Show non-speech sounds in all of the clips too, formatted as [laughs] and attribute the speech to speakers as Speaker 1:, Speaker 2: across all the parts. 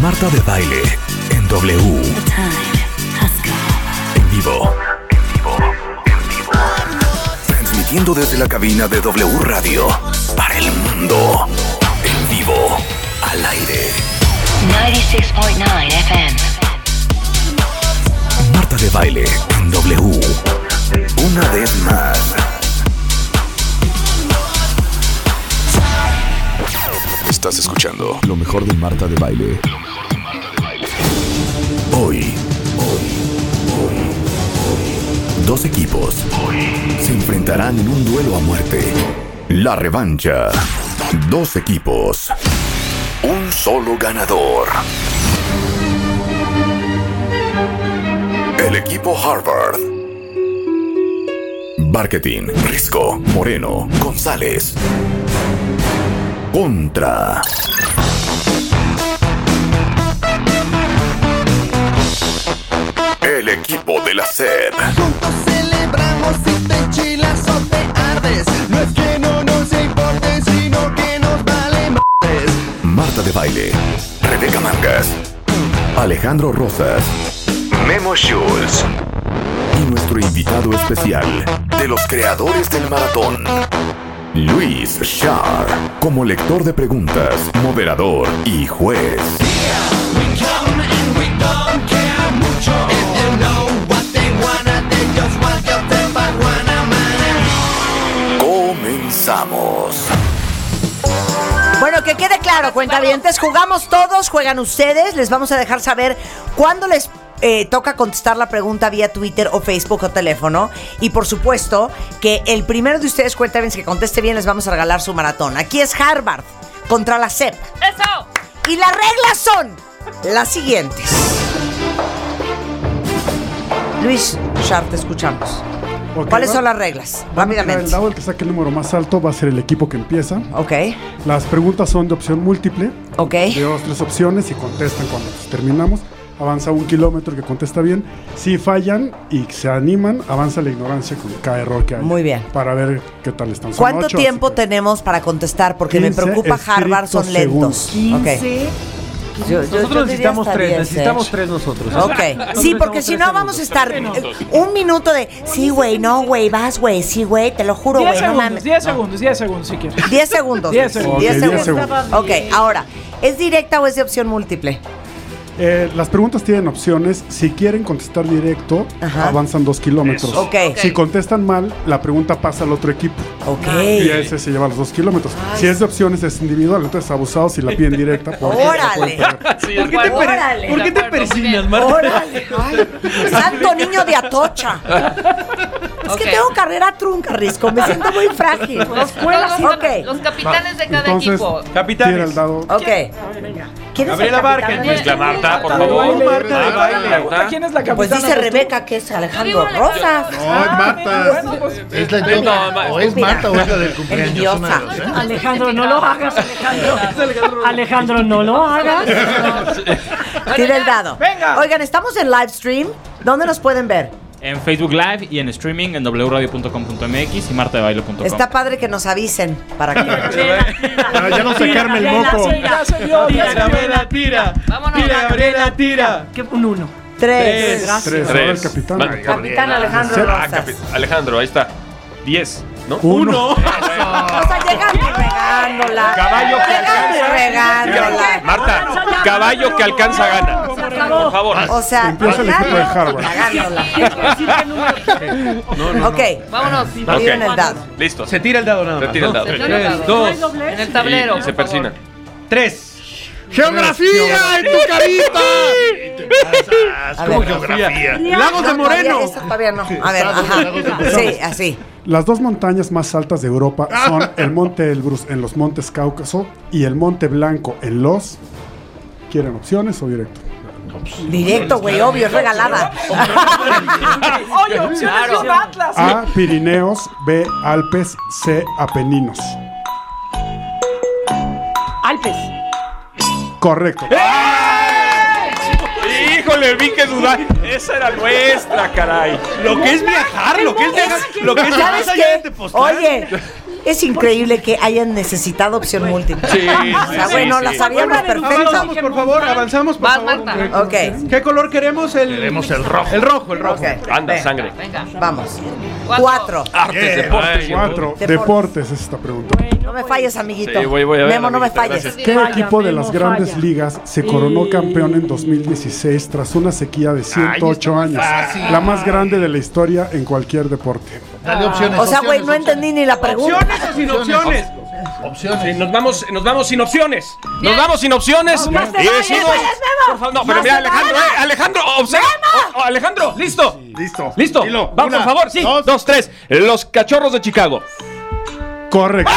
Speaker 1: Marta de Baile en W. En vivo. En vivo. En vivo. Transmitiendo desde la cabina de W Radio para el mundo. En vivo. Al aire.
Speaker 2: 96.9 FM.
Speaker 1: Marta de Baile en W. Una vez más. Estás escuchando lo mejor de Marta de Baile. Lo mejor de Marta de Baile. Hoy, hoy, hoy, hoy. Dos equipos se enfrentarán en un duelo a muerte. La revancha. Dos equipos. Un solo ganador. El equipo Harvard. Marketing, Risco, Moreno, González. Contra. El equipo de la SED.
Speaker 3: Juntos celebramos si te enchilas o te ardes. No es que no nos importe, sino que nos vale madres.
Speaker 1: Marta de Baile, Rebeca Mangas, Alejandro Rosas, Memo Schultz y nuestro invitado especial de los creadores del maratón, Luis Shar, como lector de preguntas, moderador y juez.
Speaker 3: We come and we don't care mucho. If you know what they wanna, they just want your marijuana money.
Speaker 4: [laughs]
Speaker 1: Comenzamos.
Speaker 5: Bueno, que quede claro, cuentavientes, jugamos todos, juegan ustedes, les vamos a dejar saber cuándo les eh, toca contestar la pregunta vía Twitter o Facebook o teléfono. Y por supuesto que el primero de ustedes, cuentavientes, que conteste bien, les vamos a regalar su maratón. Aquí es Harvard contra la CEP.
Speaker 6: ¡Eso!
Speaker 5: Y las reglas son las siguientes. Luis Sharp, te escuchamos.
Speaker 7: Ok,
Speaker 5: ¿Cuáles
Speaker 7: va-
Speaker 5: son las reglas?
Speaker 7: El
Speaker 5: Rápidamente.
Speaker 7: lado del que saque el número más alto va a ser el equipo que empieza.
Speaker 5: Ok,
Speaker 7: Las preguntas son de opción múltiple,
Speaker 5: ok.
Speaker 7: de dos, tres opciones y contestan cuando terminamos. Avanza un kilómetro el que contesta bien. Si fallan y se animan, avanza la ignorancia con cada error que hay.
Speaker 5: Muy bien.
Speaker 7: Para ver qué tal están. Son
Speaker 5: ¿Cuánto
Speaker 7: ocho,
Speaker 5: tiempo
Speaker 7: así que-
Speaker 5: tenemos para contestar? Porque me
Speaker 7: 15
Speaker 5: preocupa Harvard, son lentos.
Speaker 7: estrictos
Speaker 5: Ok. Yo- yo- yo
Speaker 8: Nosotros
Speaker 5: diría
Speaker 8: necesitamos
Speaker 5: hasta
Speaker 8: tres,
Speaker 5: 10,
Speaker 8: necesitamos
Speaker 5: ¿eh?
Speaker 8: tres nosotros. ¿ah?
Speaker 5: Ok, sí, porque si no vamos a estar eh, un minuto de sí, güey, no, güey, vas, güey, sí, güey, te lo juro,
Speaker 6: 10
Speaker 5: güey, no
Speaker 6: segundos,
Speaker 5: mames.
Speaker 6: 10 segundos, 10 segundos si quieres.
Speaker 5: 10 segundos.
Speaker 6: 10
Speaker 7: segundos.
Speaker 5: Diez
Speaker 7: Ok, diez
Speaker 5: segundos. Ok, ahora, ¿es directa o es de opción múltiple?
Speaker 7: Eh, las preguntas tienen opciones. Si quieren contestar directo,
Speaker 5: Ajá.
Speaker 7: avanzan dos kilómetros.
Speaker 5: Ok,
Speaker 7: Si contestan mal, la pregunta pasa al otro equipo.
Speaker 5: ok.
Speaker 7: Y ese se lleva los dos kilómetros. si es de opciones, es individual. Entonces, abusado si la piden
Speaker 5: [laughs]
Speaker 7: directa. porque-
Speaker 5: Órale.
Speaker 8: ¿Por
Speaker 6: qué te pare-
Speaker 5: Órale.
Speaker 6: por qué te persignas,
Speaker 5: Órale, ay, santo niño de Atocha. Es que tengo carrera trunca, Risco, me siento muy frágil.
Speaker 9: Todos los,
Speaker 5: Ok,
Speaker 9: los capitanes de cada
Speaker 7: Entonces,
Speaker 9: equipo.
Speaker 7: tira el
Speaker 8: Capitanes.
Speaker 7: dado.
Speaker 5: ok. ¿Quién es el
Speaker 8: Gabriela
Speaker 5: capitán?
Speaker 8: Vargas.
Speaker 9: Pues la Marta,
Speaker 6: Marta de baile, Marta de baile.
Speaker 8: Marta.
Speaker 6: Pregunta, ¿Quién es la capitana?
Speaker 5: Pues dice
Speaker 6: ¿Tú?
Speaker 5: Rebeca que es Alejandro
Speaker 9: Dígale.
Speaker 5: Rosas.
Speaker 10: No, es Marta.
Speaker 6: Bueno, pues,
Speaker 10: Es la entrada. O es Marta o es la del cumpleaños. una de dos, ¿eh?
Speaker 4: Alejandro, no
Speaker 10: [laughs]
Speaker 4: lo hagas, Alejandro. Alejandro, no lo hagas.
Speaker 5: Tira el dado.
Speaker 6: venga.
Speaker 5: Oigan, estamos en live stream. ¿Dónde nos pueden ver?
Speaker 11: En Facebook Live y en streaming en wradio.com.mx y martadebailo.com.
Speaker 5: Está padre que nos avisen para que.
Speaker 10: Para ya no sacarme el
Speaker 4: Tira,
Speaker 10: moco.
Speaker 4: tira,
Speaker 6: Ya se vio, ya
Speaker 4: Tira,
Speaker 6: se vio.
Speaker 8: Gabriela, tira.
Speaker 9: Vámonos.
Speaker 8: Tira, Gabriela, tira.
Speaker 4: Que un uno.
Speaker 5: Tres.
Speaker 7: Tres. Ahora el capitán.
Speaker 10: Vale,
Speaker 7: Ay,
Speaker 5: Capitán Alejandro
Speaker 10: Gabriela.
Speaker 12: Ah,
Speaker 5: Rosas.
Speaker 10: Alejandro, ahí está. 10. ¿No? [laughs]
Speaker 7: Uno.
Speaker 5: O sea, llegan y regándola.
Speaker 10: Caballo que
Speaker 5: Llegan y regándola.
Speaker 10: Marta, caballo que alcanza gana. Por favor.
Speaker 5: O sea,
Speaker 7: Empieza el equipo de
Speaker 5: regándola.
Speaker 7: Harvard.
Speaker 5: regándola.
Speaker 10: No, no,
Speaker 5: Ok,
Speaker 9: Vámonos.
Speaker 5: tiren el dado.
Speaker 10: Listo.
Speaker 8: Se tira el dado nada más.
Speaker 10: Se tira el dado.
Speaker 9: Se tira el
Speaker 8: Tres,
Speaker 9: dado.
Speaker 8: dos,
Speaker 9: En el tablero. por favor.
Speaker 8: tres.
Speaker 10: ¡Geografía en tu [laughs] carita!
Speaker 5: A
Speaker 10: ¿Cómo
Speaker 5: ver.
Speaker 10: geografía?
Speaker 8: Lagos de
Speaker 5: No, todavía
Speaker 8: Moreno.
Speaker 5: esa Todavía no. A ver, ajá. Sí, así.
Speaker 7: Las dos montañas más altas de
Speaker 5: [laughs]
Speaker 7: Europa son el Monte Elbrus en los Montes Cáucaso y el Monte Blanco en los. ¿Quieren opciones o directo?
Speaker 5: Directo, güey, obvio, es regalada.
Speaker 6: Oye, opciones de un Atlas.
Speaker 7: A. Pirineos. B. Alpes. C. Apeninos.
Speaker 4: Alpes.
Speaker 7: Correcto.
Speaker 10: Híjole, vi que dudar. Esa era nuestra, caray. Lo que es viajar, lo que es viajar, lo que es
Speaker 5: ¿Sabes
Speaker 10: más allá de
Speaker 5: qué?
Speaker 10: Tepoztlán.
Speaker 5: Oye, Es increíble que hayan necesitado opción múltiple. Ah,
Speaker 12: Sí, sí,
Speaker 5: O sea,
Speaker 12: sí,
Speaker 5: bueno,
Speaker 12: sí.
Speaker 5: la sabíamos perfecto.
Speaker 12: Avanzamos, por favor, avanzamos, por favor.
Speaker 5: Ok.
Speaker 12: ¿Qué color queremos? El... Queremos el rojo. El rojo, el rojo.
Speaker 5: Anda, Venga.
Speaker 12: sangre.
Speaker 9: Venga.
Speaker 5: Vamos. Cuatro.
Speaker 7: Ah.
Speaker 12: Artes, deportes.
Speaker 7: Cuatro. Deportes es esta pregunta.
Speaker 5: No me falles, amiguito.
Speaker 7: Sí, voy- voy a ver,
Speaker 5: Memo, no me
Speaker 7: amiguito,
Speaker 5: falles.
Speaker 7: ¿Qué equipo de las grandes ligas se coronó campeón en 2016 tras una sequía de 108
Speaker 13: Ay,
Speaker 7: años?
Speaker 13: está fácil.
Speaker 7: La más grande de la historia en cualquier deporte.
Speaker 13: Dale opciones.
Speaker 5: Ah. O sea, güey, no entendí ni la pregunta.
Speaker 4: Opciones o sin opciones. Sí, nos vamos, nos vamos sin opciones. Nos vamos sin opciones.
Speaker 14: No, no te
Speaker 4: y
Speaker 14: vayas,
Speaker 4: decimos.
Speaker 14: vayas, Memo.
Speaker 4: Por favor, no, pero
Speaker 14: No
Speaker 4: mira,
Speaker 14: se
Speaker 4: Alejandro,
Speaker 14: vaya.
Speaker 4: eh, Alejandro, observa. O- o oh, Alejandro, listo.
Speaker 7: Listo.
Speaker 4: Listo. Vamos, por favor, sí. Dos, tres. Los cachorros de Chicago.
Speaker 7: Correcto.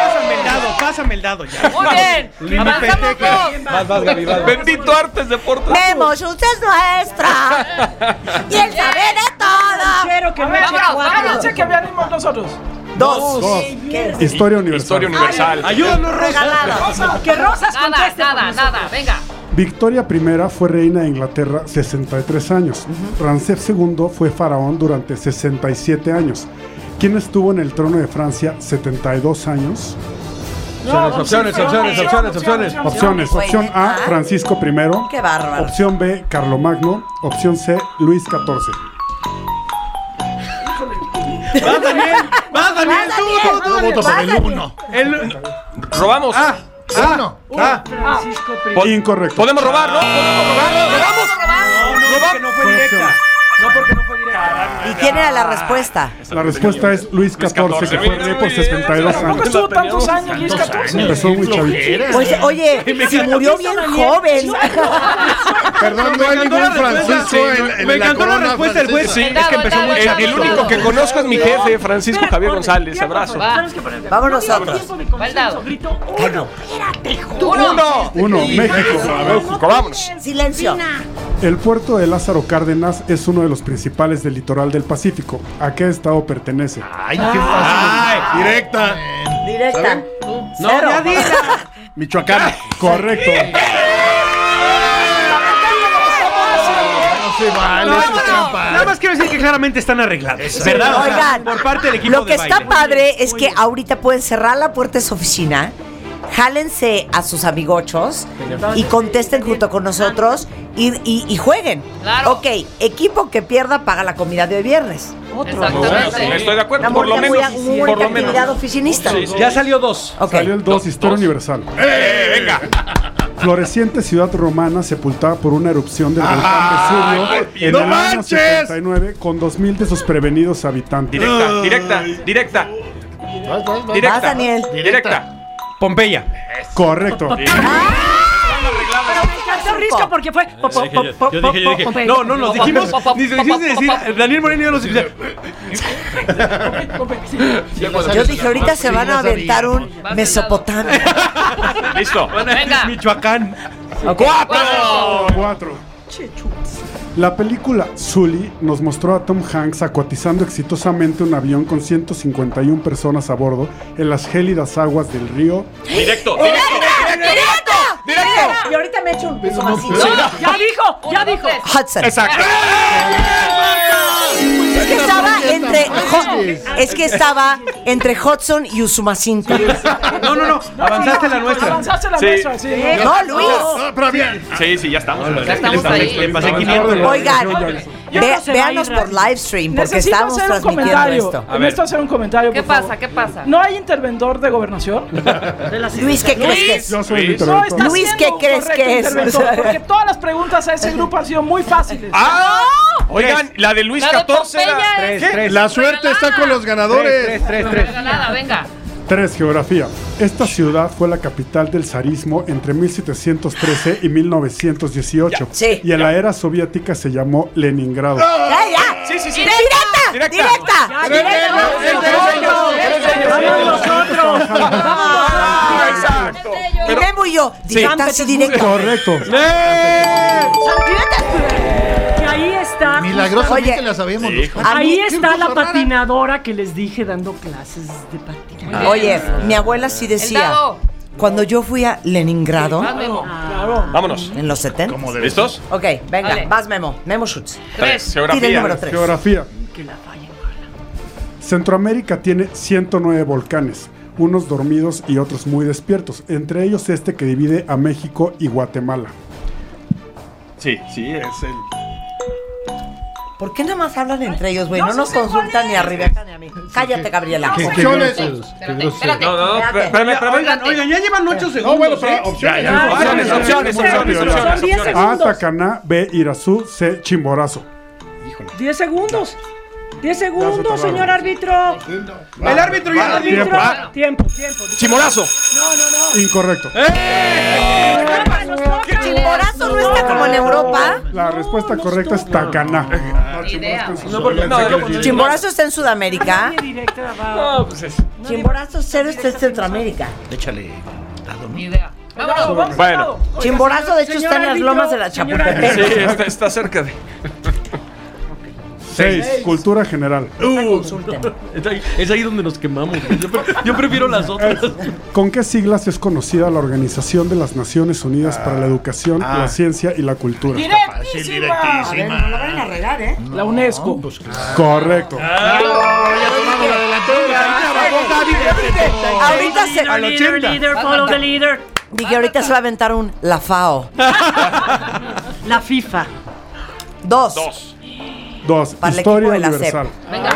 Speaker 12: Pásame el dado, pásame el dado ya.
Speaker 9: Muy bien. Avanzamos dos.
Speaker 12: Vas, vas, Gaby, vas.
Speaker 4: Bendito artes deportes.
Speaker 5: Memo, Schultz es nuestra. y el saber es todo.
Speaker 6: Quiero que
Speaker 5: A
Speaker 6: me
Speaker 5: ver,
Speaker 6: eche
Speaker 5: vámonos,
Speaker 6: cuatro.
Speaker 5: vámonos.
Speaker 6: Eche que veanemos nosotros.
Speaker 5: Dos.
Speaker 7: Dos.
Speaker 5: ¿Qué?
Speaker 7: Historia universal.
Speaker 4: Historia universal.
Speaker 12: Ayúdanos,
Speaker 6: Rosa, que Rosas
Speaker 9: Nada,
Speaker 6: conteste
Speaker 9: nada,
Speaker 6: por nosotros.
Speaker 9: nada. Venga.
Speaker 7: Victoria I fue reina de Inglaterra 63 años. Ramsés II fue faraón durante 67 años. ¿Quién estuvo en el trono de Francia 72 años?
Speaker 12: Opciones, opciones, opciones, opciones.
Speaker 7: Opciones. Opción A, Francisco I.
Speaker 5: Qué bárbaro.
Speaker 7: Opción B, Carlomagno. Opción C, Luis XIV.
Speaker 5: Eh,
Speaker 12: Vas, Daniel. Vas, Daniel. Tú, tú, tú.
Speaker 13: voto por el uno.
Speaker 12: El-
Speaker 4: Robamos.
Speaker 12: Ah, ah, ah.
Speaker 15: Francisco
Speaker 4: Po-
Speaker 7: Incorrecto.
Speaker 4: Podemos robar, ¿no? Podemos robar. ¿Robamos?
Speaker 12: No, porque no fue directa. No, porque no fue directa.
Speaker 5: ¿Y quién era la respuesta?
Speaker 7: La respuesta es Luis XIV, que fue rey por 72
Speaker 4: pues,
Speaker 6: Tampoco
Speaker 7: años.
Speaker 6: estuvo tantos años, Luis 14.
Speaker 7: Empezó muy chavito.
Speaker 5: Pues, oye, si murió bien joven.
Speaker 13: Perdón, no hay ningún Francisco en, en
Speaker 4: Me
Speaker 13: la
Speaker 4: encantó la
Speaker 13: corona
Speaker 4: respuesta del juez. Sí,
Speaker 13: francesa.
Speaker 4: es que empezó muy El, el único que conozco es mi jefe, Francisco Javier González. Abrazo.
Speaker 5: Vámonos nosotros.
Speaker 9: Va el dado.
Speaker 4: Uno.
Speaker 7: Uno, México.
Speaker 4: México, vámonos.
Speaker 5: Silencio.
Speaker 7: El puerto de Lázaro Cárdenas es uno de los principales del litoral del Pacífico. ¿A qué estado pertenece?
Speaker 13: Ay, qué
Speaker 5: Ah.
Speaker 13: fácil.
Speaker 7: Directa.
Speaker 5: Directa.
Speaker 12: No, ya di.
Speaker 13: Michoacán.
Speaker 7: Correcto.
Speaker 13: No se vale, eso es trampa.
Speaker 12: Nada más quiero decir que claramente están arreglados. ¿Verdad? O sea,
Speaker 5: Oigan,
Speaker 12: por parte del equipo
Speaker 5: Lo que
Speaker 12: de
Speaker 5: está
Speaker 12: baile.
Speaker 5: padre es que ahorita pueden cerrar la puerta de su oficina, jálense a sus amigochos y contesten junto con nosotros y, y- y jueguen.
Speaker 9: Claro.
Speaker 5: Ok, equipo que pierda paga la comida de hoy viernes.
Speaker 9: Exactamente.
Speaker 4: Estoy de
Speaker 5: Una
Speaker 4: acuerdo, por lo
Speaker 5: bonita-
Speaker 4: menos.
Speaker 5: muy- muy
Speaker 4: Por
Speaker 5: bonita
Speaker 4: lo menos.
Speaker 5: actividad oficinista.
Speaker 4: Sí, sí.
Speaker 12: Ya salió dos.
Speaker 5: Ok.
Speaker 7: Salió el 2, Historia Universal.
Speaker 4: ¡Eh, venga!
Speaker 7: Floreciente ciudad romana sepultada por una erupción del volcán
Speaker 4: ay,
Speaker 7: Vesubio en
Speaker 13: Ah, ¡no
Speaker 7: el año
Speaker 13: manches!
Speaker 7: 79 con 2.000 de sus prevenidos habitantes.
Speaker 4: Directa, directa, directa,
Speaker 13: Vas, vas, vas.
Speaker 4: directa.
Speaker 5: Vas, Daniel.
Speaker 4: Directa.
Speaker 12: Pompeya.
Speaker 7: Correcto.
Speaker 15: Pero me encantó Risco porque fue. po- po- po- po-
Speaker 12: Yo dije, yo
Speaker 15: po- po-
Speaker 12: dije. No, no, nos dijimos. Ni se dijiste decir. Daniel Moreno y yo nos dijimos.
Speaker 4: [laughs]
Speaker 5: Yo dije,
Speaker 4: Ah,
Speaker 5: ahorita se van a
Speaker 13: Sí, no
Speaker 5: aventar
Speaker 13: sabíamos.
Speaker 5: un Mesopotamia.
Speaker 4: [laughs] Listo.
Speaker 9: Venga.
Speaker 12: Michoacán.
Speaker 9: Cuatro.
Speaker 7: 4. La película Zully nos mostró a Tom Hanks acuatizando exitosamente un avión con 151 personas a bordo en las gélidas aguas del río.
Speaker 4: Directo, directo, directo, directo.
Speaker 5: Y ahorita me echo un piso así.
Speaker 15: Ya dijo, ya
Speaker 9: Uno,
Speaker 15: dijo.
Speaker 9: tres.
Speaker 5: Hudson.
Speaker 4: Exacto.
Speaker 5: Es que estaba entre Ho- es que estaba entre Hudson y Usumacinta.
Speaker 12: No, no, no. Avanzaste la nuestra.
Speaker 6: Avanzaste la
Speaker 4: Sí.
Speaker 6: mesa, sí.
Speaker 5: No, Luis.
Speaker 13: Ah, pero bien.
Speaker 4: Sí, sí, ya estamos.
Speaker 9: Ya estamos ahí.
Speaker 12: Le pasé 500.
Speaker 5: Oigan,
Speaker 15: Yo
Speaker 5: ve-
Speaker 15: no sé
Speaker 5: véanos
Speaker 15: bailar.
Speaker 5: por live stream porque
Speaker 6: Necesito
Speaker 5: estamos
Speaker 6: hacer un
Speaker 5: transmitiendo
Speaker 6: comentario.
Speaker 5: esto.
Speaker 6: A ver. Necesito hacer un comentario.
Speaker 9: ¿Qué
Speaker 6: por favor.
Speaker 9: pasa? ¿Qué pasa?
Speaker 6: ¿No hay interventor de gobernación?
Speaker 5: Luis, ¿qué crees que es?
Speaker 7: Yo soy el
Speaker 4: Luis.
Speaker 6: No
Speaker 7: interventor.
Speaker 6: está
Speaker 5: Luis,
Speaker 6: siendo
Speaker 5: ¿qué
Speaker 6: un
Speaker 5: crees
Speaker 6: correcto
Speaker 5: que es?
Speaker 6: interventor,
Speaker 5: O [laughs] sea-
Speaker 6: Porque todas las preguntas a ese grupo han sido muy fáciles.
Speaker 4: ¡Ah! Oigan, la de Luis
Speaker 9: La de
Speaker 4: 14
Speaker 9: Pompeya
Speaker 4: era.
Speaker 9: es-
Speaker 12: Tres, tres.
Speaker 13: La suerte está con los ganadores.
Speaker 12: Tres, tres, tres.
Speaker 9: Regalada, venga.
Speaker 7: 3. Geografía. Esta ciudad fue la capital del zarismo entre 1713 y 1918.
Speaker 5: Ya, sí.
Speaker 7: y en la era soviética se llamó Leningrado.
Speaker 5: Ya, ya.
Speaker 4: Sí, sí, sí.
Speaker 5: Directa, directa, directa.
Speaker 4: Ah, exacto.
Speaker 5: Y Memo y yo, directa, sí, directa.
Speaker 7: Correcto.
Speaker 15: Y ahí está.
Speaker 13: Milagrosamente
Speaker 5: Oye.
Speaker 13: la sabemos. los cuatro.
Speaker 15: Ahí
Speaker 5: A mí-
Speaker 15: está la
Speaker 13: cosa rara.
Speaker 15: patinadora que les dije dando clases de patinaje.
Speaker 5: Oye, mi abuela sí
Speaker 9: El
Speaker 5: decía,
Speaker 9: dado.
Speaker 5: cuando yo fui a Leningrado
Speaker 9: Vas,
Speaker 15: Ah,
Speaker 9: Memo.
Speaker 4: Vámonos.
Speaker 5: en los 70.
Speaker 13: Como debe ser.
Speaker 4: ¿Listos?
Speaker 5: Ok, venga,
Speaker 9: Vale.
Speaker 5: vas Memo, Memo Schutz.
Speaker 4: Tres.
Speaker 5: Tira el número
Speaker 4: Geografía.
Speaker 5: 3.
Speaker 7: Geografía. Centroamérica tiene 109 volcanes, unos dormidos y otros muy despiertos, entre ellos este que divide a México y Guatemala.
Speaker 16: Sí, sí, es el.
Speaker 5: ¿Por qué nada más hablan entre ellos, güey?
Speaker 16: No
Speaker 5: No
Speaker 16: sé
Speaker 5: nos
Speaker 16: si cuál
Speaker 5: consultan ni a
Speaker 16: es.
Speaker 5: Rebeca ni a mí. Cállate, Gabriela.
Speaker 16: ¿Qué-
Speaker 5: por
Speaker 16: qué
Speaker 5: favor.
Speaker 16: groseros? Qué groseros.
Speaker 5: espérate,
Speaker 16: No, no,
Speaker 5: espérate.
Speaker 16: pero- pero- pero-
Speaker 8: Oigan, oigan, ya llevan 8 segundos.
Speaker 16: No, bueno, pero
Speaker 8: ¿eh?
Speaker 16: opciones,
Speaker 8: Ya,
Speaker 7: Ah,
Speaker 4: Ah,
Speaker 8: ya,
Speaker 16: opciones,
Speaker 8: ya, ya,
Speaker 16: opciones,
Speaker 8: ya, ya,
Speaker 16: opciones,
Speaker 8: ya,
Speaker 16: opciones. Ah,
Speaker 8: ya, Son 10
Speaker 7: A,
Speaker 8: segundos.
Speaker 7: Tacaná, B, Irazú, C, Chimborazo.
Speaker 6: 10 segundos. 10 segundos,
Speaker 7: tardaron.
Speaker 6: señor árbitro.
Speaker 7: El árbitro ya lo dijo.
Speaker 6: Árbitro. Tiempo, tiempo.
Speaker 17: Chimorazo.
Speaker 6: No, no, no.
Speaker 7: Incorrecto.
Speaker 16: ¡Eh!
Speaker 5: ¿Qué chimborazo no está como en Europa?
Speaker 7: La respuesta correcta es Tacaná.
Speaker 5: No, porque-
Speaker 7: no,
Speaker 5: no,
Speaker 7: no,
Speaker 5: no, Chimborazo está en Sudamérica.
Speaker 17: No, pues es.
Speaker 5: Chimborazo cero está en Centroamérica.
Speaker 10: Échale.
Speaker 9: Ni idea. Vámonos, vamos.
Speaker 17: Bueno.
Speaker 5: Chimborazo, de hecho, está en las lomas de la Chapultepec.
Speaker 17: Sí, está, está cerca de.
Speaker 7: 6. Cultura general.
Speaker 16: Es ahí- es ahí donde nos quemamos. Yo, pre- yo prefiero las otras.
Speaker 7: ¿Con qué siglas es conocida la Organización de las Naciones Unidas para la Educación,
Speaker 10: Ah.
Speaker 7: la Ciencia y la Cultura?
Speaker 5: A ver, no la van a regar, ¿eh?
Speaker 8: La UNESCO.
Speaker 7: Correcto.
Speaker 5: Ahorita se.
Speaker 4: Leader, leader, leader, follow the leader.
Speaker 5: Dije, ahorita se va a aventar un la FAO.
Speaker 4: La FIFA.
Speaker 5: Dos.
Speaker 7: 2.
Speaker 5: Para el
Speaker 7: Historia
Speaker 5: equipo de la E
Speaker 7: universal.
Speaker 5: SEP.
Speaker 16: A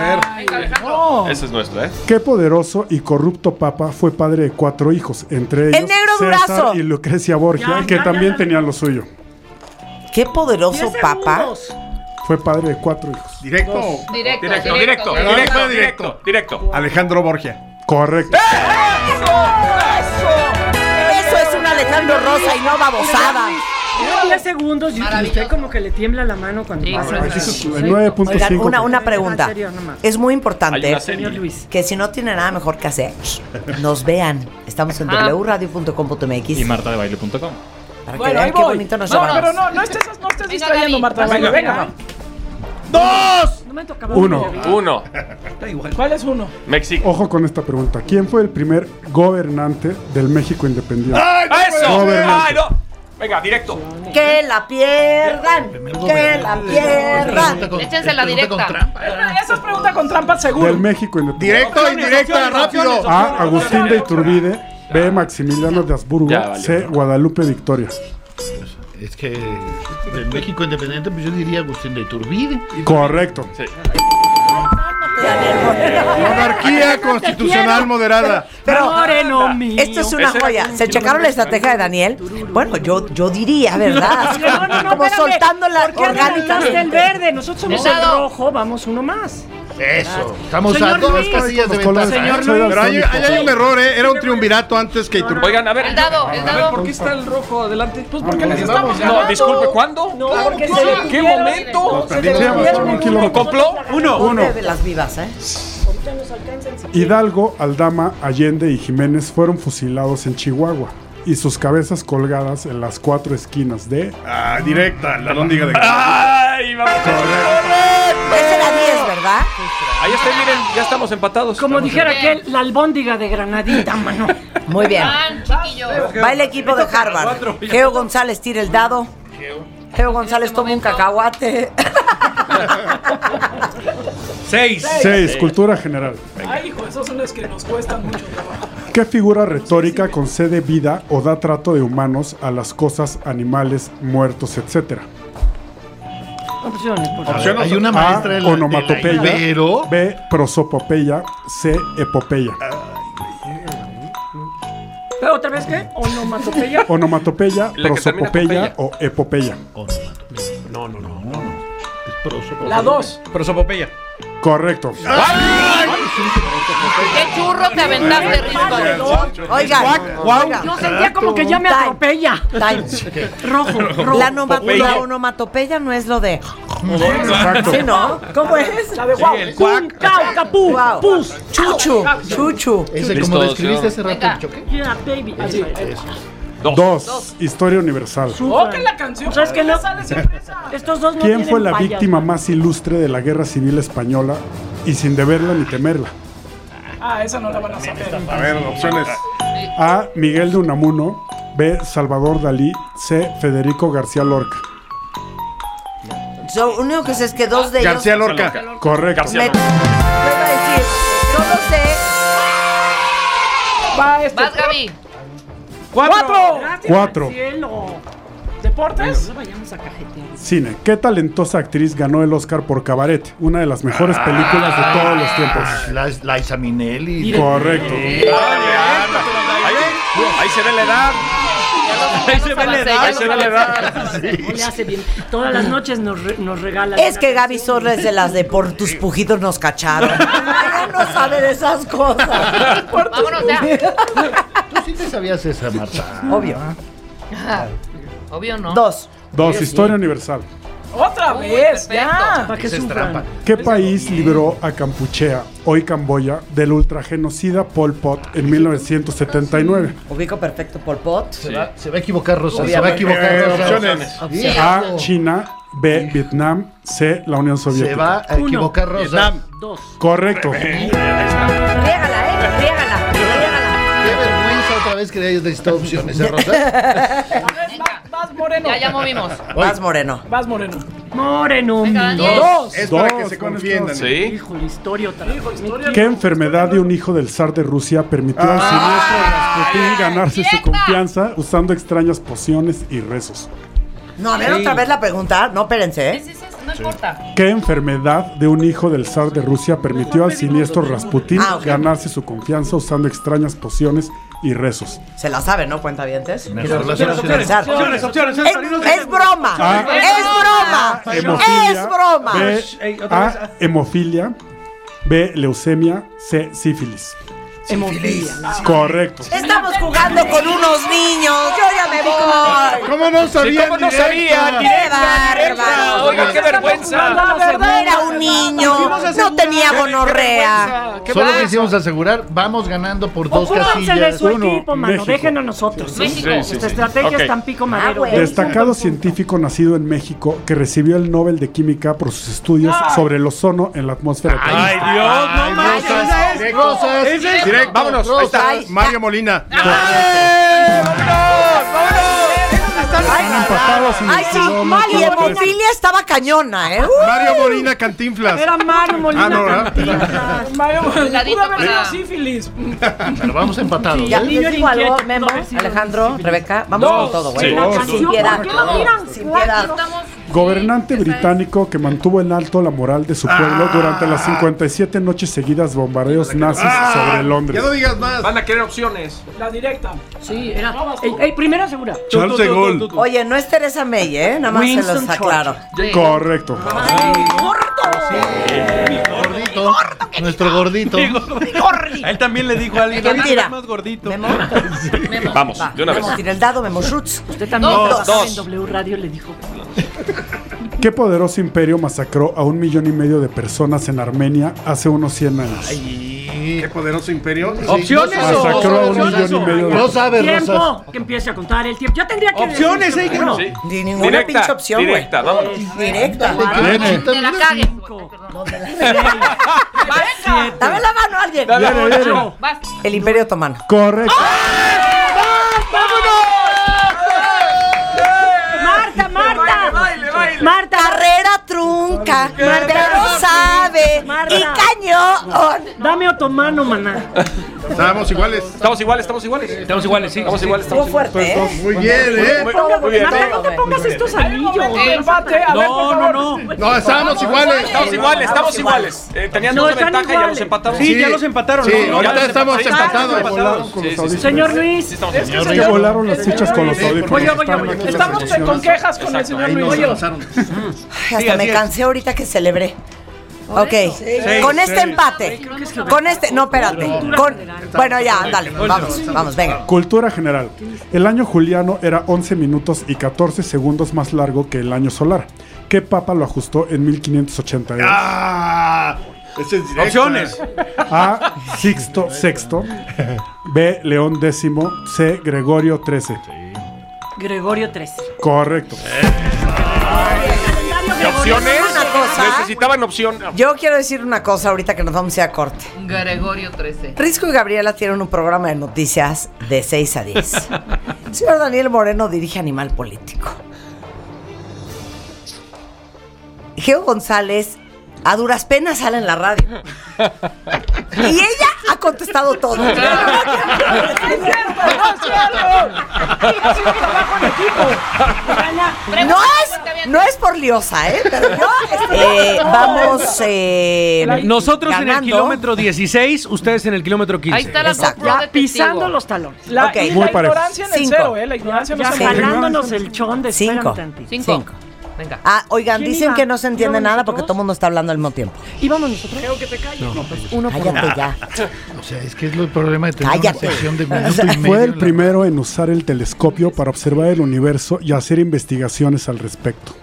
Speaker 16: ver. Ese es nuestro, ¿eh?
Speaker 7: ¿Qué poderoso y corrupto papa fue padre de cuatro hijos, entre
Speaker 5: El
Speaker 7: ellos
Speaker 5: negro
Speaker 7: César
Speaker 5: Durazo.
Speaker 7: y Lucrecia Borgia,
Speaker 5: Ya,
Speaker 7: que
Speaker 5: ya,
Speaker 7: también
Speaker 5: ya, ya.
Speaker 7: tenía lo suyo?
Speaker 5: Qué poderoso papá.
Speaker 7: Fue padre de cuatro hijos.
Speaker 10: Directo.
Speaker 9: Directo,
Speaker 16: Directo,
Speaker 9: directo,
Speaker 16: directo, directo, directo, directo.
Speaker 10: Alejandro Borgia.
Speaker 7: Correcto.
Speaker 5: Eso es un Alejandro Rosa y no babosada.
Speaker 4: Llevan 10 segundos y usted como que le tiembla la mano cuando pasa.
Speaker 5: Oigan, una, una pregunta.
Speaker 4: En serio, nomás.
Speaker 5: Es muy
Speaker 4: Hay
Speaker 5: importante
Speaker 4: una serie. Señor Luis.
Speaker 5: que si no tiene nada mejor que hacer, nos vean. Estamos en
Speaker 11: Ajá.
Speaker 5: wradio.com.mx.
Speaker 11: Y martadebaile.com.
Speaker 5: Para que
Speaker 6: Bueno, ahí
Speaker 5: vean qué
Speaker 6: voy.
Speaker 5: bonito nos
Speaker 6: no,
Speaker 5: llevamos.
Speaker 6: pero no, no estés, no estés
Speaker 9: Venga,
Speaker 6: distrayendo,
Speaker 9: Gaby.
Speaker 6: Marta.
Speaker 9: Venga,
Speaker 6: Venga,
Speaker 9: venga.
Speaker 6: venga.
Speaker 17: ¡Dos!
Speaker 4: No me tocaba
Speaker 7: Uno.
Speaker 17: Uno.
Speaker 6: ¿Cuál es uno?
Speaker 17: México.
Speaker 7: Ojo con esta pregunta. ¿Quién fue el primer gobernante del México independiente?
Speaker 17: ¡Ah, eso!
Speaker 7: Gobernante.
Speaker 17: ¡Ay, no! Venga, directo.
Speaker 5: Que la pierdan. Que la pierdan.
Speaker 9: Échensela directa.
Speaker 6: Esa es pregunta con trampa, seguro.
Speaker 7: Del México independiente.
Speaker 10: Directo, indirecta, rápido.
Speaker 7: A. Agustín de Iturbide. B. Maximiliano de Habsburgo.
Speaker 10: Ya valió.
Speaker 7: C. Guadalupe Victoria.
Speaker 10: Es que de México independiente, pues yo diría Agustín de Iturbide.
Speaker 7: Correcto.
Speaker 10: Monarquía constitucional moderada.
Speaker 5: Pero
Speaker 4: Moreno mío.
Speaker 5: esto es una
Speaker 4: Ese era
Speaker 5: joya.
Speaker 4: un
Speaker 5: ¿Se checaron la estrategia de Daniel? Bueno, yo, yo diría, ¿verdad?
Speaker 4: [laughs]
Speaker 5: Así
Speaker 4: No, no, no,
Speaker 5: como
Speaker 4: espérame.
Speaker 5: soltando la
Speaker 4: ¿Por qué adelantaste el
Speaker 5: orgánica.
Speaker 4: verde? Nosotros somos el
Speaker 9: Helado.
Speaker 4: rojo, vamos uno más.
Speaker 10: Eso. Estamos
Speaker 4: Señor
Speaker 10: a dos
Speaker 4: Luis.
Speaker 10: casillas de
Speaker 4: Con los
Speaker 10: ventaja.
Speaker 4: colores. Señor
Speaker 10: Pero ahí
Speaker 4: Luis.
Speaker 10: ahí hay un error, ¿eh? Era un triunvirato antes que Iturbide.
Speaker 17: Oigan, a ver.
Speaker 9: El dado, el
Speaker 17: A ver, ¿por
Speaker 9: dado.
Speaker 17: qué está el rojo adelante?
Speaker 6: Pues porque les
Speaker 10: Vamos,
Speaker 6: estamos
Speaker 17: No, disculpe, ¿cuándo?
Speaker 6: No, porque
Speaker 17: ¿Qué,
Speaker 6: se detuvieron.
Speaker 17: ¿Qué momento?
Speaker 6: Se
Speaker 7: Sí,
Speaker 6: detuvieron.
Speaker 7: vamos, tranquilo.
Speaker 17: ¿Compló?
Speaker 7: Uno. Uno.
Speaker 5: Ponte las vivas, ¿eh?
Speaker 7: Hidalgo, Aldama, Allende y Jiménez fueron fusilados en Chihuahua y sus cabezas colgadas en las cuatro esquinas de
Speaker 16: Ah, directa, la lóndiga de.
Speaker 17: ¡Ay, vamos!
Speaker 5: Esa era 10, ¿verdad?
Speaker 17: Ahí está, miren, ya estamos empatados.
Speaker 4: Como
Speaker 17: Estamos
Speaker 4: dijera aquel, la albóndiga de granadita, mano. Ah.
Speaker 5: Muy bien.
Speaker 9: Van, chiquillos.
Speaker 5: Va el equipo de Harvard. Geo González tira el dado.
Speaker 4: Este
Speaker 5: Geo González toma un cacahuate.
Speaker 17: Seis.
Speaker 7: seis Cultura general.
Speaker 6: Ay, hijo, esos son los que nos cuestan mucho trabajo.
Speaker 7: ¿Qué figura retórica concede vida o da trato de humanos a las cosas, animales, muertos, etcétera?
Speaker 4: Opciones, por favor.
Speaker 10: Opción
Speaker 7: A.
Speaker 10: Hay
Speaker 13: Ah,
Speaker 10: una maestra de la- de la
Speaker 7: onomatopeya.
Speaker 10: Ibero.
Speaker 7: B. Prosopopeya. C. Epopeya.
Speaker 4: Pero otra vez qué?
Speaker 7: [laughs]
Speaker 4: Onomatopeya.
Speaker 7: Onomatopeya,
Speaker 17: La que termina
Speaker 7: prosopopeya o epopeya.
Speaker 10: No, no, no, no. Es prosopopeya.
Speaker 6: La dos.
Speaker 17: Prosopopeya.
Speaker 7: Correcto.
Speaker 9: Qué churro te aventaste, Risco.
Speaker 5: Oigan, oigan.
Speaker 4: Yo sentía como que ya me
Speaker 5: Time.
Speaker 4: atropella.
Speaker 5: Time.
Speaker 4: [laughs] Rojo, rojo.
Speaker 5: La, noma- la onomatopeya no es lo de.
Speaker 7: Exacto.
Speaker 5: ¿Sí, no? ¿Cómo es?
Speaker 6: La de guau.
Speaker 10: el
Speaker 4: Pum, cau, capú,
Speaker 5: Wow.
Speaker 4: pus.
Speaker 5: Chuchu. Chuchu.
Speaker 10: Ese como describiste hace rato el choque.
Speaker 4: Yeah, baby. Así.
Speaker 7: Dos. Historia universal.
Speaker 6: Oh, que la canción.
Speaker 4: ¿Sabes qué no?
Speaker 6: Sale siempre esa.
Speaker 4: Estos dos no
Speaker 7: ¿Quién
Speaker 4: tienen
Speaker 7: fue la
Speaker 4: fallas.
Speaker 7: víctima más ilustre de la Guerra Civil Española y sin deberla ni temerla?
Speaker 6: Ah, esa no la van a saber.
Speaker 16: A ver, opciones.
Speaker 7: A. Miguel de Unamuno. B. Salvador Dalí. C. Federico García Lorca.
Speaker 5: So, único que sé es que dos de ellos.
Speaker 7: García Lorca. Correcto.
Speaker 5: Me- yo iba a decir, solo sé.
Speaker 6: Va este.
Speaker 9: Vas, Gaby.
Speaker 6: ¡Cuatro!
Speaker 7: Cuatro.
Speaker 6: Cielo. ¿Deportes?
Speaker 7: Cine. ¿Qué talentosa actriz ganó el Oscar por Cabaret? Una de las mejores películas de todos los tiempos.
Speaker 10: La, Liza Minnelli.
Speaker 7: Correcto.
Speaker 17: Ahí, ahí se ve la edad.
Speaker 4: Ahí se ve la edad, ahí se ve la
Speaker 17: edad.
Speaker 4: Le hace bien. Todas las noches nos, re- nos regala.
Speaker 5: Es que Gaby Sorres de las de por tus pujitos nos cacharon. Ella no sabe de esas cosas.
Speaker 9: Vámonos ya.
Speaker 10: Tú sí te sabías esa, Marta.
Speaker 5: Obvio.
Speaker 9: Ajá. [laughs] Obvio no.
Speaker 5: Dos.
Speaker 7: Dos. Historia universal.
Speaker 6: Otra vez, ya.
Speaker 9: Para
Speaker 10: que Esa es sufran. trampa.
Speaker 7: ¿Qué país liberó a Campuchea, hoy Camboya, del ultragenocida Pol Pot en 1979?
Speaker 5: Ubico perfecto Pol Pot.
Speaker 10: Se, va, se va a equivocar, Rosa. Se va a
Speaker 7: Eh,
Speaker 10: equivocar, Rosa. Ah,
Speaker 7: opciones.
Speaker 10: Hijo.
Speaker 7: A, China, B, Vietnam, C, la Unión Soviética.
Speaker 10: Se va a equivocar, Rosa.
Speaker 4: Dos.
Speaker 7: Correcto.
Speaker 5: Riégala, eh. Riégala.
Speaker 10: Qué vergüenza otra vez que le hayas necesitado opciones, ¿eh, Rosa? [laughs]
Speaker 6: Vas moreno.
Speaker 9: Ya, ya movimos.
Speaker 5: Vas moreno.
Speaker 6: Vas moreno.
Speaker 4: Moreno.
Speaker 9: Daniel.
Speaker 4: Dos.
Speaker 7: Es para que se confiendan.
Speaker 11: Sí.
Speaker 4: Hijo, la historia otra vez.
Speaker 7: ¿Qué enfermedad de un hijo del zar de Rusia permitió al siniestro Rasputín ganarse su confianza usando extrañas pociones y rezos?
Speaker 5: No, a ver
Speaker 7: Sí.
Speaker 5: otra vez la pregunta. No, espérense, ¿eh?
Speaker 9: No importa.
Speaker 7: ¿Qué enfermedad de un hijo del zar de Rusia permitió al siniestro Rasputín
Speaker 5: Ah, ok.
Speaker 7: ganarse su confianza usando extrañas pociones y rezos?
Speaker 5: Se la sabe, ¿no? Cuenta dientes.
Speaker 7: relaciones,
Speaker 6: opciones, opciones,
Speaker 5: Es,
Speaker 6: opciones.
Speaker 5: es broma.
Speaker 7: Ah.
Speaker 5: es broma. Es broma.
Speaker 7: B, A, hemofilia. B, leucemia. C, sífilis. Correcto.
Speaker 5: Estamos jugando con unos niños. Yo ya me voy.
Speaker 10: ¿Cómo no
Speaker 17: sabían, cómo no directa? sabían,
Speaker 5: Qué
Speaker 17: directa,
Speaker 5: bárbaro.
Speaker 17: Oiga, qué vergüenza.
Speaker 6: La verdad.
Speaker 5: Era un niño. No tenía gonorrea.
Speaker 10: Solo quisimos asegurar, vamos ganando por dos
Speaker 4: Ocúpense de
Speaker 10: casillas.
Speaker 4: su equipo, mano. Déjenos nosotros. ¿sí?
Speaker 9: México. Sí, sí,
Speaker 4: Esta estrategia
Speaker 11: Ok.
Speaker 4: es Tampico
Speaker 17: Ah,
Speaker 4: Madero.
Speaker 7: Destacado científico nacido en México que recibió el Nobel de Química por sus estudios sobre el ozono en la atmósfera
Speaker 17: Ay,
Speaker 7: terrestre.
Speaker 17: Dios, no
Speaker 10: Ay,
Speaker 17: manches.
Speaker 10: Rosas,
Speaker 17: mira esto.
Speaker 10: de cosas.
Speaker 17: Es esto.
Speaker 10: Directo.
Speaker 13: Vámonos, ahí está.
Speaker 10: Rosas.
Speaker 13: Mario Molina.
Speaker 17: ¡Eh! ¡Vámonos! ¡Vámonos!
Speaker 7: Están empatados y
Speaker 5: Ay, sí.
Speaker 7: no, no,
Speaker 5: Y
Speaker 7: no, tres.
Speaker 5: hemofilia estaba cañona, ¿eh?
Speaker 13: Mario Molina Cantinflas.
Speaker 4: Era Mario Molina.
Speaker 13: Ah, no, ¿verdad?
Speaker 9: [laughs]
Speaker 4: Cantinflas.
Speaker 6: Mario,
Speaker 9: Ladito
Speaker 6: pudo haber
Speaker 9: para-
Speaker 6: sido sífilis.
Speaker 10: Pero vamos empatados.
Speaker 5: Ya,
Speaker 4: El niño
Speaker 5: les digo
Speaker 4: era
Speaker 5: algo,
Speaker 4: inquieto,
Speaker 5: Memo,
Speaker 4: no, sí,
Speaker 5: Alejandro,
Speaker 4: sí,
Speaker 5: Rebeca, vamos
Speaker 17: Dos,
Speaker 5: con todo,
Speaker 17: sí,
Speaker 5: güey.
Speaker 17: dos,
Speaker 5: sin
Speaker 17: dos.
Speaker 5: piedad,
Speaker 6: ¿Por qué lo miran?
Speaker 5: sin piedad.
Speaker 9: Estamos.
Speaker 7: Gobernante
Speaker 9: Sí, ya sabes.
Speaker 7: británico que mantuvo en alto la moral de su pueblo durante
Speaker 17: Ah.
Speaker 7: las 57 noches seguidas de bombardeos nazis sobre Londres.
Speaker 13: Ya no digas más.
Speaker 17: Van a querer opciones.
Speaker 6: La directa.
Speaker 4: Sí, era. Ey, ey, primera segura.
Speaker 13: Charles de Gaulle.
Speaker 5: Oye, no es Teresa May, ¿eh? Nada más se
Speaker 4: Winston
Speaker 5: los aclaro.
Speaker 7: Correcto.
Speaker 10: Gordito. Nuestro gordito.
Speaker 16: A él también le dijo a alguien.
Speaker 5: ¿Quién
Speaker 16: "Ahorita
Speaker 5: tira?
Speaker 16: estás más gordito. [laughs]
Speaker 5: Memo,
Speaker 17: Vamos, de una vez.
Speaker 5: Memo, tira el dado, Memo Schutz.
Speaker 4: Usted también
Speaker 5: Dos,
Speaker 4: trabajaba
Speaker 17: dos.
Speaker 4: en W Radio, le dijo.
Speaker 7: ¿Qué poderoso imperio masacró a un millón y medio de personas en Armenia hace unos 100 años?
Speaker 13: Qué poderoso imperio.
Speaker 17: ¿Opciones
Speaker 10: no sabes,
Speaker 17: o-
Speaker 10: no
Speaker 7: Masacró a un
Speaker 10: sabes,
Speaker 7: millón y medio de
Speaker 10: No sabes, Rosas.
Speaker 4: Tiempo. Que empiece a contar el tiempo. Yo tendría que.
Speaker 16: Opciones,
Speaker 4: decir
Speaker 16: ey, que
Speaker 4: uno.
Speaker 17: Sí.
Speaker 5: Ni ninguna pinche opción, güey.
Speaker 17: Directa, vámonos.
Speaker 5: Directa.
Speaker 10: Viene.
Speaker 9: Te la cagues.
Speaker 5: Dame la mano a alguien.
Speaker 7: Viene, viene.
Speaker 9: Vas.
Speaker 5: El Imperio Otomano.
Speaker 7: Correcto.
Speaker 4: Marta, Marta.
Speaker 6: Baile, baile.
Speaker 4: Marta.
Speaker 5: Carrera trunca, pero sabe.
Speaker 4: Marta.
Speaker 5: Y cañón.
Speaker 4: Dame otomano, maná.
Speaker 13: Estábamos iguales.
Speaker 17: Estamos iguales, estamos iguales. Estamos iguales, sí. Estamos iguales,
Speaker 5: Estuvo
Speaker 17: estamos iguales.
Speaker 5: fuerte, ¿eh?
Speaker 13: Muy bien, ¿eh?
Speaker 17: Muy bien.
Speaker 4: Marta, no te pongas estos anillos.
Speaker 6: Momento de empate, a ver, por
Speaker 16: No, no,
Speaker 6: favor.
Speaker 16: no.
Speaker 13: No, estábamos iguales.
Speaker 17: Estamos iguales, estamos iguales. Eh, tenían
Speaker 4: No,
Speaker 17: dos de
Speaker 4: están
Speaker 17: ventaja y ya
Speaker 4: iguales.
Speaker 17: los empatamos.
Speaker 16: Sí, ya los empataron.
Speaker 13: Sí,
Speaker 16: ¿no? Ya
Speaker 13: ahorita
Speaker 16: los
Speaker 13: estamos
Speaker 17: empatados.
Speaker 7: Con
Speaker 13: empatados.
Speaker 17: Sí, sí,
Speaker 7: los
Speaker 17: sí.
Speaker 7: audífonos.
Speaker 4: Señor Luis.
Speaker 17: Estamos empatados.
Speaker 7: Que volaron las fichas con los audífonos.
Speaker 6: Oye, oye,
Speaker 7: Están
Speaker 6: oye,
Speaker 7: aquí las
Speaker 6: estamos con
Speaker 7: opciones.
Speaker 6: quejas con el señor
Speaker 10: Ahí
Speaker 6: Luis.
Speaker 10: nos
Speaker 6: Oye,
Speaker 10: avanzaron.
Speaker 5: Ay, Mm. Hasta me cansé ahorita que celebré. Ok, con este empate, con este, no, espérate, con, bueno ya, ándale, vamos, vamos, venga.
Speaker 7: Cultura general. El año juliano era 11 minutos y 14 segundos más largo que el año solar. ¿Qué papa lo ajustó en 1582?
Speaker 13: Ah, ese es directo. ¿eh?
Speaker 16: Opciones.
Speaker 7: A. Sixto VI. B. León X. C. Gregorio XIII.
Speaker 4: Gregorio 13.
Speaker 7: Correcto.
Speaker 17: ¿Y opciones?
Speaker 5: Una cosa.
Speaker 17: Necesitaban opción.
Speaker 5: Yo quiero decir una cosa ahorita que nos vamos a ir a corte.
Speaker 9: Gregorio 13.
Speaker 5: Risco y Gabriela tienen un programa de noticias de 6 a [laughs] 10. El señor Daniel Moreno dirige Animal Político. Geo González a duras penas sale en la [laughs] radio. y ella ha contestado todo. No es, no es por liosa, ¿eh? Pero yo estoy- Eh, vamos. eh,
Speaker 8: Nosotros en el
Speaker 5: ganando.
Speaker 8: kilómetro 16, ustedes en el kilómetro 15.
Speaker 4: Ahí está la Exacto. GoPro de testigo. Pisando los talones.
Speaker 6: La,
Speaker 8: Ok.
Speaker 6: y la
Speaker 8: Muy parejo.
Speaker 6: ignorancia en el
Speaker 5: Cinco.
Speaker 6: cero, ¿eh? La ignorancia
Speaker 4: Ya
Speaker 6: no se
Speaker 4: jalándonos el chon de
Speaker 5: Cinco.
Speaker 4: espérame tantito.
Speaker 5: Cinco. Ah, oigan,
Speaker 4: ¿Quién
Speaker 5: dicen
Speaker 4: iba?
Speaker 5: que no se entiende
Speaker 4: ¿Íbamos
Speaker 5: nada
Speaker 4: nosotros?
Speaker 5: porque todo el mundo está hablando al mismo tiempo.
Speaker 4: Íbamos nosotros.
Speaker 6: Creo que te calles.
Speaker 5: uno por pues, Cállate uno. ya.
Speaker 10: O sea, es que es lo- el problema de tener una
Speaker 5: Cállate.
Speaker 10: sección de
Speaker 5: O
Speaker 10: minuto
Speaker 5: sea,
Speaker 10: y Este medio.
Speaker 7: Fue
Speaker 10: en
Speaker 7: el
Speaker 10: la-
Speaker 7: primero en usar el telescopio para observar el universo y hacer investigaciones al respecto.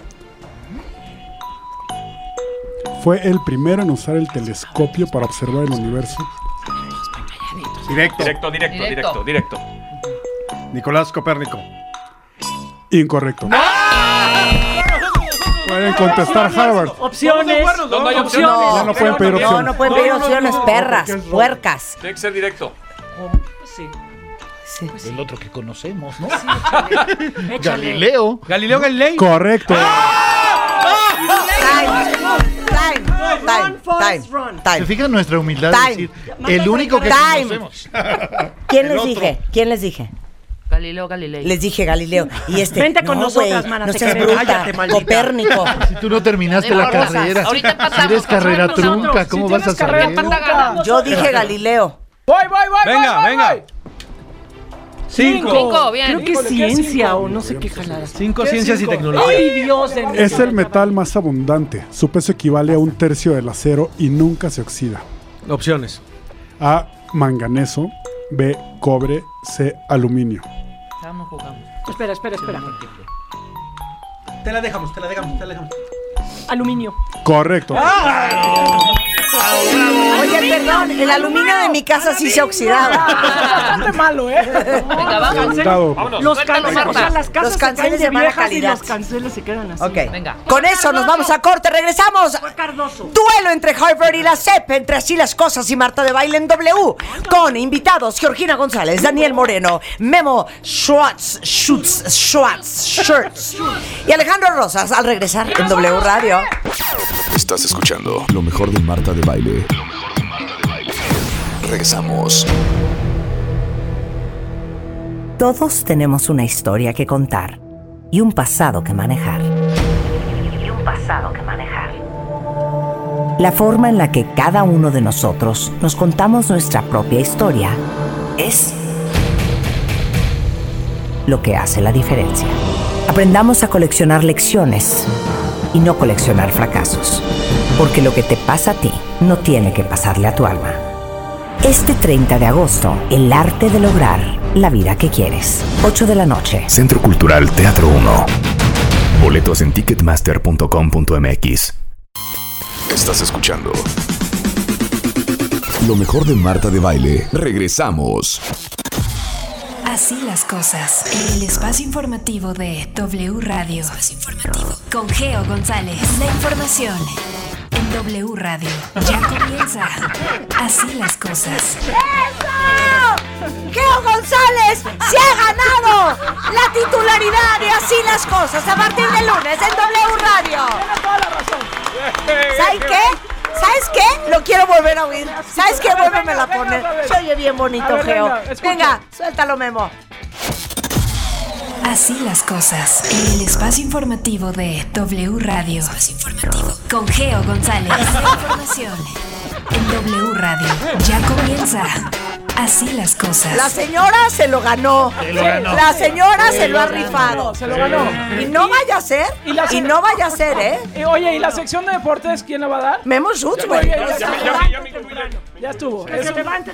Speaker 7: Fue el primero en usar el telescopio para observar el universo.
Speaker 13: Directo.
Speaker 17: Directo, directo, directo, directo.
Speaker 13: Nicolás Copérnico.
Speaker 7: Incorrecto. Pueden contestar Harvard.
Speaker 4: Opciones.
Speaker 17: No, no hay opciones.
Speaker 5: No,
Speaker 7: Ya no pueden pedir
Speaker 5: No,
Speaker 7: opciones.
Speaker 5: no pueden pedir
Speaker 17: No, no, no,
Speaker 5: opciones,
Speaker 17: no,
Speaker 5: perras,
Speaker 17: porque es lo-
Speaker 5: puercas.
Speaker 17: Tiene que ser directo.
Speaker 4: Sí.
Speaker 10: El otro que conocemos, ¿no?
Speaker 4: Échale.
Speaker 10: Galileo.
Speaker 8: Galileo Galilei. Ah.
Speaker 7: Correcto.
Speaker 5: Time, time, time, time,
Speaker 10: ¿Se
Speaker 5: time.
Speaker 10: fijan nuestra humildad?
Speaker 5: Time.
Speaker 10: de decir, el único que
Speaker 5: Time.
Speaker 10: conocemos.
Speaker 5: ¿Quién
Speaker 10: El
Speaker 5: les
Speaker 10: otro.
Speaker 5: dije? ¿Quién les dije?
Speaker 9: [laughs] Galileo Galilei.
Speaker 5: Les dije Galileo. Y este.
Speaker 4: Vente con
Speaker 5: no,
Speaker 4: nosotras,
Speaker 5: güey,
Speaker 4: mana,
Speaker 5: No
Speaker 4: te
Speaker 5: seas
Speaker 4: queremos.
Speaker 5: bruta.
Speaker 4: Cállate, maldita.
Speaker 5: Copérnico.
Speaker 10: [laughs] Si tú no terminaste la
Speaker 5: Ahorita
Speaker 10: carrera.
Speaker 5: pasamos,
Speaker 10: Si eres carrera trunca, ¿cómo vas a saber?
Speaker 5: Yo dije Galileo.
Speaker 6: Voy, voy, voy.
Speaker 8: Venga,
Speaker 6: voy,
Speaker 8: venga.
Speaker 6: voy.
Speaker 8: Cinco.
Speaker 4: Cinco, bien. Creo que
Speaker 6: Híjole, ¿qué
Speaker 4: ciencia o no sé qué jalada.
Speaker 8: Cinco ciencias y tecnología.
Speaker 4: Ay, Dios de mí.
Speaker 7: Es el metal más abundante. Su peso equivale a un tercio del acero y nunca se oxida.
Speaker 8: Opciones.
Speaker 7: A. Manganeso. B. Cobre. C. Aluminio.
Speaker 9: Vamos, jugamos.
Speaker 4: Espera, espera, espera.
Speaker 8: Te la dejamos, te la dejamos, te la dejamos. Ah.
Speaker 4: Aluminio.
Speaker 7: Correcto.
Speaker 5: Oye, perdón, el aluminio de mi casa Ah, sí se oxidaba.
Speaker 4: [laughs]
Speaker 6: Bastante malo, ¿eh?
Speaker 9: Venga, vamos.
Speaker 7: Preguntado.
Speaker 4: Los
Speaker 9: Suéltalo,
Speaker 4: canceles, o
Speaker 9: Marta.
Speaker 4: sea, las casas
Speaker 5: Los canceles
Speaker 4: se caen
Speaker 5: de
Speaker 4: de
Speaker 5: mala
Speaker 4: viejas y
Speaker 5: calidad.
Speaker 4: los canceles se quedan así.
Speaker 5: Ok.
Speaker 9: Venga.
Speaker 5: Con eso nos vamos a corte. Regresamos.
Speaker 4: Cardoso.
Speaker 5: Duelo entre Harvard y la CEP, entre así las cosas y Marta de Baile en W, con invitados Georgina González, Daniel Moreno, Memo Schwartz, Schutz, Schwartz, Shirts y Alejandro Rosas al regresar en W Radio.
Speaker 1: Estás escuchando lo mejor de Marta de Baile. Lo mejor de Marta de Baile. Regresamos.
Speaker 5: Todos tenemos una historia que contar y un pasado que manejar.
Speaker 2: Y un pasado que manejar.
Speaker 5: La forma en la que cada uno de nosotros nos contamos nuestra propia historia es lo que hace la diferencia. Aprendamos a coleccionar lecciones y no coleccionar fracasos, porque lo que te pasa a ti no tiene que pasarle a tu alma. Este 30 de agosto, el arte de lograr la vida que quieres. 8 de la noche.
Speaker 1: Centro Cultural Teatro 1. Boletos en ticketmaster.com.mx. Estás escuchando lo mejor de Marta de Baile. Regresamos.
Speaker 18: Así las cosas. En el espacio informativo de W Radio. Con Geo González. La información en W Radio. Ya comienza. Así las cosas.
Speaker 5: Geo González se ha ganado la titularidad de Así las Cosas a partir de lunes en W Radio. ¿Sabes qué? ¿Sabes qué? Lo quiero volver a oír. ¿Sabes qué?
Speaker 6: Venga,
Speaker 5: Vuelveme a
Speaker 6: venga,
Speaker 5: poner.
Speaker 6: otra vez.
Speaker 5: Se oye bien
Speaker 6: A
Speaker 5: bonito,
Speaker 6: ver,
Speaker 5: Geo.
Speaker 6: venga, escucha.
Speaker 5: Venga, suéltalo, Memo.
Speaker 18: Así las cosas. En el espacio informativo de W Radio. Con Geo
Speaker 5: [laughs]
Speaker 18: González. La información en W Radio. Ya comienza. Así las cosas.
Speaker 5: La señora se lo ganó.
Speaker 10: lo ganó.
Speaker 5: La señora se, lo ha
Speaker 6: ganó.
Speaker 5: rifado.
Speaker 6: Se lo ganó.
Speaker 5: Y no vaya a ser.
Speaker 6: Y la
Speaker 5: Y,
Speaker 6: se-
Speaker 5: no vaya a ser, ¿eh?
Speaker 6: Eh, Oye, ¿y la sección de deportes quién la va a dar?
Speaker 5: Memo Schutz, güey.
Speaker 6: Oye, ya, ya- ya- ya estuvo.
Speaker 4: Que se
Speaker 6: Eso-
Speaker 4: levante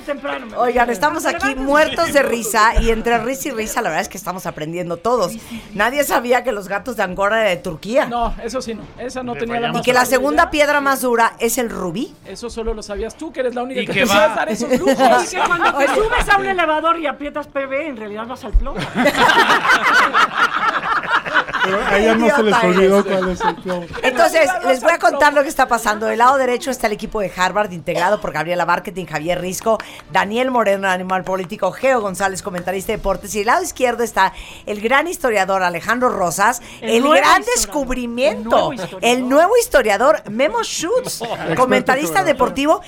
Speaker 5: [laughs]
Speaker 4: temprano.
Speaker 5: Oigan, estamos aquí muertos de risa y entre risa y risa la verdad es que estamos aprendiendo todos. Nadie sabía que los gatos de Angora eran de Turquía
Speaker 6: No, eso sí no. Esa no tenía la
Speaker 5: y
Speaker 6: más
Speaker 5: que la
Speaker 6: pálida
Speaker 5: segunda
Speaker 6: idea.
Speaker 5: piedra más dura es el rubí.
Speaker 6: Eso solo lo sabías tú, que eres la única
Speaker 8: Y
Speaker 6: que,
Speaker 8: que
Speaker 6: te
Speaker 8: va.
Speaker 6: sabes dar
Speaker 5: [laughs]
Speaker 6: esos
Speaker 4: Y
Speaker 6: lujos.
Speaker 4: que cuando te
Speaker 5: Oye.
Speaker 4: subes a un elevador y aprietas PB, en realidad vas al plomo.
Speaker 7: A ella no se les
Speaker 5: Idiota
Speaker 7: olvidó
Speaker 5: eres.
Speaker 7: cuál es el clavo.
Speaker 5: Entonces, les voy a contar lo que está pasando. Del lado derecho está el equipo de Harvard, integrado por Gabriela Marketing, Javier Risco, Daniel Moreno, animal político, Geo González, comentarista de deportes. Y del lado izquierdo está el gran historiador Alejandro Rosas,
Speaker 6: El
Speaker 5: el,
Speaker 6: nuevo
Speaker 5: gran
Speaker 6: historiador.
Speaker 5: descubrimiento,
Speaker 6: El nuevo historiador.
Speaker 5: el nuevo historiador Memo Schutz,
Speaker 6: Experto en
Speaker 5: comentarista
Speaker 6: geografía.
Speaker 5: deportivo.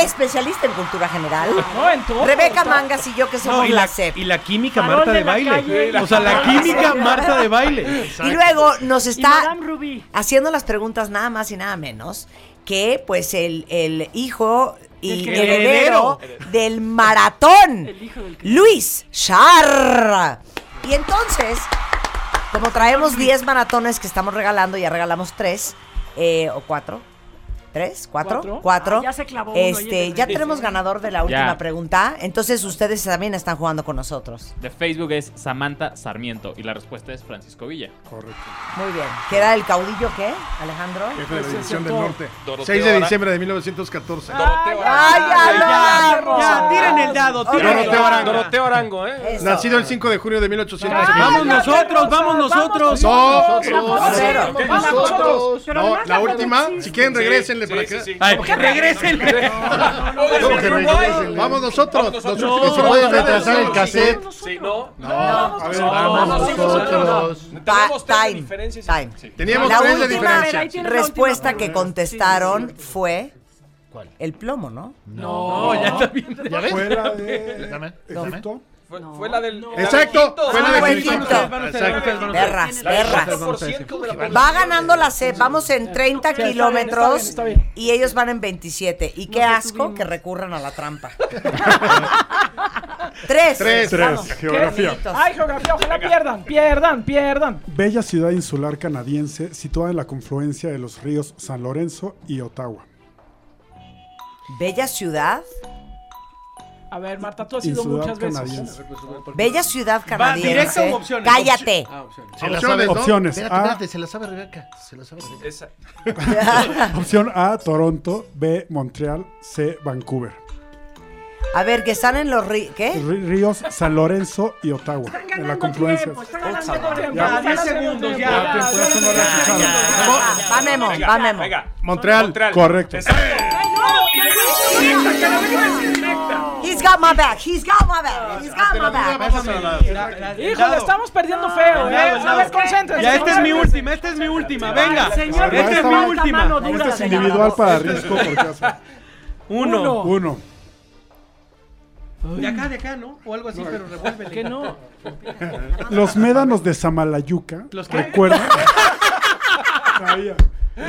Speaker 5: Especialista en cultura general.
Speaker 6: No, en todo.
Speaker 5: Rebeca Mangas y yo que somos
Speaker 16: No, y,
Speaker 5: la
Speaker 16: la,
Speaker 5: SEP.
Speaker 16: y la química
Speaker 5: Farol
Speaker 16: Marta
Speaker 5: de
Speaker 16: de,
Speaker 5: la
Speaker 16: baile.
Speaker 5: calle.
Speaker 16: O sea, la química Marta de baile.
Speaker 5: Y luego nos está haciendo las preguntas nada más y nada menos que pues el, el hijo y
Speaker 6: Del
Speaker 5: el
Speaker 6: heredero.
Speaker 5: heredero del maratón, Luis Char. Y entonces, como traemos 10 maratones que estamos regalando, ya regalamos 3 o 4. ¿Tres? ¿Cuatro?
Speaker 4: ¿Cuatro?
Speaker 5: ¿Cuatro?
Speaker 4: Ah, ya se clavó uno,
Speaker 5: este,
Speaker 4: oye, te
Speaker 5: ya
Speaker 4: reí.
Speaker 5: tenemos ganador de la última
Speaker 11: Ya.
Speaker 5: pregunta. Entonces ustedes también están jugando con nosotros.
Speaker 11: De Facebook es Samantha Sarmiento y la respuesta es Francisco Villa.
Speaker 13: Correcto.
Speaker 5: Muy bien. ¿Qué era el caudillo qué, Alejandro?
Speaker 13: Jefe de la división del
Speaker 5: Doroteo
Speaker 13: norte.
Speaker 11: Doroteo
Speaker 13: 6 de
Speaker 11: Ara-
Speaker 13: diciembre de 1914.
Speaker 5: ¡Ay, ya, lo amo!
Speaker 13: Ya, tiren el dado, tiren el
Speaker 17: Doroteo
Speaker 13: dado.
Speaker 17: Arango. Doroteo Arango, ¿eh?
Speaker 5: Eso.
Speaker 13: Nacido el 5 de junio de 1800.
Speaker 17: Vamos nosotros, vamos
Speaker 16: nosotros.
Speaker 13: No,
Speaker 16: Vamos nosotros.
Speaker 13: no,
Speaker 16: Vamos
Speaker 13: nosotros.
Speaker 16: nosotros.
Speaker 13: No,
Speaker 16: Pero además
Speaker 13: la
Speaker 16: la
Speaker 13: última,
Speaker 16: producción.
Speaker 13: si quieren,
Speaker 16: Sí,
Speaker 13: regrésenle
Speaker 16: sí,
Speaker 13: para
Speaker 16: sí,
Speaker 13: acá.
Speaker 16: sí. Ay, que regrésenle.
Speaker 13: ¿Cómo que regrésenle? Vamos nosotros. Los últimos se pueden retrasar el cassette.
Speaker 17: Sí, no.
Speaker 13: No, a ver, vamos nosotros.
Speaker 17: Tenemos tres de
Speaker 5: time,
Speaker 17: diferencia.
Speaker 5: time.
Speaker 13: Teníamos
Speaker 5: la
Speaker 13: tres de
Speaker 5: última
Speaker 13: diferencia. A ver, ahí tienes la
Speaker 5: respuesta
Speaker 13: última.
Speaker 5: que contestaron fue el plomo, ¿no?
Speaker 17: No, ya está bien.
Speaker 13: ¿Ya ves?
Speaker 17: Fue la
Speaker 13: de Egipto.
Speaker 17: Fue, fue la del.
Speaker 13: Exacto, fue la de
Speaker 17: Ah,
Speaker 13: Egipto. Exacto.
Speaker 5: Perras, perras. Va ganando la C, vamos en 30
Speaker 6: está bien,
Speaker 5: kilómetros
Speaker 6: está bien, está bien.
Speaker 5: y ellos van en 27. Y qué asco que recurran a la trampa. Tres.
Speaker 7: Tres, tres.
Speaker 5: vamos.
Speaker 7: Geografía.
Speaker 6: Ay, geografía, ojalá pierdan, pierdan, pierdan.
Speaker 7: Bella ciudad insular canadiense situada en la confluencia de los ríos San Lorenzo y Ottawa. [laughs]
Speaker 5: Bella ciudad.
Speaker 6: A ver, Marta, tú has ido
Speaker 7: Insular
Speaker 6: muchas veces.
Speaker 7: canadiense.
Speaker 6: pues,
Speaker 5: Bella ciudad canadiense.
Speaker 6: ¿directo o opciones?
Speaker 5: Cállate.
Speaker 6: Ah, opciones.
Speaker 13: Se la
Speaker 7: Opciones,
Speaker 13: sabe, ¿no?
Speaker 7: opciones.
Speaker 13: Espérate,
Speaker 7: A.
Speaker 13: espérate, se la sabe Rebeca. Se la sabe Rebeca.
Speaker 5: [laughs]
Speaker 7: Opción A, Toronto. B, Montreal. C, Vancouver.
Speaker 5: A ver, que están en los ri- ¿qué?
Speaker 7: Rí- Ríos San Lorenzo y Ottawa. En Pues, la confluencia.
Speaker 6: Ya,
Speaker 16: 10 segundos, ya.
Speaker 5: Va Memo, va Memo.
Speaker 7: Montreal. Correcto.
Speaker 5: He's got my back, he's got my back, he's got my back.
Speaker 6: Híjole, estamos perdiendo
Speaker 4: Ah,
Speaker 6: feo, ¿eh? A ver, concéntrense.
Speaker 4: este
Speaker 16: Ya, esta es mi
Speaker 6: concéntrense.
Speaker 16: última, esta es mi última, venga.
Speaker 6: Señor,
Speaker 16: Esta es mi
Speaker 6: mano
Speaker 16: última.
Speaker 6: dura,
Speaker 7: Este es
Speaker 6: señor.
Speaker 7: individual para Risco por caso.
Speaker 16: Uno.
Speaker 7: Uno.
Speaker 16: De acá, de acá, ¿no? O algo así, pero revuélvele.
Speaker 6: Que no.
Speaker 7: Los médanos de Samalayuca.
Speaker 16: ¿Los qué?
Speaker 7: recuerdan.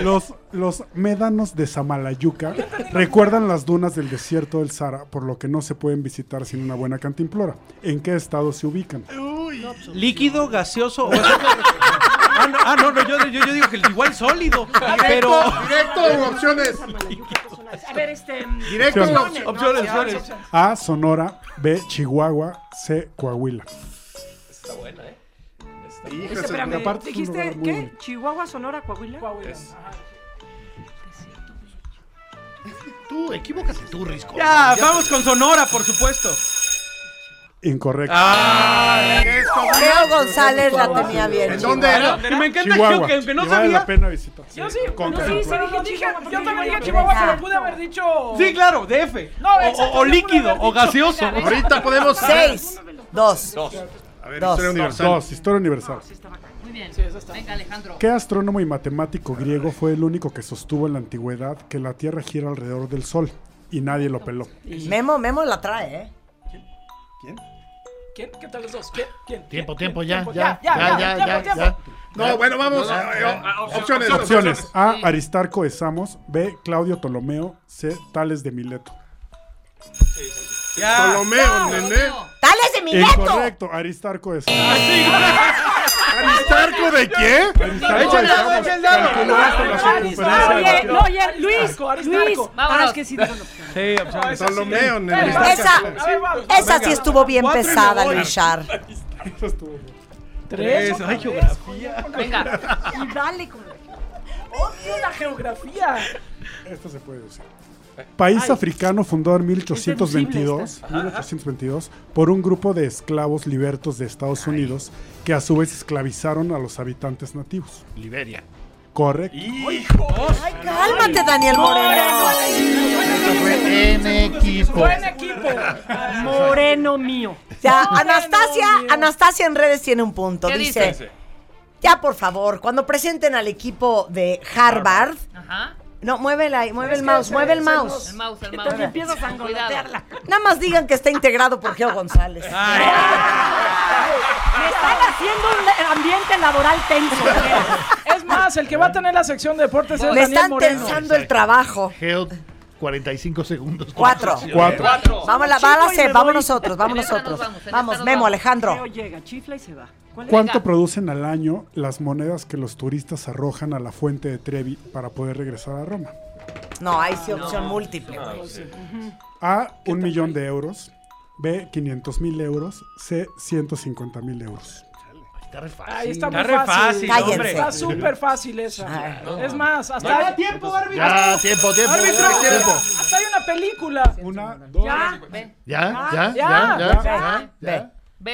Speaker 7: Los, los médanos de Samalayuca recuerdan las dunas del desierto del Sahara, por lo que no se pueden visitar sin una buena cantimplora. ¿En qué estado se ubican?
Speaker 4: pues,
Speaker 16: Líquido, gaseoso. o- [laughs] ah, no, ah, no, no, yo, yo- yo digo que igual sólido. Pero.
Speaker 13: Directo, directo, opciones.
Speaker 4: A ver, este.
Speaker 13: Directo,
Speaker 7: Opciones.
Speaker 16: Opciones,
Speaker 13: opciones.
Speaker 16: opciones.
Speaker 7: A. Sonora. B. Chihuahua. C. Coahuila.
Speaker 17: Está buena, ¿eh? Está-
Speaker 4: Este,
Speaker 7: Espérame,
Speaker 4: espérame,
Speaker 7: aparte es un lugar
Speaker 4: ¿Dijiste
Speaker 7: muy
Speaker 4: qué?
Speaker 7: bonito.
Speaker 4: ¿Chihuahua, Sonora, Coahuila?
Speaker 17: Es-
Speaker 13: Tú, equivócate tú, Risco.
Speaker 16: Ya, vamos con Sonora, por supuesto.
Speaker 7: Incorrecto.
Speaker 6: Ah,
Speaker 5: Leo González la tenía bien.
Speaker 13: ¿En dónde era?
Speaker 16: Y me encanta
Speaker 7: Chihuahua.
Speaker 16: que aunque no
Speaker 7: Y vale
Speaker 16: sabía.
Speaker 7: la pena visitar.
Speaker 6: Yo sí,
Speaker 7: Con
Speaker 6: yo sí, sí dije Chihuahua. Yo también dije Chihuahua,
Speaker 5: Venga.
Speaker 6: pero pude haber dicho.
Speaker 16: Sí, claro, DF.
Speaker 6: No,
Speaker 16: o,
Speaker 6: exacto,
Speaker 16: o- o
Speaker 6: yo pude
Speaker 16: líquido,
Speaker 6: haber
Speaker 16: o
Speaker 6: dicho,
Speaker 16: gaseoso.
Speaker 6: mira,
Speaker 13: Ahorita podemos.
Speaker 5: Seis, dos.
Speaker 13: A ver,
Speaker 5: Dos.
Speaker 13: historia universal.
Speaker 7: Dos. Historia universal.
Speaker 9: Muy bien. Venga, Alejandro.
Speaker 7: ¿Qué astrónomo y matemático griego fue el único que sostuvo en la antigüedad que la Tierra gira alrededor del Sol? Y nadie lo peló.
Speaker 5: Memo, Memo la trae, ¿eh?
Speaker 6: ¿Quién? ¿Qué tal los dos? ¿Quién? ¿Quién?
Speaker 13: Tiempo,
Speaker 6: ¿Quién?
Speaker 13: tiempo,
Speaker 6: ¿Quién?
Speaker 13: ya,
Speaker 6: Tiempo,
Speaker 13: ya, ya, ya, ya,
Speaker 6: tiempo,
Speaker 13: ya.
Speaker 6: tiempo.
Speaker 13: No, bueno, vamos. eh, Opciones, opciones.
Speaker 7: Opciones. A. Aristarco de Samos. B. Claudio Ptolomeo. C. Tales de Mileto.
Speaker 13: Ptolomeo, nene.
Speaker 5: ¡Tales de Mileto!
Speaker 7: Incorrecto. Aristarco
Speaker 5: [laughs]
Speaker 7: de Samos.
Speaker 13: ¿Aristarco de qué?
Speaker 16: Echa el dado, echa el dado.
Speaker 7: Calculaste la circunferencia de la
Speaker 4: Oye, no,
Speaker 7: Tierra.
Speaker 4: oye, Luis, Luis.
Speaker 6: Aristarco.
Speaker 4: Ah, es que sí, bueno.
Speaker 16: Sí,
Speaker 6: Ah,
Speaker 16: opciones.
Speaker 13: Ptolomeo, nene.
Speaker 5: Esa, esa sí estuvo bien
Speaker 16: Cuatro y me
Speaker 5: pesada,
Speaker 16: voy.
Speaker 7: [laughs]
Speaker 5: Luchar.
Speaker 6: Tres.
Speaker 16: Ay, geografía.
Speaker 9: Venga.
Speaker 4: Y dale, como.
Speaker 6: Odio la geografía.
Speaker 7: Esto se puede decir. País africano fundado en
Speaker 16: este.
Speaker 7: 1822, 1822 por un grupo de esclavos libertos de Estados Unidos que a su vez esclavizaron a los habitantes nativos.
Speaker 10: Liberia.
Speaker 7: Correcto.
Speaker 5: Ay, cálmate, Daniel Moreno.
Speaker 10: Buen
Speaker 6: equipo.
Speaker 4: Moreno mío.
Speaker 5: Ya, Anastasia, Anastasia en redes tiene un punto.
Speaker 4: ¿Qué
Speaker 5: dice,
Speaker 4: dice?
Speaker 5: ya por favor, cuando presenten al equipo de Harvard,
Speaker 9: Ajá.
Speaker 5: no, muévela ahí, mueve
Speaker 9: Es
Speaker 5: el
Speaker 9: que
Speaker 5: mouse,
Speaker 9: se-
Speaker 5: mueve el
Speaker 9: se
Speaker 5: mouse.
Speaker 9: nos- El mouse, el mouse.
Speaker 5: Entonces
Speaker 9: empiezas a angolotearla.
Speaker 5: Nada más digan que está integrado por Geo González.
Speaker 6: Ah.
Speaker 4: Me están haciendo un ambiente laboral tenso. de veras.
Speaker 6: Es más, el que va a tener la sección de deportes es
Speaker 5: Me
Speaker 6: Daniel
Speaker 5: están
Speaker 6: Moreno.
Speaker 5: tensando el trabajo.
Speaker 10: Geo, 45 segundos.
Speaker 5: Cuatro.
Speaker 10: Cuatro.
Speaker 5: Vamos, la,
Speaker 4: Chico,
Speaker 5: va la
Speaker 4: y
Speaker 5: CEP,
Speaker 4: me
Speaker 5: vamos
Speaker 4: voy.
Speaker 5: nosotros, vamos
Speaker 4: En esta nos
Speaker 5: nosotros.
Speaker 4: vamos, en
Speaker 5: Vamos,
Speaker 4: esta nos
Speaker 5: Memo,
Speaker 4: vamos.
Speaker 5: Alejandro.
Speaker 4: Creo llega, chifla y se va. ¿Cuál es?
Speaker 7: ¿Cuánto
Speaker 4: Venga.
Speaker 7: producen al año las monedas que los turistas arrojan a la fuente de Trevi para poder regresar a Roma?
Speaker 5: No, hay sí opción múltiple, güey.
Speaker 7: A, un millón de euros. B, 500 mil euros. C, 150 mil euros.
Speaker 10: Está re fácil.
Speaker 6: Ahí está,
Speaker 10: Está
Speaker 6: muy
Speaker 10: re
Speaker 6: fácil.
Speaker 10: fácil, Cállense. hombre.
Speaker 6: Está súper fácil esa.
Speaker 10: no.
Speaker 6: Es más, hasta.
Speaker 10: Ya,
Speaker 6: hay-
Speaker 10: tiempo, árbitro.
Speaker 6: Hasta-
Speaker 10: Ya, tiempo, tiempo,
Speaker 6: Árbitro,
Speaker 10: ya, tiempo.
Speaker 6: Hasta hay una película.
Speaker 7: Una,
Speaker 6: dos. Ya.
Speaker 10: Ya, ya, ya,
Speaker 6: Ah, Ya,
Speaker 10: ya,
Speaker 6: ya.
Speaker 10: ya, ya.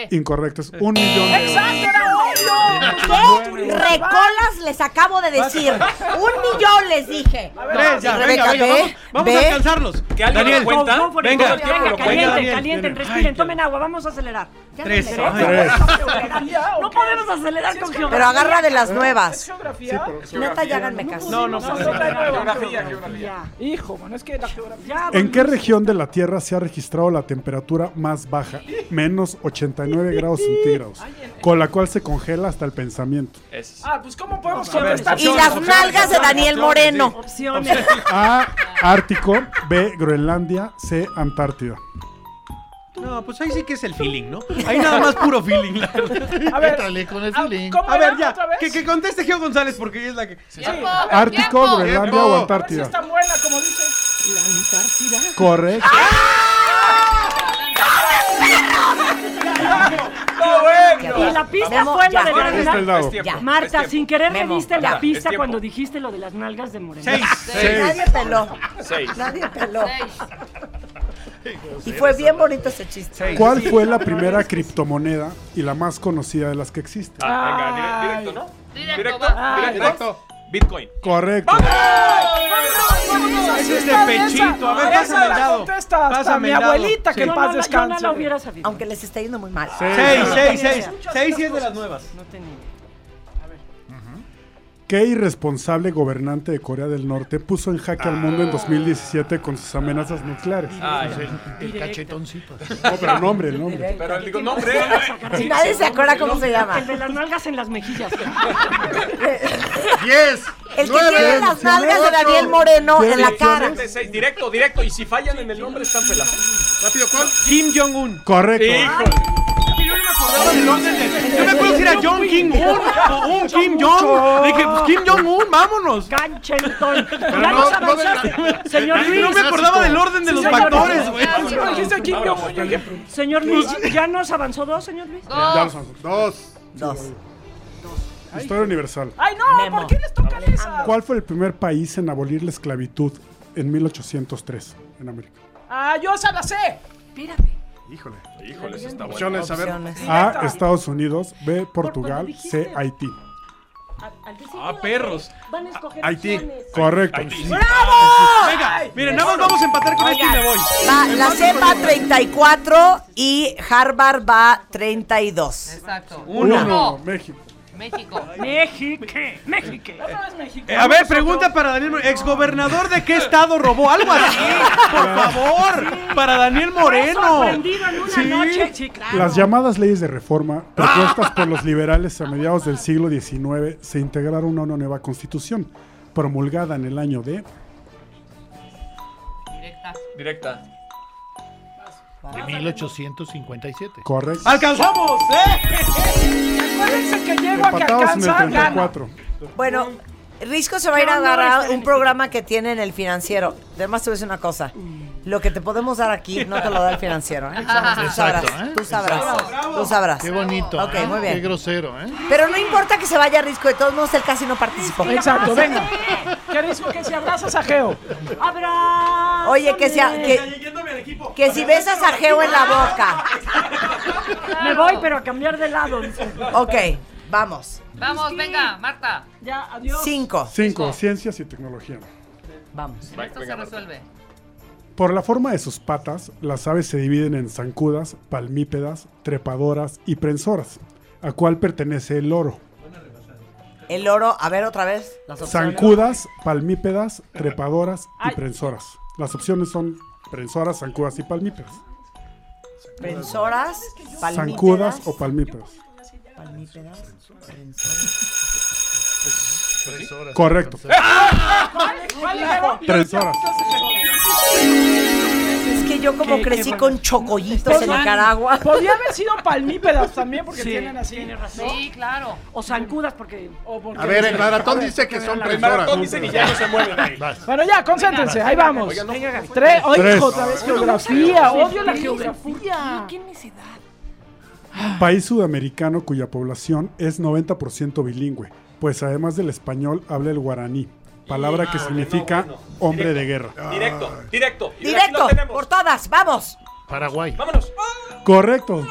Speaker 7: Incorrecto, es un millón de euros.
Speaker 6: Exacto, era obvio.
Speaker 5: ¿Qué recolas les acabo de decir? Un millón les dije.
Speaker 16: Tres, ya, venga,
Speaker 5: Rebeca,
Speaker 16: venga,
Speaker 5: ve,
Speaker 16: vamos, vamos
Speaker 5: ve.
Speaker 16: a alcanzarlos.
Speaker 17: Que alguien
Speaker 16: Daniel,
Speaker 17: lo cuenta.
Speaker 16: go- go for it,
Speaker 17: Venga,
Speaker 16: go for it.
Speaker 17: que alguien lo
Speaker 16: calienten,
Speaker 17: cuenta.
Speaker 4: Calienten, respiren, tomen agua, vamos a acelerar. Ya
Speaker 16: Tres.
Speaker 4: no aceleramos,
Speaker 16: Tres.
Speaker 4: vamos a acelerar. No podemos acelerar con geografía.
Speaker 5: Pero agarra de las
Speaker 6: ¿Es
Speaker 5: nuevas.
Speaker 6: geografía?
Speaker 5: Neta, ya háganme caso.
Speaker 6: No, no, no. Geografía,
Speaker 4: geografía.
Speaker 6: Hijo, bueno, es que la geografía.
Speaker 7: ¿En qué región de la Tierra se ha registrado la temperatura más baja, menos 89 grados centígrados, con la cual se congela hasta el pensamiento?
Speaker 6: Ah, pues ¿cómo podemos
Speaker 5: A ver,
Speaker 6: contestar?
Speaker 5: Y las nalgas de Daniel Moreno.
Speaker 6: Opciones.
Speaker 7: A, Ártico, B, Groenlandia, C, Antártida.
Speaker 16: No, pues ahí sí que es el feeling, ¿no? Ahí nada más puro feeling. la verdad.
Speaker 6: A ver,
Speaker 10: Dale con el feeling.
Speaker 16: A ver, ya, que, que conteste Geo González porque ella es la que...
Speaker 7: Ártico, Groenlandia o
Speaker 6: A ver si
Speaker 7: Antártida.
Speaker 6: está buena, como dice. ¡Ah! La
Speaker 7: Correcto.
Speaker 4: Y la pista fue lo de las nalgas. Marta, sin querer me
Speaker 5: Memo,
Speaker 4: diste la
Speaker 5: ya.
Speaker 4: pista
Speaker 17: Es tiempo.
Speaker 4: cuando dijiste lo de las nalgas de Moreno.
Speaker 5: Nadie peló. Nadie peló. Y fue bien bonito ese chiste.
Speaker 7: ¿Cuál fue la primera criptomoneda y la más conocida de las que existen?
Speaker 17: Ah, venga, dire- directo, ¿no? Directo,
Speaker 16: Ah,
Speaker 5: Ah,
Speaker 6: va.
Speaker 17: directo. Bitcoin.
Speaker 7: Correcto.
Speaker 16: Ese es de pechito. A ver, pásame el dado. Pásame
Speaker 6: mi
Speaker 16: el dado.
Speaker 6: abuelita, que
Speaker 16: Sí.
Speaker 6: en paz
Speaker 16: Yo no la- yo no la
Speaker 6: descanse.
Speaker 16: hubiera
Speaker 5: Aunque les está yendo muy mal.
Speaker 16: Seis, seis, seis. Seis sí es de las nuevas.
Speaker 4: No tenía.
Speaker 7: ¿Qué irresponsable gobernante de Corea del Norte puso en jaque al mundo en 2017 con sus amenazas nucleares?
Speaker 10: Ah, es el, el cachetoncito.
Speaker 7: No, pero nombre, el nombre.
Speaker 17: Pero él digo, nombre.
Speaker 5: Si nadie se acuerda cómo se llama.
Speaker 4: El de las nalgas en las mejillas.
Speaker 10: Diez.
Speaker 5: El que
Speaker 10: nueve,
Speaker 5: tiene las
Speaker 10: dieciocho,
Speaker 5: nalgas de Daniel Moreno en la cara.
Speaker 17: De seis, directo, directo. Y si fallan en el nombre, están pelados.
Speaker 10: Rápido, ¿cuál?
Speaker 16: Kim Jong-un.
Speaker 7: Correcto.
Speaker 4: Ah,
Speaker 16: Yo no me acordaba del orden de- Yo me acuerdo si era John Kim Un o un Kim Jong. Dije, pues Kim Jong-un, vámonos.
Speaker 4: Ganchelton.
Speaker 16: no-
Speaker 4: Ya nos
Speaker 16: no de la-
Speaker 4: avanzaste. Señor Luis.
Speaker 16: No me acordaba del orden de
Speaker 4: Sí,
Speaker 16: los
Speaker 4: señor.
Speaker 16: factores, güey.
Speaker 6: Si no dijiste Kim Jong-un, yo dije,
Speaker 4: Señor Luis,
Speaker 16: Pues,
Speaker 4: ¿ya nos avanzó dos, señor Luis?
Speaker 7: Ya los avanzó. Dos.
Speaker 5: Dos.
Speaker 7: Historia universal.
Speaker 6: Ay, no, ¿por qué les tocan esa?
Speaker 7: ¿Cuál fue el primer país en abolir la esclavitud en 1803 en América?
Speaker 6: Ah, yo esa la sé.
Speaker 7: Híjole.
Speaker 17: Híjole, eso está bueno.
Speaker 13: Opciones, a ver. Ah,
Speaker 7: A, Estados Unidos, B, Portugal, C, Haití.
Speaker 16: Ah, perros.
Speaker 4: Van a escoger
Speaker 7: Haití. Correcto.
Speaker 16: Venga, miren, nada más vamos a empatar con este y me voy.
Speaker 5: Va, la C va 34 y Harvard va 32.
Speaker 9: Exacto.
Speaker 7: Uno, México.
Speaker 9: México.
Speaker 4: México. México.
Speaker 16: Eh, a ver, pregunta para Daniel Moreno. ¿Exgobernador de qué estado robó? Algo así, por favor. Para Daniel Moreno.
Speaker 4: Sorprendido en una noche.
Speaker 16: [laughs]
Speaker 4: Sí, claro.
Speaker 7: Las llamadas leyes de reforma, propuestas por los liberales a mediados del siglo XIX, se integraron a una nueva constitución, promulgada en el año de...
Speaker 9: Directa.
Speaker 17: Directa.
Speaker 10: De 1857.
Speaker 7: Correcto.
Speaker 16: ¡Alcanzamos! ¡Eh!
Speaker 6: Acuérdense que llego a que
Speaker 7: Empatados en el
Speaker 6: alcanza, gano.
Speaker 7: 34.
Speaker 5: Bueno, Risco se va a ir a agarrar un programa que tiene en el financiero. Además, te voy a decir una cosa. Lo que te podemos dar aquí no te lo da el financiero. ¿eh? Tú sabrás.
Speaker 10: Exacto, ¿eh?
Speaker 5: Tú sabrás. Tú sabrás.
Speaker 10: Qué bonito.
Speaker 5: Ok,
Speaker 10: ¿eh?
Speaker 5: muy bien.
Speaker 10: Qué grosero, ¿eh?
Speaker 5: Pero no importa que se vaya Risco, de todos modos él casi no participó.
Speaker 6: Exacto, venga. ¿Qué dijo que si abrazas a Geo?
Speaker 4: Abra.
Speaker 5: Oye, que sea. Que, que si besas a Geo en la boca.
Speaker 4: Me voy, pero a cambiar de lado. dice.
Speaker 5: Ok, vamos.
Speaker 9: Vamos, venga, Marta.
Speaker 4: Ya, adiós.
Speaker 5: Cinco.
Speaker 7: Cinco, ciencias y tecnología.
Speaker 5: Vamos.
Speaker 9: Esto
Speaker 12: [laughs]
Speaker 9: se resuelve.
Speaker 7: Por la forma de sus patas, las aves se dividen en zancudas, palmípedas, trepadoras y prensoras, a cual pertenece el loro.
Speaker 5: El oro, a ver otra vez. las opciones.
Speaker 7: Zancudas, palmípedas, trepadoras y
Speaker 5: Ay.
Speaker 7: prensoras. Las opciones son prensoras, zancudas y palmípedas.
Speaker 5: Pensoras, palmípedas.
Speaker 7: Zancudas o palmípedas.
Speaker 5: palmípedas,
Speaker 17: [laughs]
Speaker 7: Correcto.
Speaker 16: Ah,
Speaker 7: Tres horas.
Speaker 5: Es que yo como
Speaker 6: Qué-
Speaker 5: crecí
Speaker 6: qué
Speaker 5: con chocollitos en Nicaragua.
Speaker 6: Podía haber sido palmípedas también porque
Speaker 4: Sí.
Speaker 6: tienen así.
Speaker 9: Sí, claro.
Speaker 4: O zancudas, porque.
Speaker 13: A ver, el maratón dice que son tres horas.
Speaker 6: Bueno, ya, concéntrense, ahí vamos.
Speaker 13: Oigan, no-
Speaker 6: Tres, oye,
Speaker 7: Tres.
Speaker 6: otra vez geografía, odio la geografía.
Speaker 4: ¿Qué necesidad?
Speaker 7: País sudamericano cuya población es 90% bilingüe, pues además del español habla el guaraní, palabra
Speaker 17: Ah,
Speaker 7: que significa hombre de guerra.
Speaker 17: Directo, directo. Y mira, aquí lo
Speaker 5: Directo,
Speaker 17: tenemos.
Speaker 5: por todas, vamos.
Speaker 7: Paraguay.
Speaker 17: Vámonos.
Speaker 7: Correcto.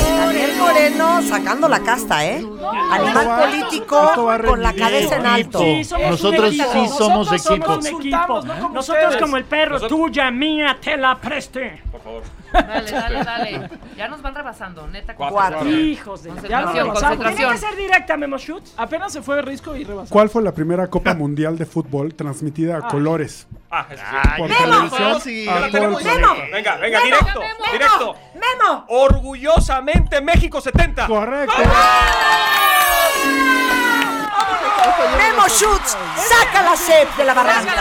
Speaker 5: Daniel Moreno sacando la casta, ¿eh? Animal
Speaker 7: va- esto va a
Speaker 5: político con la
Speaker 7: rendir.
Speaker 5: cabeza en alto.
Speaker 4: Sí, somos
Speaker 10: Nosotros
Speaker 4: un equipo.
Speaker 10: sí somos
Speaker 4: Nosotros
Speaker 10: equipo.
Speaker 4: somos un equipo.
Speaker 6: Consultamos, no como
Speaker 4: Nosotros
Speaker 6: ustedes.
Speaker 4: como el perro,
Speaker 6: Nosotros-
Speaker 4: tuya, mía, te la preste. Por favor.
Speaker 9: Dale, dale, dale. Ya nos van rebasando, neta.
Speaker 4: Cuatro.
Speaker 9: cuatro.
Speaker 4: Hijos de la-
Speaker 6: Ya lo
Speaker 9: Concentración,
Speaker 6: rebasamos.
Speaker 9: concentración.
Speaker 6: Tiene que ser
Speaker 4: directa, Memo Shoot.
Speaker 6: Apenas se fue Risco y rebasó.
Speaker 7: ¿Cuál fue la
Speaker 17: [laughs]
Speaker 7: primera Copa Mundial de Fútbol transmitida a colores?
Speaker 17: Ah, eso sí.
Speaker 7: Por
Speaker 17: Memo,
Speaker 7: televisión
Speaker 17: sí. Ya
Speaker 7: a
Speaker 17: la
Speaker 7: todo el
Speaker 17: tenemos.
Speaker 7: planeta.
Speaker 17: Memo. Venga, venga,
Speaker 5: Memo,
Speaker 17: directo,
Speaker 5: Memo,
Speaker 17: directo.
Speaker 5: Memo.
Speaker 17: Orgullosamente México 70.
Speaker 7: Correcto.
Speaker 5: Memo Schutz, saca la sed de la barranca.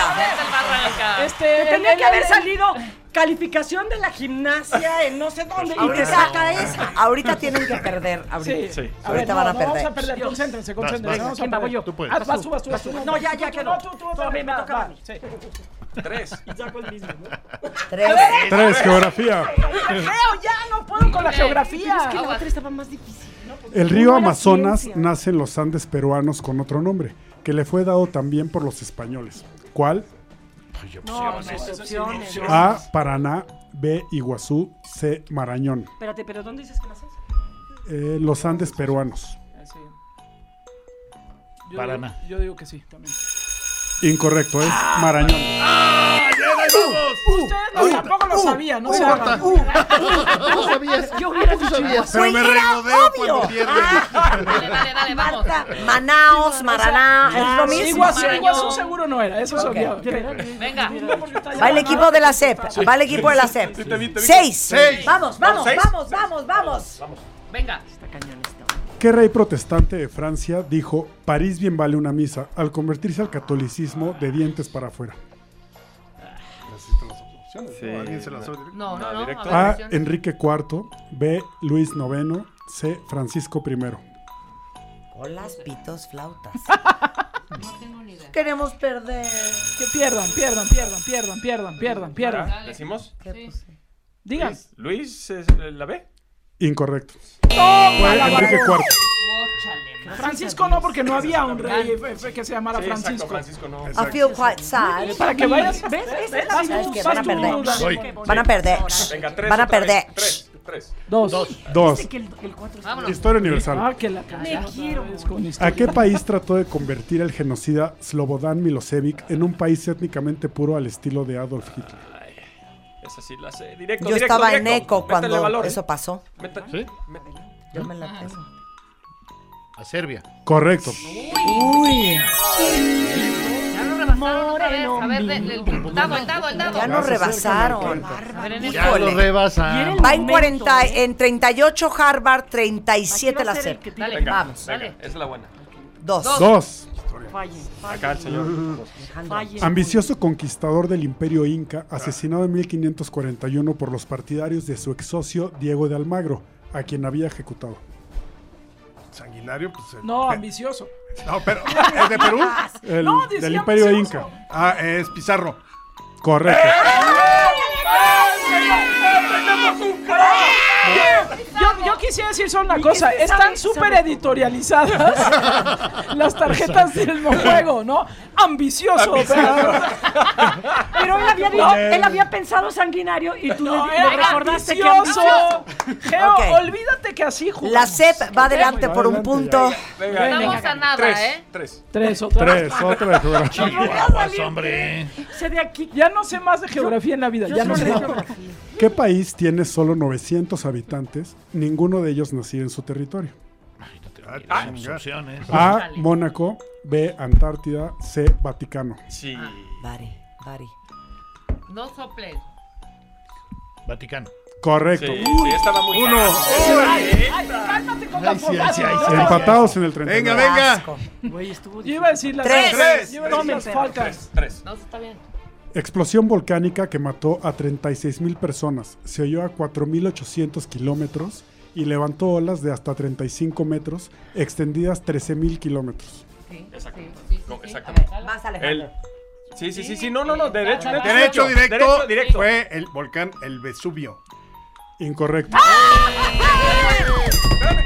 Speaker 4: Este, tenía que haber salido calificación de la gimnasia en no sé dónde.
Speaker 5: Y te
Speaker 4: Ahorita-
Speaker 5: saca esa. Ahorita tienen que perder. Ahorita,
Speaker 17: Sí.
Speaker 5: ahorita
Speaker 6: no,
Speaker 5: van a
Speaker 6: no
Speaker 5: perder.
Speaker 6: vamos a perder, concéntrense, concéntrense.
Speaker 4: Vas, vas.
Speaker 6: vamos a
Speaker 4: ¿Quién va?
Speaker 6: perder.
Speaker 4: Voy yo. Tú puedes.
Speaker 6: Ah,
Speaker 4: Vas
Speaker 6: vas
Speaker 4: tú,
Speaker 6: tú, vas tú, vas tú.
Speaker 4: No, ya, ya quedó.
Speaker 6: No, tú, tú, tú.
Speaker 4: A mí me
Speaker 6: vas,
Speaker 4: toca
Speaker 6: vas,
Speaker 4: a mí.
Speaker 6: sí.
Speaker 17: Tres.
Speaker 4: Y saco el mismo, ¿no?
Speaker 5: Tres.
Speaker 7: Tres, geografía.
Speaker 6: Creo, ya no puedo con la
Speaker 4: Pero
Speaker 6: geografía.
Speaker 4: Es que la otra estaba más difícil.
Speaker 7: El río
Speaker 4: No Pues, era
Speaker 7: Amazonas
Speaker 4: ciencia.
Speaker 7: nace en los Andes peruanos con otro nombre, que le fue dado también por los españoles. ¿Cuál?
Speaker 4: No, no, opciones.
Speaker 7: A. Paraná. B. Iguazú. C. Marañón.
Speaker 4: Espérate, pero ¿dónde dices que las haces?
Speaker 7: Eh, los Andes peruanos.
Speaker 6: Yo
Speaker 10: Paraná.
Speaker 6: digo- Yo digo que sí, también.
Speaker 7: Incorrecto, es Marañón.
Speaker 6: Ustedes Uh, no, tampoco
Speaker 13: Uh,
Speaker 6: lo sabían, no se hagan.
Speaker 13: ¿Tú sabías?
Speaker 4: Yo hubiera
Speaker 13: ¿Tú
Speaker 4: dicho
Speaker 13: sabías?
Speaker 5: Güey, era obvio.
Speaker 9: Dale, dale, dale, vamos.
Speaker 5: Manaos, Maraná, es lo mismo.
Speaker 6: Iguazú, Iguazú seguro no era, eso se olvidaba.
Speaker 9: Venga.
Speaker 5: Va el equipo de la CEP. Va el equipo de la CEP. Seis.
Speaker 17: Seis.
Speaker 5: Vamos, vamos,
Speaker 17: Vamos, seis.
Speaker 5: vamos, vamos, vamos.
Speaker 9: Venga.
Speaker 7: ¿Qué rey protestante de Francia dijo París bien vale una misa al convertirse al catolicismo de dientes para afuera?
Speaker 9: No, no, no. a ver,
Speaker 7: A.
Speaker 8: Ah,
Speaker 9: opciones.
Speaker 7: Enrique IV. B. Luis IX. C. Francisco I.
Speaker 5: Olas, pitos, [laughs] flautas.
Speaker 9: No tengo ni idea.
Speaker 5: Queremos perder.
Speaker 6: Que pierdan, pierdan, pierdan, pierdan, pierdan, pierdan, pierdan.
Speaker 17: ¿Le ¿Decimos?
Speaker 5: pues,
Speaker 6: Digan.
Speaker 17: Luis, es eh, ¿la B?
Speaker 7: Incorrecto.
Speaker 6: Toma la
Speaker 7: Enrique
Speaker 6: barra.
Speaker 7: IV.
Speaker 6: Francisco no, porque no había un rey eh, eh, que se llamara
Speaker 17: Sí, exacto, Francisco
Speaker 6: Francisco.
Speaker 17: no.
Speaker 5: I feel quite sad.
Speaker 6: Para que vayas.
Speaker 4: ¿Ves? Esa es la
Speaker 5: ¿Sabes qué? Van a
Speaker 6: Vas tú, vas tú.
Speaker 5: perder. Van a perder.
Speaker 17: Venga, tres.
Speaker 5: Van a
Speaker 17: otra vez.
Speaker 5: perder.
Speaker 17: Tres, tres.
Speaker 6: Dos.
Speaker 7: Dos.
Speaker 4: que el 4
Speaker 7: Historia universal.
Speaker 6: Ah, que la Me quiero.
Speaker 7: ¿A qué país trató de convertir el genocida Slobodan Milosevic en un país étnicamente puro al estilo de Adolf Hitler?
Speaker 17: Esa sí la sé. Directo,
Speaker 5: Yo
Speaker 17: directo,
Speaker 5: estaba en
Speaker 17: directo.
Speaker 5: eco
Speaker 17: Métele
Speaker 5: cuando
Speaker 17: valor, ¿eh?
Speaker 5: eso pasó.
Speaker 17: Meta-
Speaker 10: ¿Sí?
Speaker 17: me-
Speaker 5: Yo me la tengo.
Speaker 10: A Serbia.
Speaker 7: Correcto.
Speaker 5: Uy.
Speaker 9: Ya no rebasaron otra vez. A ver, de- del- el dado, el dado, el dado.
Speaker 5: Ya nos rebasaron.
Speaker 9: A ver, en el-
Speaker 10: Ya lo
Speaker 5: Híjole.
Speaker 10: rebasan.
Speaker 5: Va en, 40, en 38 Harvard, 37 la CEP.
Speaker 9: Dale,
Speaker 17: Venga,
Speaker 5: Vamos.
Speaker 17: venga,
Speaker 9: Dale.
Speaker 17: Esa es la buena.
Speaker 5: Dos.
Speaker 7: Dos.
Speaker 17: Acá el señor.
Speaker 7: Ambicioso conquistador del imperio inca, asesinado en 1541 por los partidarios de su ex socio Diego de Almagro, a quien había ejecutado.
Speaker 13: Sanguinario,
Speaker 17: eh,
Speaker 13: pues. el-
Speaker 6: No, ambicioso.
Speaker 13: No, pero. ¿Es de
Speaker 6: [laughs]
Speaker 13: Perú?
Speaker 7: El-
Speaker 6: No, decía
Speaker 7: del imperio
Speaker 6: ambicioso.
Speaker 7: inca.
Speaker 13: Ah, es Pizarro.
Speaker 7: Correcto.
Speaker 6: Yo, yo quisiera decir solo una cosa. Están súper editorializadas las tarjetas del juego, ¿no? Ambicioso, operador.
Speaker 4: Pero él había, dicho- él había pensado sanguinario y tú
Speaker 6: No,
Speaker 4: le,
Speaker 6: era
Speaker 4: le recordaste que
Speaker 6: ambicioso.
Speaker 4: ambicioso.
Speaker 6: Geo,
Speaker 5: Ok.
Speaker 6: olvídate que así jugamos.
Speaker 5: La CEP va adelante por un punto.
Speaker 6: Venga,
Speaker 9: Estamos a nada,
Speaker 6: Tres,
Speaker 9: ¿eh?
Speaker 6: Tres. Tres, otra vez.
Speaker 13: Tres, otra vez, otra vez.
Speaker 6: Chihuahuas, hombre. Sé de aquí. Ya no sé más de geografía en la vida. Ya no sé.
Speaker 7: ¿Qué país tiene solo 900 habitantes, ninguno de ellos nacido en su territorio?
Speaker 10: Ah, sus opciones.
Speaker 4: Ah.
Speaker 7: A. Mónaco. B. Antártida. C. Vaticano.
Speaker 10: Sí.
Speaker 5: Bari, Bari.
Speaker 9: No soples.
Speaker 10: Vaticano.
Speaker 7: Correcto.
Speaker 10: Sí,
Speaker 7: Uy,
Speaker 10: sí, estaba muy
Speaker 7: uno.
Speaker 10: fácil.
Speaker 7: Uy.
Speaker 6: Ay, ay, cálmate con la
Speaker 10: Ay, sí, ay, sí, ay,
Speaker 6: forma.
Speaker 10: sí.
Speaker 7: Empatados en el 39.
Speaker 6: Güey, estuvo. Yo iba a decir las
Speaker 4: Tres.
Speaker 6: Tres. Yo iba a decir
Speaker 4: Tomen,
Speaker 6: las
Speaker 4: perro.
Speaker 6: Falcons. Tres.
Speaker 9: No, está bien.
Speaker 7: Explosión volcánica que mató a 36 mil personas, se oyó a 4.800 kilómetros y levantó olas de hasta 35 metros, extendidas 13.000 kilómetros.
Speaker 9: Sí.
Speaker 17: Exacto.
Speaker 9: No,
Speaker 17: exactamente.
Speaker 5: Más
Speaker 17: El- Sí, sí, sí, sí, no, no, no, derecho,
Speaker 13: Derecho,
Speaker 17: derecho.
Speaker 13: directo,
Speaker 17: Derecho directo.
Speaker 13: fue el volcán El Vesubio.
Speaker 7: Incorrecto.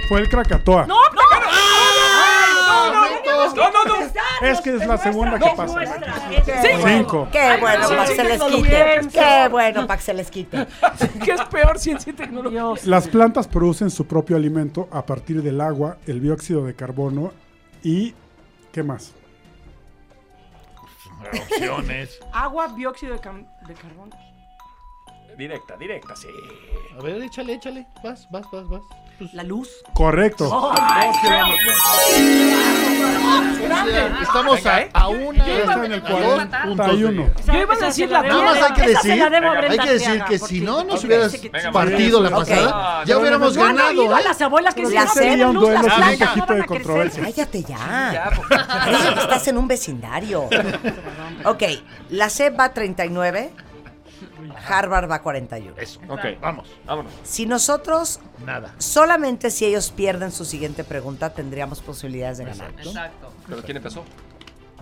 Speaker 7: Fue el Krakatoa.
Speaker 6: No, no, no, no, no, no, no, no,
Speaker 7: es que es la segunda que pasa. Cinco.
Speaker 5: Qué bueno
Speaker 6: Sí,
Speaker 5: para que se
Speaker 6: sí,
Speaker 5: les
Speaker 6: tecnología.
Speaker 5: quite. Qué bueno para que se
Speaker 17: [laughs]
Speaker 5: les quite.
Speaker 6: ¿Qué es peor ciencia y tecnología?
Speaker 7: Las plantas producen su propio alimento a partir del agua, el dióxido de carbono y... ¿Qué más?
Speaker 10: Opciones.
Speaker 4: Agua, dióxido de, cam- de carbono.
Speaker 17: Directa, directa, sí.
Speaker 10: A ver, échale, échale. Vas, vas, vas, vas.
Speaker 4: La luz.
Speaker 7: Correcto.
Speaker 13: Oh
Speaker 17: Oh,
Speaker 10: Ay,
Speaker 13: Estamos a,
Speaker 6: Ah,
Speaker 13: a una.
Speaker 10: Yo iba a-
Speaker 13: está en el
Speaker 10: yo iba a matar. Puntos de-
Speaker 13: 41.
Speaker 6: Yo iba a decir la
Speaker 13: Nada más hay que
Speaker 6: Esa se
Speaker 13: decir,
Speaker 6: la debo a
Speaker 13: hay
Speaker 6: Brenda
Speaker 13: que decir
Speaker 6: Arteaga,
Speaker 13: que
Speaker 6: porque-
Speaker 13: si no nos
Speaker 6: Ok.
Speaker 13: hubieras
Speaker 6: Sí, que-
Speaker 13: partido la
Speaker 6: Ok. Ah,
Speaker 13: pasada, ya
Speaker 6: No,
Speaker 13: hubiéramos
Speaker 6: no, no, no,
Speaker 13: ganado.
Speaker 6: ido a
Speaker 13: ¿eh?
Speaker 6: las abuelas que
Speaker 5: Pero
Speaker 6: dicen,
Speaker 5: la
Speaker 6: "No,
Speaker 5: sé,
Speaker 6: tienen
Speaker 5: un
Speaker 6: luz,
Speaker 5: duelo
Speaker 6: las
Speaker 5: sin un
Speaker 6: plantas no
Speaker 5: poquito
Speaker 6: van
Speaker 5: de
Speaker 6: a crecer".
Speaker 5: controversia. Cállate ya. Parece que estás en un vecindario. Ok, la CEP va 39, Harvard va 41.
Speaker 10: Eso, ok, vamos, vámonos.
Speaker 5: Si nosotros,
Speaker 10: Nada.
Speaker 5: solamente si ellos pierden su siguiente pregunta, tendríamos posibilidades de
Speaker 10: Pues
Speaker 5: ganar.
Speaker 9: Exacto.
Speaker 17: ¿Pero quién empezó?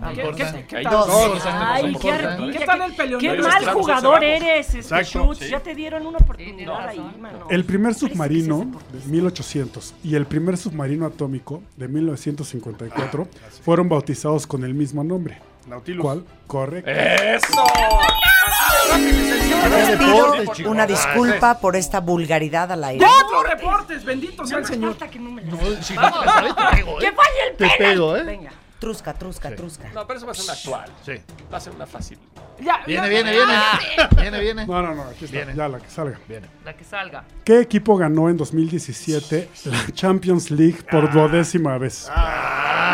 Speaker 5: No
Speaker 17: ¿Qué-
Speaker 5: importa.
Speaker 17: qué-
Speaker 5: Ahí
Speaker 17: qué
Speaker 5: dos.
Speaker 17: tal?
Speaker 4: Ay,
Speaker 17: Dos.
Speaker 4: qué,
Speaker 17: Dos.
Speaker 4: ar-
Speaker 17: Dos.
Speaker 4: qué-
Speaker 17: tal
Speaker 4: qué-
Speaker 17: peleón?
Speaker 4: qué
Speaker 17: Ahí
Speaker 4: mal
Speaker 17: está,
Speaker 4: jugador
Speaker 17: cerramos.
Speaker 4: eres, este
Speaker 17: Exacto,
Speaker 4: Schutz.
Speaker 17: sí.
Speaker 4: Ya te dieron una oportunidad ahí, mano.
Speaker 7: El primer submarino de 1800 y el primer submarino atómico de 1954
Speaker 6: Ah,
Speaker 7: fueron bautizados con el mismo nombre.
Speaker 13: Nautilus.
Speaker 7: ¿Cuál? Correcto.
Speaker 6: Eh.
Speaker 17: ¡Eso!
Speaker 10: Este
Speaker 5: Les
Speaker 7: Deportes,
Speaker 5: pido
Speaker 7: chicos.
Speaker 5: una
Speaker 7: Ah,
Speaker 5: disculpa por los vulgaridad al aire.
Speaker 6: Cuatro reportes, bendito sea el señor.
Speaker 5: ¡Que vaya el
Speaker 6: Te penal! pego, ¿eh?
Speaker 5: Venga. Trusca, trusca, trusca.
Speaker 17: No, pero eso va a ser una actual. Sí. Va a ser una fácil.
Speaker 6: Ya,
Speaker 10: Viene, viene, viene.
Speaker 4: Ah,
Speaker 10: Viene, viene.
Speaker 7: No, no, no, aquí está. Ya la que salga.
Speaker 9: La que salga.
Speaker 7: ¿Qué equipo ganó en 2017 la Champions League por duodécima vez?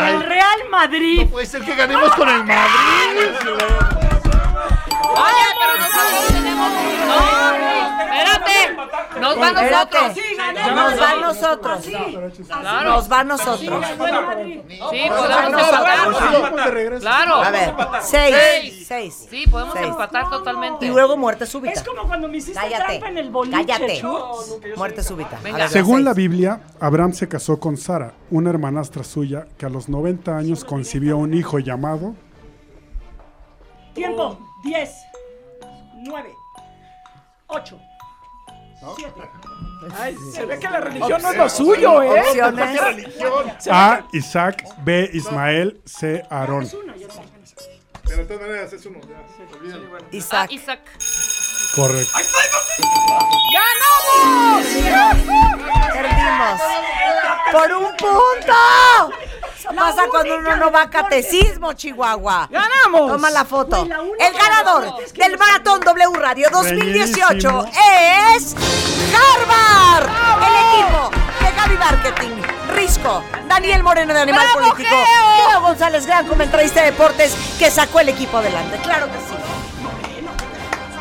Speaker 4: El Real Madrid.
Speaker 10: puede ser que ganemos con el Madrid.
Speaker 9: Oye, pero nosotros tenemos. No, espérate. Nos va a
Speaker 5: Espérate.
Speaker 9: nosotros.
Speaker 5: Nos va a nosotros.
Speaker 9: Claro.
Speaker 5: Nos va a nosotros.
Speaker 9: Sí, podemos empatar. Claro.
Speaker 5: A ver, seis. Seis.
Speaker 9: Sí, podemos
Speaker 5: Seis.
Speaker 9: empatar totalmente.
Speaker 5: Y luego muerte súbita.
Speaker 4: Es como cuando me hiciste
Speaker 5: Cállate.
Speaker 4: trampa en el boliche,
Speaker 5: Cállate.
Speaker 4: Schutz.
Speaker 5: Muerte súbita. A ver,
Speaker 7: Según
Speaker 5: seis.
Speaker 7: la Biblia, Abraham se casó con Sara, una hermanastra suya que a los 90 años concibió un hijo llamado
Speaker 4: Tiempo. 10, 9, 8, 7.
Speaker 6: Ay, se ve que la religión no es lo suyo, ¿eh?
Speaker 5: Opciones.
Speaker 7: A. Isaac, B. Ismael, C. Aarón.
Speaker 13: Pero de todas maneras es uno. ya, olvídalo.
Speaker 5: Ah, Isaac.
Speaker 7: Correcto.
Speaker 9: ¡Ganamos!
Speaker 5: Perdimos. ¡Por un punto! Eso pasa cuando uno no va a catecismo, Chihuahua.
Speaker 6: ¡Ganamos!
Speaker 5: Toma la foto.
Speaker 4: Güey, la única
Speaker 5: El ganador del Maratón W Radio 2018
Speaker 7: Bellísimo.
Speaker 5: es Harvard. El equipo de Gaby Marketing, Risco, Daniel Moreno de Animal
Speaker 9: ¡Bravo,
Speaker 5: Político,
Speaker 9: Geo!
Speaker 5: Geo González, gran comentarista de deportes que sacó el equipo adelante. Claro que sí.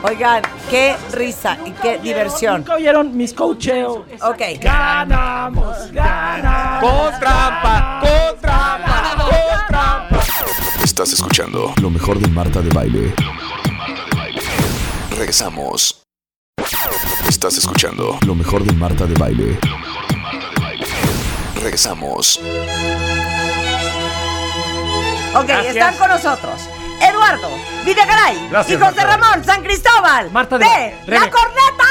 Speaker 5: Oigan, qué risa y qué diversión.
Speaker 6: Nunca oyeron mis coacheos.
Speaker 5: Ok.
Speaker 6: Ganamos, ganamos.
Speaker 17: Con trampa, con trampa, con trampa.
Speaker 1: Estás escuchando lo mejor de Marta de Baile. Lo mejor de Marta de Baile. Regresamos. Estás escuchando lo mejor de Marta de Baile. Lo mejor de Marta de Baile. Regresamos.
Speaker 5: Ok,
Speaker 1: Gracias.
Speaker 5: están con nosotros Eduardo Videgaray
Speaker 1: Gracias,
Speaker 5: y José
Speaker 1: Marta.
Speaker 5: Ramón San Cristóbal
Speaker 1: Marta
Speaker 5: de,
Speaker 1: de-
Speaker 5: La
Speaker 1: Rebe.
Speaker 5: Corneta.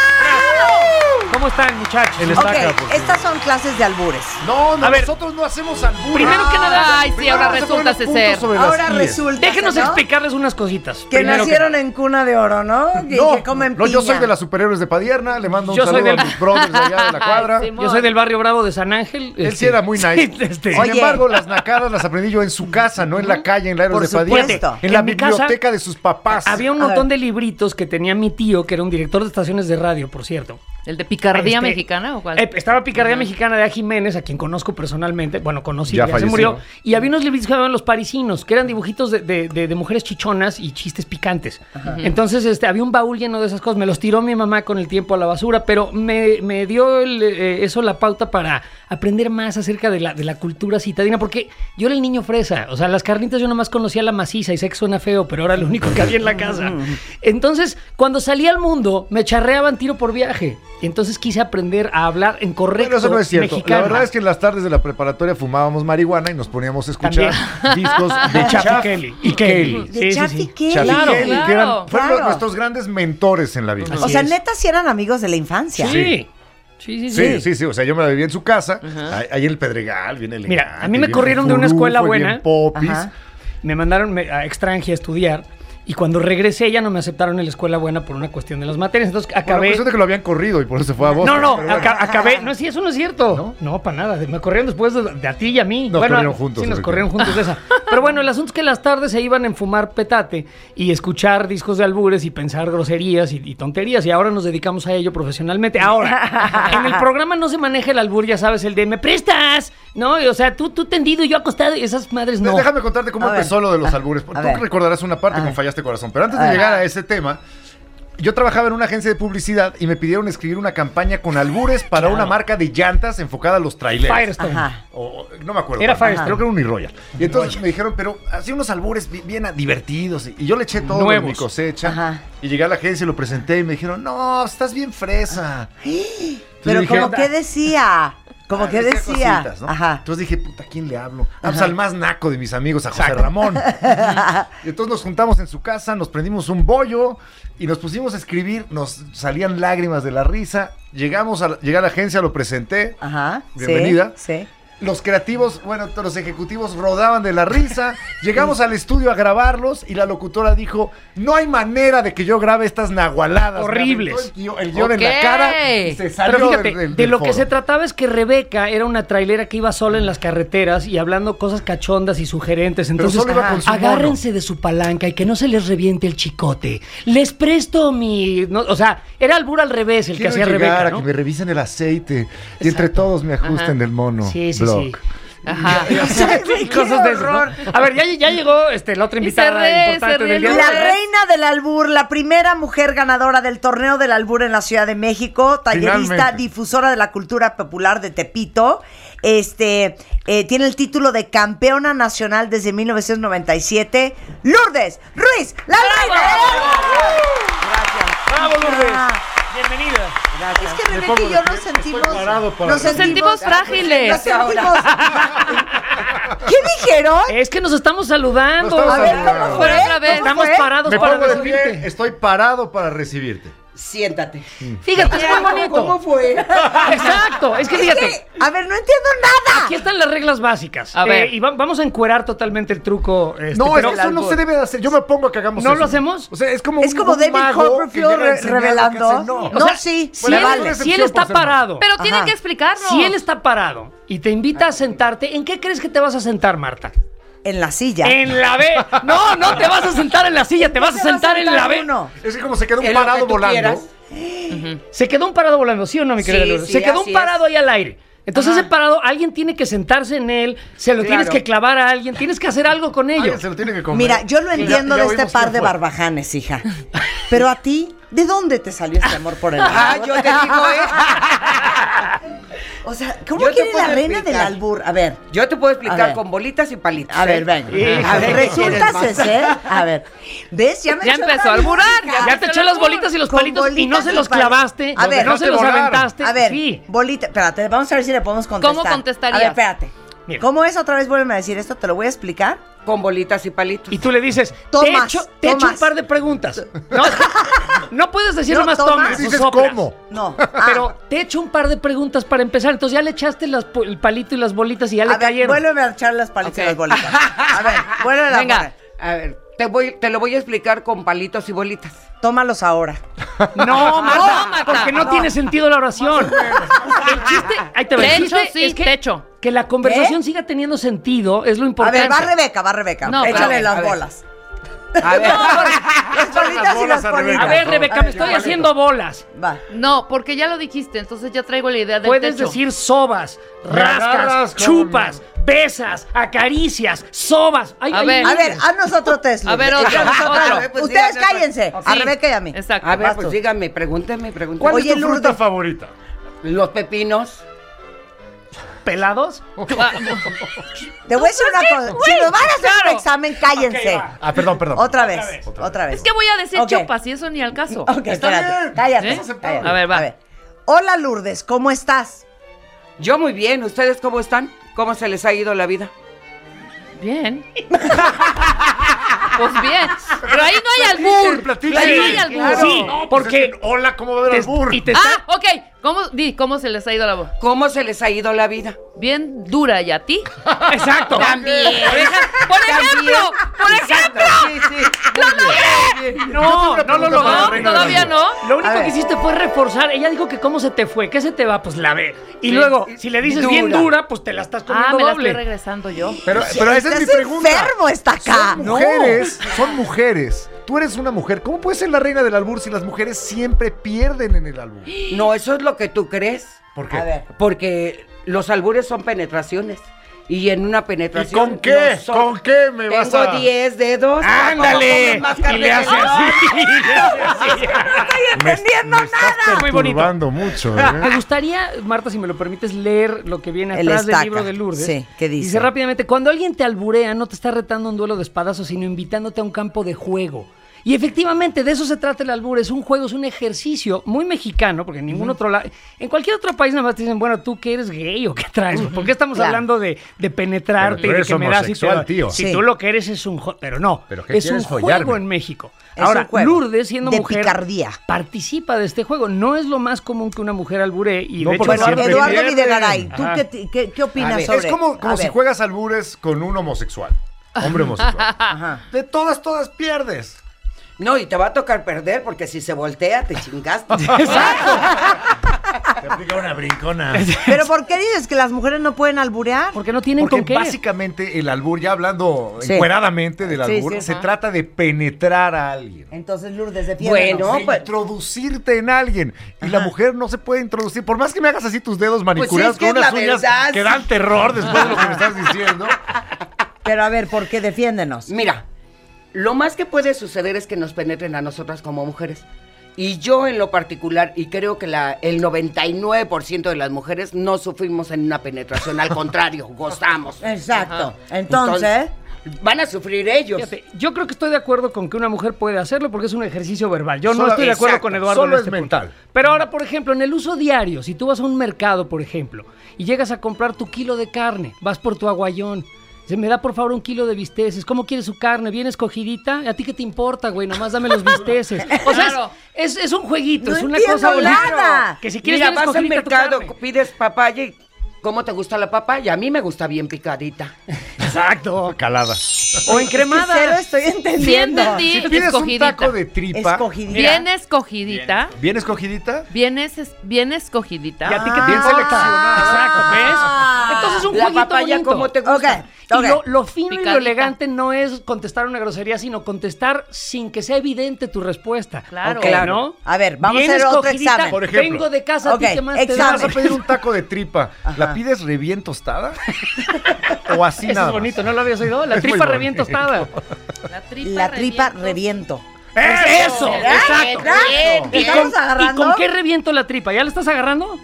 Speaker 8: ¿Cómo están, muchachos?
Speaker 5: ok, estas son clases de albures.
Speaker 13: No,
Speaker 8: A ver.
Speaker 13: nosotros no hacemos albures.
Speaker 5: Ah, Primero que nada-
Speaker 13: Ay, sí, ahora resulta ser.
Speaker 5: Ahora resulta.
Speaker 8: Déjenos
Speaker 5: ¿no?
Speaker 8: explicarles unas cositas.
Speaker 5: Que
Speaker 8: Primero
Speaker 5: nacieron en cuna de oro, ¿no? Y que comen
Speaker 13: No, yo soy
Speaker 5: piña.
Speaker 13: de las superhéroes de Padierna, le mando un
Speaker 8: Yo soy
Speaker 13: saludo
Speaker 8: del-
Speaker 13: a mis
Speaker 8: [laughs]
Speaker 13: brothers de allá de la cuadra.
Speaker 8: Yo soy del barrio Bravo de San Ángel.
Speaker 13: Él sí
Speaker 8: Este,
Speaker 13: era muy nice.
Speaker 8: sí, este,
Speaker 13: Sin embargo, las nacadas las aprendí yo en su casa, no en la calle, en la
Speaker 8: Por
Speaker 13: Héroes de
Speaker 8: supuesto.
Speaker 13: Padierna. En la
Speaker 8: En mi casa-
Speaker 13: biblioteca de sus papás.
Speaker 8: Había un
Speaker 13: A ver.
Speaker 8: montón de libritos que tenía mi tío, que era un director de estaciones de radio, por cierto.
Speaker 19: ¿El de Picardía
Speaker 8: Este,
Speaker 19: Mexicana o cuál?
Speaker 8: Eh, estaba Picardía Mexicana de A. Jiménez, a quien conozco personalmente. Bueno, conocí,
Speaker 13: Ya
Speaker 8: ya, se
Speaker 13: falleció.
Speaker 8: murió. Y había unos libritos que llamaban Los Parisinos, que eran dibujitos de, de- de- de mujeres chichonas y chistes picantes. Entonces, este, había un baúl lleno de esas cosas. Me los tiró mi mamá con el tiempo a la basura, pero me, me dio el, eh, eso la pauta para aprender más acerca de la, de la cultura citadina, porque yo era el niño fresa. O sea, las carnitas yo nomás conocía la maciza y sé que suena feo, pero era lo único que había en la casa. Entonces, cuando salí al mundo, me charreaban tiro por viaje. Y entonces quise aprender a hablar en correcto
Speaker 13: Pero eso no es cierto.
Speaker 8: mexicano.
Speaker 13: La verdad es que en las tardes de la preparatoria fumábamos marihuana y nos poníamos a escuchar
Speaker 8: También.
Speaker 13: discos
Speaker 8: [laughs]
Speaker 13: de
Speaker 8: De Chaff y
Speaker 13: Chaff
Speaker 8: Kelly. Y Kelly.
Speaker 5: De Sí, sí, Chaff y sí. Kelly.
Speaker 13: Chaff y
Speaker 5: Claro,
Speaker 13: Kelly, que eran-
Speaker 5: claro,
Speaker 13: fueron
Speaker 5: claro.
Speaker 13: nuestros grandes mentores en la vida.
Speaker 5: O sea, neta, si eran amigos de la infancia.
Speaker 13: Sí.
Speaker 8: Sí,
Speaker 13: Sí, sí, sí, O sea, yo me la viví en su casa, ahí- ahí en el Pedregal, bien elegante.
Speaker 8: Mira, a mí me
Speaker 13: bien
Speaker 8: corrieron de una
Speaker 13: furufo,
Speaker 8: escuela
Speaker 13: bien
Speaker 8: buena.
Speaker 13: popis.
Speaker 8: Ajá. Me mandaron me- a extranjera a estudiar. Y cuando regresé ya no me aceptaron en la escuela buena por una cuestión de las materias. Entonces
Speaker 13: Bueno,
Speaker 8: acabé...
Speaker 13: pues, es de que lo habían corrido y por eso se fue a vos.
Speaker 8: no, no, aca- acabé... No, sí, eso no es cierto. No, para nada. Me corrieron después de, de a ti y a mí.
Speaker 13: Nos corrieron juntos,
Speaker 8: Sí, nos
Speaker 13: efectivamente.
Speaker 8: corrieron juntos de esa. Pero bueno, el asunto es que las tardes se iban a enfumar petate y escuchar discos de albures y pensar groserías y, y tonterías. Y ahora nos dedicamos a ello profesionalmente.
Speaker 13: [laughs]
Speaker 8: Ahora, en el programa no se maneja el albur, ya sabes, el de me prestas, ¿no? Y, o sea, tú, tú tendido y yo acostado y esas madres no.
Speaker 13: Déjame contarte cómo
Speaker 8: A ver. Ah,
Speaker 13: empezó lo de los albures. Tú
Speaker 8: a ver.
Speaker 13: recordarás una parte con Fallaste Corazón. Pero antes de
Speaker 8: A ver.
Speaker 13: llegar a ese tema, yo trabajaba en una agencia de publicidad y me pidieron escribir una campaña con albures para
Speaker 8: Claro.
Speaker 13: una marca de llantas enfocada a los trailers.
Speaker 8: Firestone. Ajá.
Speaker 13: O- o- no me acuerdo.
Speaker 8: Era
Speaker 13: cuál.
Speaker 8: Firestone.
Speaker 13: Creo que era un Royal. Y entonces me dijeron, pero hacía unos albures bi- bien divertidos. Y y yo le eché todo de mi
Speaker 8: Nuevos.
Speaker 13: cosecha. Y llegué a la agencia y lo presenté y me dijeron, no, estás bien fresa.
Speaker 5: Pero
Speaker 13: dije,
Speaker 5: como que decía. Como
Speaker 13: Ah,
Speaker 5: que decía.
Speaker 13: cositas, ¿no? Entonces dije, puta, ¿a quién le hablo? Ah, pues al más naco de mis amigos, a
Speaker 5: [laughs]
Speaker 13: José Ramón. y entonces nos juntamos en su casa, nos prendimos un bollo y nos pusimos a escribir, nos salían lágrimas de la risa. Llegamos a, la- llegué a la agencia, lo presenté.
Speaker 5: Ajá. sí,
Speaker 13: Bienvenida.
Speaker 5: Sí.
Speaker 13: Los creativos, bueno, todos los ejecutivos rodaban de la
Speaker 5: [laughs]
Speaker 13: risa. Llegamos al estudio a grabarlos y la locutora dijo: No hay manera de que yo grabe estas nahualadas.
Speaker 8: Horribles.
Speaker 13: Me aventó El guión en la cara y se salió
Speaker 8: Pero fíjate,
Speaker 13: del- del-
Speaker 8: de
Speaker 13: del
Speaker 8: lo que
Speaker 13: foro.
Speaker 8: se trataba es que Rebeca era una trailera que iba sola en las carreteras y hablando cosas cachondas y sugerentes. Entonces,
Speaker 13: solo iba con su
Speaker 8: agárrense de su palanca y que no se les reviente el chicote. Les presto mi. no, o sea, era albur al revés el
Speaker 13: Quiero
Speaker 8: que hacía
Speaker 13: llegar
Speaker 8: Rebeca.
Speaker 13: a
Speaker 8: ¿no?
Speaker 13: que me revisen el aceite y entre todos me ajusten
Speaker 8: Ajá.
Speaker 13: del mono.
Speaker 8: Sí, sí, [laughs]
Speaker 13: Blog.
Speaker 8: sí. Ajá.
Speaker 13: [laughs]
Speaker 8: Y cosas de esas, ¿no? A ver, ya, ya llegó este, la otra invitada importante del día. de
Speaker 5: La
Speaker 8: hoy.
Speaker 5: reina del albur, la primera mujer ganadora del torneo del albur en la Ciudad de México, tallerista,
Speaker 13: Finalmente.
Speaker 5: difusora de la cultura popular de Tepito. Este eh, tiene el título de campeona nacional desde 1997. Lourdes Ruiz, la reina del albur.
Speaker 8: ¡Bravo, Lourdes!
Speaker 5: Ah.
Speaker 8: Bienvenida.
Speaker 5: Es que Rebeca y yo nos sentimos.
Speaker 19: Nos sentimos frágiles.
Speaker 5: Nos sentimos.
Speaker 8: ¿Qué
Speaker 5: dijeron?
Speaker 8: Es que nos estamos saludando.
Speaker 13: Nos estamos A ver, saludando. ¿cómo fue?
Speaker 8: Otra vez.
Speaker 13: ¿Cómo
Speaker 8: Estamos
Speaker 13: fue?
Speaker 8: parados
Speaker 13: Me
Speaker 8: para
Speaker 13: pongo de pie,
Speaker 8: recibirte.
Speaker 13: estoy parado para recibirte.
Speaker 5: Siéntate.
Speaker 13: Mm.
Speaker 8: Fíjate, es muy bonito.
Speaker 5: ¿Cómo fue?
Speaker 8: Exacto, es que fíjate.
Speaker 5: a ver, no entiendo nada.
Speaker 8: Aquí están las reglas básicas.
Speaker 13: A
Speaker 8: Eh,
Speaker 13: ver.
Speaker 8: y va- vamos a encuerar totalmente el truco. este,
Speaker 13: no, es
Speaker 8: pero-
Speaker 13: que eso no se debe de hacer. Yo me opongo a que hagamos
Speaker 8: ¿No
Speaker 13: eso.
Speaker 8: lo hacemos?
Speaker 13: O sea, es como
Speaker 5: Es
Speaker 13: un-
Speaker 5: como
Speaker 13: un
Speaker 5: David
Speaker 13: mago que
Speaker 5: Copperfield
Speaker 13: llega a
Speaker 5: re-
Speaker 13: enseñar lo que
Speaker 5: revelando.
Speaker 13: hace. No,
Speaker 8: O sea,
Speaker 13: Bueno, es una
Speaker 8: Si él
Speaker 13: excepción
Speaker 8: está
Speaker 13: por ser mago.
Speaker 8: parado.
Speaker 19: Pero tienen que explicarnos.
Speaker 8: Si él está parado y te invita a sentarte, ¿en qué crees que te vas a sentar, Marta?
Speaker 5: En la silla.
Speaker 8: En la B. No, no te vas a sentar en la silla, te vas a sentar en la B.
Speaker 13: Es que como se queda un
Speaker 8: En lo que
Speaker 13: parado
Speaker 8: tú
Speaker 13: volando.
Speaker 8: quieras. Se quedó un parado volando, ¿sí o no, mi querida
Speaker 13: Sí,
Speaker 8: Lourdes?
Speaker 13: sí,
Speaker 8: Se quedó
Speaker 13: así
Speaker 8: un parado ahí al aire. Entonces ese parado, alguien tiene que sentarse en él, se lo tienes
Speaker 5: Claro.
Speaker 8: que clavar a alguien, tienes que hacer algo con ello.
Speaker 13: se lo tiene que
Speaker 5: Mira, yo lo entiendo de este par de barbajanes, hija. Pero a ti, ¿de dónde te salió este amor
Speaker 20: [laughs]
Speaker 5: por el albur?
Speaker 20: Ah, yo te digo, ¿eh?
Speaker 5: O sea, ¿cómo quiere la reina del albur? A ver.
Speaker 20: Yo te puedo explicar
Speaker 5: ver.
Speaker 20: con bolitas y palitos.
Speaker 5: A ver,
Speaker 20: ¿eh?
Speaker 5: venga.
Speaker 20: A ver, ¿qué quieres
Speaker 5: resulta
Speaker 20: más?
Speaker 5: ser. ¿eh? A ver. ¿Ves? Ya me
Speaker 20: Ya
Speaker 5: echó
Speaker 20: empezó
Speaker 5: la
Speaker 20: a alburar,
Speaker 5: bronca.
Speaker 8: ya te echó las bolitas y los
Speaker 5: Con
Speaker 8: palitos y
Speaker 5: bolitas
Speaker 8: no se
Speaker 5: y
Speaker 8: los
Speaker 5: palitos.
Speaker 8: clavaste,
Speaker 5: A
Speaker 8: los
Speaker 5: ver,
Speaker 8: dejaste volar.
Speaker 5: A ver, bolita, espérate, vamos a ver si le podemos contestar.
Speaker 19: ¿Cómo contestarías?
Speaker 5: A ver, espérate. ¿Cómo es? Otra vez vuelven a decir esto, te lo voy a explicar.
Speaker 20: Con bolitas y palitos.
Speaker 8: Y tú le dices,
Speaker 5: Tomas,
Speaker 8: te echo, te echo un
Speaker 5: tomas.
Speaker 8: par de preguntas. No, no puedes decir
Speaker 5: No,
Speaker 8: nomás
Speaker 5: tomas.
Speaker 8: tomas. o
Speaker 5: Dices,
Speaker 8: soplas.
Speaker 5: ¿cómo? No.
Speaker 8: [laughs]
Speaker 5: Ah.
Speaker 8: Pero te echo un par de preguntas para empezar. Entonces ya le echaste las po- el palito y las bolitas y ya le cayeron.
Speaker 5: Vuelve a echar las palitas y las bolitas. Ah,
Speaker 20: Bueno,
Speaker 8: la
Speaker 20: Venga, a ver, te, voy, te lo voy a explicar con palitos y bolitas.
Speaker 5: Tómalos
Speaker 20: [laughs]
Speaker 5: ahora.
Speaker 8: No, Marta,
Speaker 20: No, Marta.
Speaker 8: porque no,
Speaker 20: No.
Speaker 8: tiene sentido la oración. El chiste, ahí te va. El
Speaker 5: Techo,
Speaker 8: chiste
Speaker 5: sí,
Speaker 8: es que, que la conversación siga teniendo sentido es lo
Speaker 5: A
Speaker 8: importante.
Speaker 5: ver, va Rebeca, va Rebeca.
Speaker 8: No, a
Speaker 5: Échale
Speaker 8: ver, a
Speaker 5: las
Speaker 8: ver.
Speaker 5: bolas.
Speaker 8: A
Speaker 5: [laughs]
Speaker 8: ver.
Speaker 5: Las bolitas y las
Speaker 8: A ver, Rebeca, me estoy haciendo bolas.
Speaker 5: Va.
Speaker 19: No, porque ya lo dijiste, entonces ya traigo la idea del
Speaker 8: Puedes
Speaker 19: techo.
Speaker 8: decir sobas, rascas,
Speaker 19: agarras con-
Speaker 8: chupas, besas,
Speaker 5: [laughs]
Speaker 8: acaricias, sobas. Ay,
Speaker 19: A
Speaker 8: ay,
Speaker 19: ver.
Speaker 8: ay.
Speaker 5: A ver, haznos otro test.
Speaker 19: A ver,
Speaker 5: Lupita.
Speaker 19: otro,
Speaker 5: Échanos
Speaker 19: otro.
Speaker 5: otra.
Speaker 19: A ver, pues,
Speaker 5: Ustedes
Speaker 19: díganme,
Speaker 5: cállense.
Speaker 19: pues.
Speaker 5: A
Speaker 19: Sí.
Speaker 5: Rebeca y a mí.
Speaker 19: Exacto.
Speaker 20: A ver,
Speaker 5: Vas
Speaker 20: pues
Speaker 5: tú.
Speaker 20: díganme, pregúntenme, pregúntenme.
Speaker 5: ¿Cuál es Oye, tu fruta Lourdes.
Speaker 20: favorita? Los pepinos.
Speaker 8: ¿Pelados?
Speaker 5: Te voy a decir una
Speaker 19: Sí, güey,
Speaker 5: cosa. Si nos van a hacer un
Speaker 19: claro.
Speaker 5: examen, cállense.
Speaker 13: Ah, perdón, perdón.
Speaker 5: Otra vez, otra vez.
Speaker 19: Es que voy a decir
Speaker 5: Ok.
Speaker 19: chupas y eso ni al caso.
Speaker 5: Ok, espérate. Cállate,
Speaker 19: ¿Eh?
Speaker 5: cállate.
Speaker 19: A ver, va.
Speaker 5: Hola Lourdes, ¿cómo estás?
Speaker 20: Yo muy bien, ¿ustedes cómo están? ¿Cómo se les ha ido la vida? [laughs]
Speaker 19: Bien. Pues bien. Pero ahí no hay albur. Ahí no hay albur.
Speaker 8: Sí,
Speaker 13: pues
Speaker 8: porque.
Speaker 20: Hola, ¿cómo va a
Speaker 8: haber Te- albur? y te
Speaker 19: Ah, ok. ¿Cómo, di, ¿Cómo se les ha ido la voz?
Speaker 20: ¿Cómo se les ha ido la vida?
Speaker 19: Bien dura, ¿y a ti?
Speaker 8: [laughs] Exacto.
Speaker 19: También. Por ejemplo, por ejemplo.
Speaker 8: No, no lo lograste.
Speaker 19: todavía no.
Speaker 8: Lo único
Speaker 19: A ver.
Speaker 8: que hiciste fue reforzar. Ella dijo que cómo se te fue, qué se te va, pues la ve. Y
Speaker 19: Sí.
Speaker 8: luego, si le dices bien
Speaker 19: Dura.
Speaker 8: dura, pues te la estás
Speaker 19: Ah,
Speaker 8: comiendo
Speaker 19: me la estoy
Speaker 8: doble.
Speaker 19: regresando yo.
Speaker 13: Pero, pero esa es mi pregunta.
Speaker 5: enfermo, está acá.
Speaker 13: Son mujeres, son mujeres. Tú eres una mujer. ¿Cómo puedes ser la reina del albur si las mujeres siempre pierden en el albur?
Speaker 20: No, eso es lo que tú crees.
Speaker 13: ¿Por qué?
Speaker 20: A ver. Porque los albures son penetraciones. Y en una penetración.
Speaker 13: ¿Y con qué?
Speaker 20: no son-
Speaker 13: ¿Con qué me vas a-
Speaker 20: Tengo 10 dedos.
Speaker 13: ¡Ándale!
Speaker 20: Como-
Speaker 13: Y
Speaker 20: como
Speaker 13: le hace así.
Speaker 8: Me- me estás
Speaker 13: Muy
Speaker 8: perturbando [laughs]
Speaker 13: mucho.
Speaker 12: [laughs]
Speaker 8: Me gustaría, Marta, si me lo permites, leer lo que viene
Speaker 5: El
Speaker 8: atrás del
Speaker 5: estaca.
Speaker 8: libro de Lourdes.
Speaker 5: Sí, ¿qué dice?
Speaker 8: rápidamente, cuando alguien te alburea, no te está retando un duelo de espadazos, sino invitándote a un campo de juego. Y efectivamente, de eso se trata el albur. Es un juego, es un ejercicio muy mexicano, porque en ningún
Speaker 16: Ujú.
Speaker 8: otro lado... En cualquier otro país nada más te dicen, bueno, ¿tú qué eres gay o qué traes? ¿Por qué estamos
Speaker 16: Claro.
Speaker 8: hablando de, de
Speaker 16: Pero
Speaker 8: penetrarte
Speaker 16: tú
Speaker 8: y de
Speaker 16: eres
Speaker 8: que me das y te
Speaker 16: homosexual,
Speaker 8: doy?
Speaker 16: tío.
Speaker 8: Si
Speaker 16: Sí.
Speaker 8: tú lo que eres es un... jo- Pero no,
Speaker 16: ¿Pero qué
Speaker 8: es un
Speaker 16: quieres follarme?
Speaker 8: juego en México.
Speaker 16: Es
Speaker 8: Ahora,
Speaker 16: un juego
Speaker 8: Lourdes, siendo
Speaker 16: de
Speaker 8: mujer,
Speaker 16: picardía.
Speaker 8: participa de este juego. No es lo más común que una mujer alburee y de hecho...
Speaker 5: Bueno,
Speaker 8: siempre
Speaker 5: Eduardo
Speaker 8: pierde.
Speaker 5: Videgaray, ¿tú
Speaker 8: Ajá.
Speaker 5: qué, ti- qué- qué opinas
Speaker 13: A ver,
Speaker 5: sobre
Speaker 13: Es como, como
Speaker 5: a
Speaker 13: si
Speaker 5: ver.
Speaker 13: juegas albures con un homosexual. [laughs] Hombre homosexual. De todas, todas pierdes.
Speaker 20: No, y te va a tocar perder porque si se voltea, te chingaste.
Speaker 13: [laughs] Te aplica una brincona.
Speaker 5: Este,
Speaker 13: [laughs]
Speaker 5: Pero ¿por qué dices que las mujeres no pueden alburear?
Speaker 8: Porque no tienen
Speaker 13: Porque básicamente el albur, ya hablando
Speaker 5: Sí.
Speaker 13: encueradamente del
Speaker 5: Sí,
Speaker 13: albur,
Speaker 5: sí,
Speaker 13: se
Speaker 5: ajá.
Speaker 13: trata de penetrar a alguien.
Speaker 5: Entonces Lourdes Pues,
Speaker 13: Bueno,
Speaker 5: defiéndanos.
Speaker 13: de introducirte en alguien. Y la mujer no se puede introducir. Por más que me hagas así tus dedos
Speaker 8: Pues,
Speaker 13: manicurados
Speaker 5: que es
Speaker 13: con unas
Speaker 5: la
Speaker 13: uñas
Speaker 5: verdad,
Speaker 13: que
Speaker 5: sí.
Speaker 13: dan terror después de lo que me estás diciendo.
Speaker 5: Pero a ver, ¿por qué defiéndenos?
Speaker 20: Mira, lo más que puede suceder es que nos penetren a nosotras como mujeres. Y yo en lo particular, y creo que la- el 99% de las mujeres no sufrimos en una penetración, al
Speaker 5: [laughs]
Speaker 20: contrario, gozamos.
Speaker 5: Exacto. Entonces-
Speaker 20: van a sufrir ellos.
Speaker 8: Fíjate, yo creo que estoy de acuerdo con que una mujer puede hacerlo porque es un ejercicio verbal. [laughs] Yo
Speaker 13: Solo-
Speaker 8: no estoy de acuerdo
Speaker 13: exacto,
Speaker 8: con Eduardo.
Speaker 13: solo
Speaker 8: en
Speaker 13: es
Speaker 8: este punto.
Speaker 13: mental.
Speaker 8: Pero ahora, por ejemplo, en el uso diario, si tú vas a un mercado, por ejemplo, y llegas a comprar tu kilo de carne, vas por tu aguayón. Se me da por favor un kilo de bisteces. ¿Cómo quieres su carne? ¿Bien escogidita? ¿A ti qué te importa, güey? Nomás dame los bisteces. O sea, es-
Speaker 20: [laughs] Claro.
Speaker 8: es, es un jueguito,
Speaker 20: No
Speaker 8: es una
Speaker 20: entiendo
Speaker 8: cosa bonita.
Speaker 20: nada.
Speaker 8: Que si quieres
Speaker 20: Mira,
Speaker 8: bien
Speaker 20: vas al
Speaker 8: escogidita tu
Speaker 20: mercado,
Speaker 8: carne.
Speaker 20: pides papaya y ¿cómo te gusta la papaya? A mí me gusta
Speaker 8: [laughs]
Speaker 20: bien picadita.
Speaker 8: Exacto.
Speaker 13: Calada.
Speaker 8: O encremada.
Speaker 5: Es que cero estoy entendiendo.
Speaker 19: Sí entendí,
Speaker 13: Si pides
Speaker 19: escogidita.
Speaker 13: un taco de tripa.
Speaker 19: Bien escogidita.
Speaker 13: ¿Bien escogidita?
Speaker 19: Bien, es, bien escogidita.
Speaker 13: ¿Y a ti qué te Bien importa? seleccionada.
Speaker 8: Exacto, ¿ves? Entonces es un
Speaker 20: La
Speaker 8: jueguito
Speaker 20: papaya,
Speaker 8: bonito.
Speaker 20: ¿cómo te gusta?
Speaker 8: Y
Speaker 20: Ok, ok.
Speaker 8: Lo, lo fino y
Speaker 20: Picadita.
Speaker 8: lo elegante no es contestar una grosería, sino contestar sin que sea evidente tu respuesta.
Speaker 5: Claro.
Speaker 8: Ok,
Speaker 5: Claro.
Speaker 8: ¿no?
Speaker 5: A ver, vamos
Speaker 8: Bien
Speaker 5: a hacer otro
Speaker 8: escogidita,
Speaker 5: examen.
Speaker 13: Por ejemplo.
Speaker 8: Vengo de casa,
Speaker 5: Ok,
Speaker 8: ¿a ti qué más te
Speaker 13: Si vas
Speaker 8: da?
Speaker 13: a pedir un taco de tripa, ¿la pides re bien tostada? ¿O así
Speaker 8: Eso
Speaker 13: nada
Speaker 8: es
Speaker 13: más?
Speaker 8: bonito, no lo habías oído. La
Speaker 13: Es muy
Speaker 8: tripa
Speaker 13: bonito.
Speaker 8: revienta
Speaker 13: [laughs]
Speaker 8: tostada.
Speaker 5: La tripa reviento.
Speaker 8: ¡Eso! ¡Exacto!
Speaker 5: Exacto.
Speaker 8: ¿Y
Speaker 5: ¿Estamos
Speaker 8: con-
Speaker 5: agarrando?
Speaker 8: ¿Y con qué reviento la tripa? ¿Ya la estás
Speaker 20: [laughs]
Speaker 8: agarrando?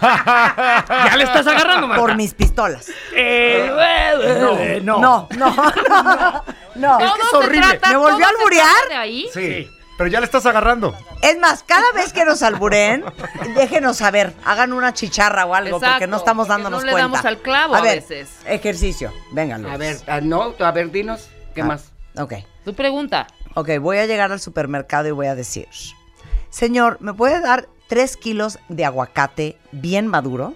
Speaker 8: ¿Ya la estás agarrando, Marta?
Speaker 5: Por mis pistolas.
Speaker 8: Eh, eh, eh,
Speaker 5: No, no, no. no.
Speaker 19: Todo se trata-
Speaker 5: ¿Me
Speaker 19: todo
Speaker 5: volvió a
Speaker 19: se trata
Speaker 5: alburear?
Speaker 19: de ahí?
Speaker 13: Sí. Pero ya le estás agarrando.
Speaker 5: Es más, cada vez que nos alburen, déjenos saber, hagan una chicharra o algo, porque
Speaker 20: Exacto,
Speaker 5: no estamos dándonos
Speaker 20: no le
Speaker 5: cuenta.
Speaker 20: damos al clavo a
Speaker 5: ver, eh,
Speaker 20: veces.
Speaker 5: Ejercicio, vengan.
Speaker 20: A ver, ah, no, a ver, dinos, ¿qué más?
Speaker 5: Ok.
Speaker 20: Tu pregunta.
Speaker 5: Ok, voy a llegar al supermercado y voy a decir, señor, ¿me puede dar tres kilos de aguacate bien maduro?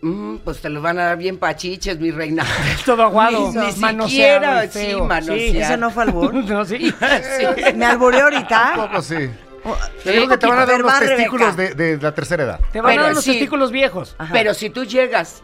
Speaker 20: Mm, pues te los van a dar bien pachiches, mi reina.
Speaker 8: [laughs] Todo
Speaker 5: aguado,
Speaker 20: Ni, ni
Speaker 5: manoseado
Speaker 20: siquiera,
Speaker 5: y
Speaker 20: sí,
Speaker 5: feo.
Speaker 20: manoseado.
Speaker 5: Sí, ¿eso no fue albur?
Speaker 8: no, sí.
Speaker 20: [laughs] Sí.
Speaker 5: ¿Me albureó ahorita?
Speaker 13: Un poco sí.
Speaker 20: Sí,
Speaker 13: Yo creo que te van a dar
Speaker 20: pero
Speaker 13: unos
Speaker 20: va,
Speaker 13: testículos
Speaker 20: Rebeca.
Speaker 13: de, de la tercera edad.
Speaker 8: Te van a dar los testículos viejos.
Speaker 20: Pero si tú llegas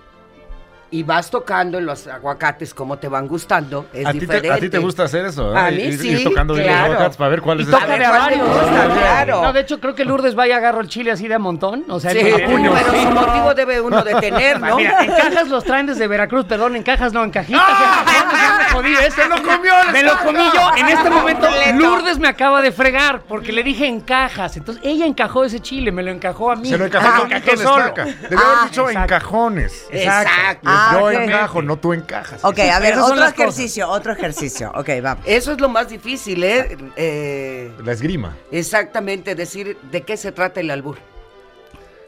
Speaker 20: y vas tocando en los aguacates como te van gustando, es
Speaker 13: a, ti
Speaker 20: diferente.
Speaker 13: te, a ti te gusta hacer eso, ¿eh?
Speaker 20: A mí
Speaker 13: Ir-
Speaker 20: sí,
Speaker 13: ir tocando bien los
Speaker 20: claro.
Speaker 13: aguacates para ver cuál
Speaker 8: Y
Speaker 13: es
Speaker 8: toca de a
Speaker 13: cuál te
Speaker 8: varios.
Speaker 13: gusta, bien.
Speaker 8: No, de hecho, creo que Lourdes va y agarra el chile así de a montón. O sea,
Speaker 20: Sí,
Speaker 8: con el puño.
Speaker 20: pero
Speaker 8: Sí.
Speaker 20: sin motivo debe uno de tener, ¿no?
Speaker 8: Mira, en cajas los traen desde Veracruz, perdón, en cajas no, en cajitas.
Speaker 20: ¡Ah!
Speaker 8: ¡Se lo comió! Me lo comí yo. En este momento,
Speaker 20: Completo.
Speaker 8: Lourdes me acaba de fregar porque le dije en cajas. Entonces, ella encajó ese chile, me lo encajó a mí.
Speaker 13: Se lo encajó
Speaker 8: Ah,
Speaker 13: con
Speaker 8: encajé
Speaker 13: Quito de
Speaker 8: solo. Ah,
Speaker 13: Estaca. Debió haber dicho en cajones.
Speaker 5: Exacto. Exacto.
Speaker 13: Les-
Speaker 5: Ah,
Speaker 13: yo
Speaker 5: ok.
Speaker 13: encajo, no tú encajas.
Speaker 5: Ok, a ver,
Speaker 13: Esas son
Speaker 5: otro
Speaker 13: las cosas.
Speaker 5: ejercicio, otro ejercicio. Ok, vamos.
Speaker 20: Eso es lo más difícil, ¿eh? Eh,
Speaker 13: La esgrima.
Speaker 20: exactamente, decir de qué se trata el albur.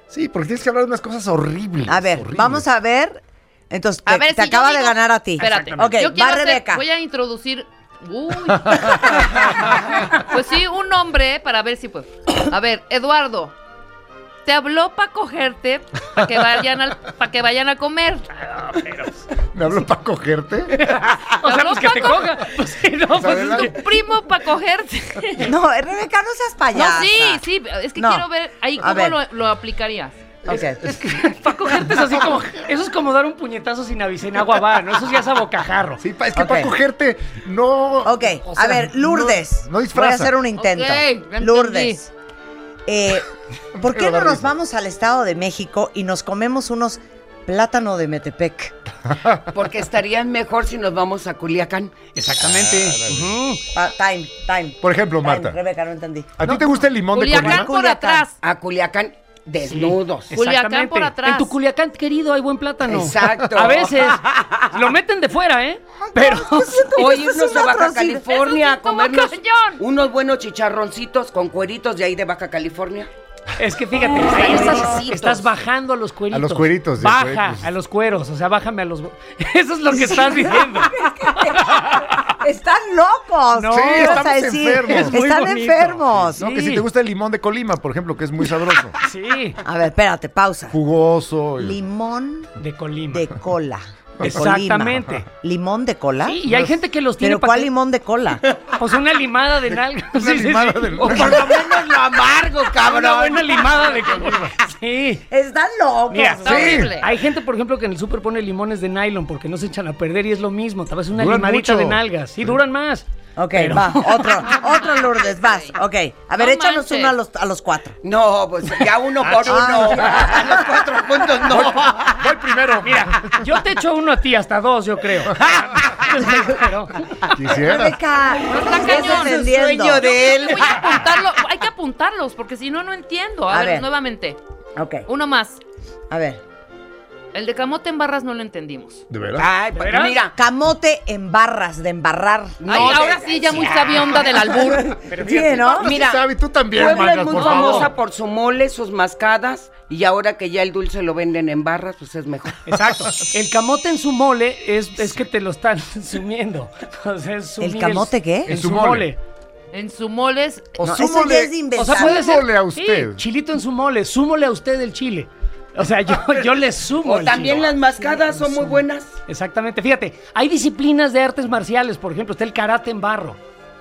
Speaker 13: Sí, porque tienes que hablar de unas cosas horribles.
Speaker 5: A ver, vamos a ver. Entonces, te, te
Speaker 9: si yo
Speaker 5: acaba de
Speaker 9: digo-
Speaker 5: ganar a ti.
Speaker 9: Espérate.
Speaker 5: Ok,
Speaker 9: Yo quiero
Speaker 5: va
Speaker 9: hacer-
Speaker 5: Rebeca.
Speaker 9: voy a introducir.
Speaker 5: [laughs]
Speaker 9: Uy. pues sí, un nombre para ver si pues. A ver, Eduardo. Te habló para cogerte, para que vayan al, para que vayan a comer.
Speaker 13: ¿Me habló para cogerte?
Speaker 9: O sea, pues que te coja.
Speaker 13: pues, es
Speaker 9: tu primo para cogerte.
Speaker 5: No, Rebeca, no seas payasa.
Speaker 9: No, sí, sí, es que
Speaker 5: No.
Speaker 9: quiero ver ahí
Speaker 5: A
Speaker 9: cómo
Speaker 5: ver.
Speaker 9: Lo, lo aplicarías.
Speaker 5: Ok.
Speaker 8: Cogerte es así como- eso es como dar un puñetazo sin avisar en agua va, ¿no? Eso ya es a bocajarro.
Speaker 13: Sí, es que para cogerte no...
Speaker 5: Ok, a ver, Lourdes.
Speaker 13: No, no disfraza.
Speaker 5: Voy a hacer un intento.
Speaker 9: Ok, ya entendí.
Speaker 5: Lourdes. eh, ¿Por qué
Speaker 13: Pero da
Speaker 5: no nos
Speaker 13: risa.
Speaker 5: vamos al Estado de México y nos comemos unos plátano de Metepec?
Speaker 20: Porque estarían mejor si nos vamos a Culiacán. Ah,
Speaker 8: Exactamente.
Speaker 5: Pa- time, time.
Speaker 13: Por ejemplo,
Speaker 5: Time,
Speaker 13: Marta.
Speaker 5: Rebeca, no entendí.
Speaker 13: ¿A ti te gusta el limón de
Speaker 9: Culiacán
Speaker 13: Colima?
Speaker 9: por atrás.
Speaker 20: A Culiacán desnudos.
Speaker 9: Culiacán por atrás.
Speaker 8: En tu Culiacán querido hay buen plátano.
Speaker 20: Exacto.
Speaker 8: A veces
Speaker 9: [laughs]
Speaker 8: lo meten de fuera, ¿eh? Pero
Speaker 9: Pues,
Speaker 20: Hoy irnos a Baja California a
Speaker 9: Eso sí, como
Speaker 20: comernos
Speaker 9: cañón.
Speaker 20: unos buenos chicharroncitos con cueritos de ahí de Baja California.
Speaker 8: es que fíjate, ahí estás, estás bajando a los cueritos.
Speaker 13: A los cueritos, pues. de
Speaker 8: Baja
Speaker 13: cueritos.
Speaker 8: a los cueros, o sea, bájame a los. [laughs] Eso es lo que
Speaker 9: [laughs]
Speaker 8: estás diciendo.
Speaker 5: Están locos.
Speaker 8: No,
Speaker 5: ¿Qué
Speaker 13: Sí,
Speaker 5: ibas
Speaker 13: estamos
Speaker 5: a decir?
Speaker 13: enfermos.
Speaker 8: muy
Speaker 5: Están
Speaker 8: bonito.
Speaker 5: enfermos.
Speaker 13: No, que si te gusta el limón de Colima, por ejemplo, que es muy sabroso.
Speaker 8: Sí,
Speaker 5: A ver, espérate, pausa.
Speaker 13: Jugoso. y-
Speaker 5: Limón
Speaker 8: de Colima.
Speaker 5: de cola. de Colima.
Speaker 8: Exactamente.
Speaker 5: ¿Limón de cola?
Speaker 8: Sí, y hay gente que los tiene
Speaker 5: ¿Pero
Speaker 8: pa'
Speaker 5: cuál
Speaker 8: que-
Speaker 5: limón de
Speaker 8: [laughs]
Speaker 5: cola?
Speaker 8: Pues una limada de nalga.
Speaker 13: Una limada de
Speaker 8: O por
Speaker 13: nalga.
Speaker 8: lo menos lo amargo,
Speaker 20: cabrón.
Speaker 8: Una buena limada de Colima. Sí.
Speaker 5: Están locos.
Speaker 8: Mira,
Speaker 9: Está horrible.
Speaker 8: hay gente, por ejemplo, que en el súper pone limones de nylon porque no se echan a perder y es lo mismo. Tal vez una
Speaker 13: Duran
Speaker 8: limadita
Speaker 13: mucho.
Speaker 8: de nalgas. Sí, duran más.
Speaker 5: Ok,
Speaker 8: Pero-
Speaker 20: [laughs]
Speaker 5: va, otro, otro Lourdes, vas, ok. A ver,
Speaker 9: No
Speaker 5: échanos
Speaker 9: manches.
Speaker 5: uno a los, a los cuatro. Ah,
Speaker 20: No, pues ya uno por uno. A los cuatro [laughs] puntos no.
Speaker 13: Voy primero.
Speaker 8: Mira, yo te echo uno a ti, hasta dos, yo creo. Pero-
Speaker 13: Quisiera.
Speaker 5: Rebeca, no
Speaker 9: está
Speaker 5: estás
Speaker 9: cañón.
Speaker 5: entendiendo.
Speaker 20: Sueño de él.
Speaker 9: Voy a apuntarlo. Hay que apuntarlos porque si no, no entiendo. A,
Speaker 5: A
Speaker 9: ver,
Speaker 5: ver.
Speaker 9: nuevamente.
Speaker 5: Ok,
Speaker 9: Uno más.
Speaker 5: a ver.
Speaker 9: El de camote en barras no lo entendimos.
Speaker 13: ¿De verdad?
Speaker 20: Ay, pues
Speaker 8: veras?
Speaker 20: mira.
Speaker 5: Camote en barras, de embarrar.
Speaker 9: Ay,
Speaker 20: de-
Speaker 9: ahora sí, ya muy sabionda
Speaker 5: [laughs]
Speaker 9: del
Speaker 20: [laughs]
Speaker 9: albur.
Speaker 5: sí, ¿no?
Speaker 20: Mira,
Speaker 13: Sabe, tú también,
Speaker 20: Puebla
Speaker 13: mangas,
Speaker 20: es muy
Speaker 13: por favor.
Speaker 20: famosa por su mole, sus mascadas, y ahora que ya el dulce lo venden en barras, pues es mejor.
Speaker 8: Exacto. El camote en su mole es, es que te lo están [laughs] sumiendo. O sea, es sumir
Speaker 5: ¿El camote qué?
Speaker 8: En su mole.
Speaker 9: En su moles.
Speaker 13: O
Speaker 5: No, eso
Speaker 13: súmole-
Speaker 5: ya es de
Speaker 8: O
Speaker 5: inventar.
Speaker 8: sea, puede ser.
Speaker 13: Súmole a
Speaker 8: sí,
Speaker 13: usted.
Speaker 8: chilito en su mole. Súmole a usted el chile. O
Speaker 5: [laughs]
Speaker 8: sea, yo, yo le sumo.
Speaker 20: O
Speaker 8: el
Speaker 20: también
Speaker 8: chile.
Speaker 20: las mascadas son muy buenas.
Speaker 8: Exactamente. Fíjate, hay disciplinas de artes marciales. Por ejemplo, está el karate en barro,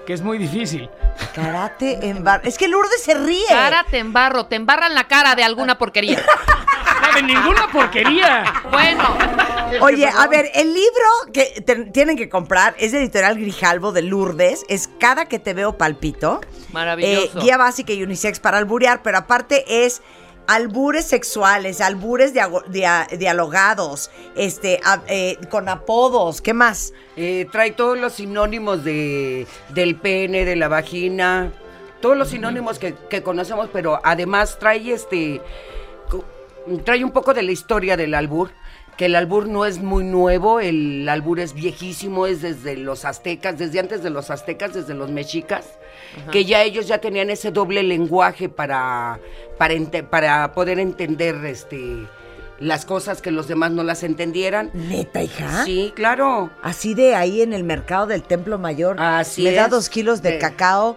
Speaker 8: que es muy difícil.
Speaker 5: Karate en barras. Es que Lourdes se ríe.
Speaker 9: Cara te embarro, te embarran la cara de alguna porquería.
Speaker 8: No, de ninguna porquería.
Speaker 9: Bueno,
Speaker 5: [laughs] Oye, a ver, el libro que te- tienen que comprar es de Editorial Grijalvo de Lourdes. Es Cada que te veo palpito.
Speaker 9: Maravilloso.
Speaker 5: Eh, guía básica y unisex para alburear, pero aparte es albures sexuales, albures diago- dia- dialogados, este, a- eh, con apodos, ¿qué más?
Speaker 20: Eh, trae todos los sinónimos de, del pene, de la vagina, todos los sinónimos que, que conocemos, pero además trae este co- trae un poco de la historia del albur. que el albur no es muy nuevo, el albur es viejísimo, es desde los aztecas, desde antes de los aztecas, desde los mexicas,
Speaker 9: Ajá.
Speaker 20: que ya ellos ya tenían ese doble lenguaje para, para, ente- para poder entender este las cosas que los demás no las entendieran.
Speaker 5: ¿Neta, hija?
Speaker 20: Sí, claro.
Speaker 5: Así de ahí en el mercado del Templo Mayor.
Speaker 20: Así
Speaker 5: Me da
Speaker 20: es. Eh,
Speaker 5: dos kilos de cacao.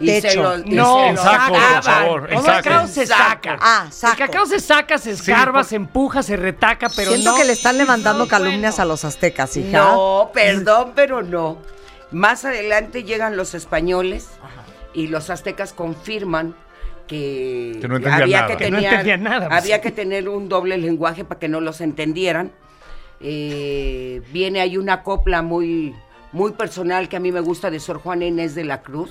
Speaker 20: Y
Speaker 5: Techo.
Speaker 20: se los- y
Speaker 8: No,
Speaker 20: se
Speaker 8: en
Speaker 20: los
Speaker 8: saco, por
Speaker 20: sacaban.
Speaker 8: favor, en
Speaker 20: Todo
Speaker 8: saco.
Speaker 20: cacao se saca.
Speaker 5: Ah, saco.
Speaker 8: El cacao se saca, se escarba, se empuja, se retaca, pero
Speaker 5: Siento
Speaker 8: no-
Speaker 5: que le están levantando calumnias a los aztecas, hija.
Speaker 20: No, perdón, pero no. Más adelante llegan los españoles y los aztecas confirman que,
Speaker 13: Que no entendían
Speaker 20: había
Speaker 13: nada.
Speaker 20: que
Speaker 13: Que no
Speaker 20: tener,
Speaker 13: entendían nada, pues.
Speaker 20: había que tener un doble lenguaje para que no los entendieran. Eh, viene ahí una copla muy, muy personal que a mí me gusta de Sor Juana Inés de la Cruz.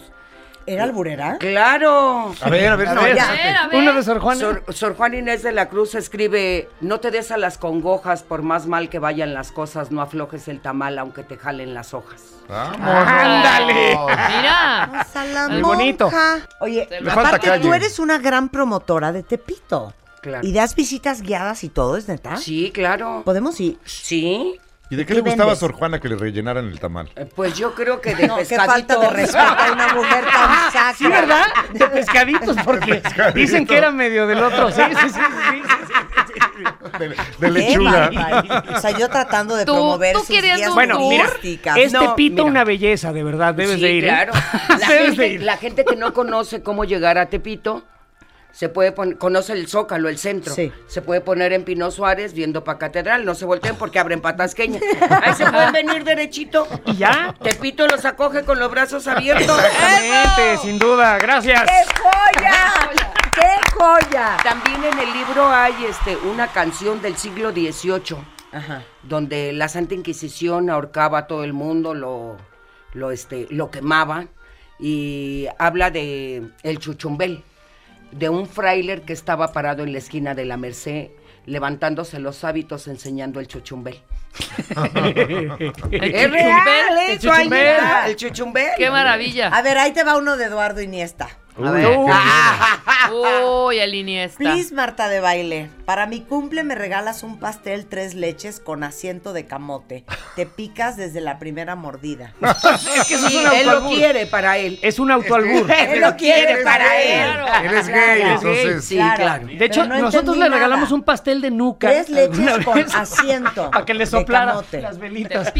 Speaker 5: ¿Era alburera?
Speaker 20: Claro.
Speaker 13: A ver, a ver, A no, ver, ya. a ver, a ver. Una de Sor Juana.
Speaker 20: Sor, Sor Juana Inés de la Cruz escribe, no te des a las congojas, por más mal que vayan las cosas, no aflojes el tamal aunque te jalen las hojas.
Speaker 5: ¡Ándale!
Speaker 9: Mira.
Speaker 5: Muy Oye,
Speaker 20: Le falta
Speaker 5: aparte
Speaker 20: calle.
Speaker 5: tú eres una gran promotora de Tepito.
Speaker 20: Claro.
Speaker 5: Y das visitas guiadas y todo, ¿es neta?
Speaker 20: Sí, claro.
Speaker 5: ¿Podemos ir?
Speaker 20: Sí.
Speaker 13: ¿Y de qué
Speaker 5: ¿Qué
Speaker 13: le gustaba a
Speaker 5: vendes?
Speaker 13: Sor Juana que le rellenaran el tamal?
Speaker 20: Pues yo creo que de
Speaker 5: No, qué
Speaker 20: pescadito.
Speaker 5: falta de respeto a una mujer tan
Speaker 20: [laughs]
Speaker 5: saca.
Speaker 8: Sí, ¿verdad? De pescaditos, porque dicen que era medio del otro. Sí, sí, sí.
Speaker 5: Qué
Speaker 13: De lechuga.
Speaker 5: [laughs] barbaridad. O sea, yo tratando de
Speaker 8: Tú-
Speaker 5: promover
Speaker 8: tú
Speaker 5: sus
Speaker 8: querías
Speaker 5: guías
Speaker 8: un Bueno, tour. mira,
Speaker 5: turísticas.
Speaker 8: Este
Speaker 5: No,
Speaker 8: pito una belleza, de verdad, debes
Speaker 20: Sí,
Speaker 8: de ir. ¿eh? [laughs]
Speaker 20: claro. La,
Speaker 8: Debes de
Speaker 20: gente,
Speaker 8: ir.
Speaker 20: la gente que no conoce cómo llegar a Tepito, se puede poner, conoce el Zócalo, el centro.
Speaker 5: Sí.
Speaker 20: Se puede poner en Pino Suárez viendo para Catedral. No se volteen porque abren
Speaker 5: [laughs]
Speaker 20: patasqueña. Ahí se pueden venir derechito.
Speaker 8: ¿Y ya?
Speaker 20: Tepito los acoge con los brazos abiertos.
Speaker 8: Exactamente, sin duda. Gracias.
Speaker 20: joya! ¡Qué joya! También en el libro hay este, una canción del siglo XVIII, donde la Santa Inquisición ahorcaba a todo el mundo, lo, lo, este, lo quemaba, y habla de el chuchumbel, de un frailer que estaba parado en la esquina de la Merced, levantándose los hábitos enseñando el
Speaker 8: [laughs]
Speaker 20: chuchumbel.
Speaker 9: El
Speaker 20: ¡Es real,
Speaker 9: chuchumbel,
Speaker 20: eh,
Speaker 9: el
Speaker 20: su
Speaker 9: chuchumbel.
Speaker 20: añita, El chuchumbel.
Speaker 9: Qué maravilla.
Speaker 5: A ver, ahí te va uno de Eduardo Iniesta.
Speaker 9: A ver. Uy, el Iniesta.
Speaker 5: Please, Marta de baile. Para mi cumple me regalas un pastel tres leches con asiento de camote. Te picas desde la primera mordida.
Speaker 8: [laughs] Es que eso es
Speaker 20: Sí,
Speaker 8: un
Speaker 20: él lo
Speaker 8: autoalbur.
Speaker 20: quiere para él.
Speaker 8: Es un autoalbur.
Speaker 20: Él lo quiere para él.
Speaker 13: Eres gay,
Speaker 8: Claro.
Speaker 13: entonces.
Speaker 8: Sí, claro. De hecho,
Speaker 5: Pero no
Speaker 8: nosotros
Speaker 5: entendí
Speaker 8: le
Speaker 5: nada.
Speaker 8: regalamos un pastel de nuca.
Speaker 5: Tres leches
Speaker 8: alguna
Speaker 5: con
Speaker 8: vez,
Speaker 5: asiento
Speaker 8: [laughs] Para que
Speaker 5: de
Speaker 8: le soplara
Speaker 5: camote.
Speaker 8: las velitas.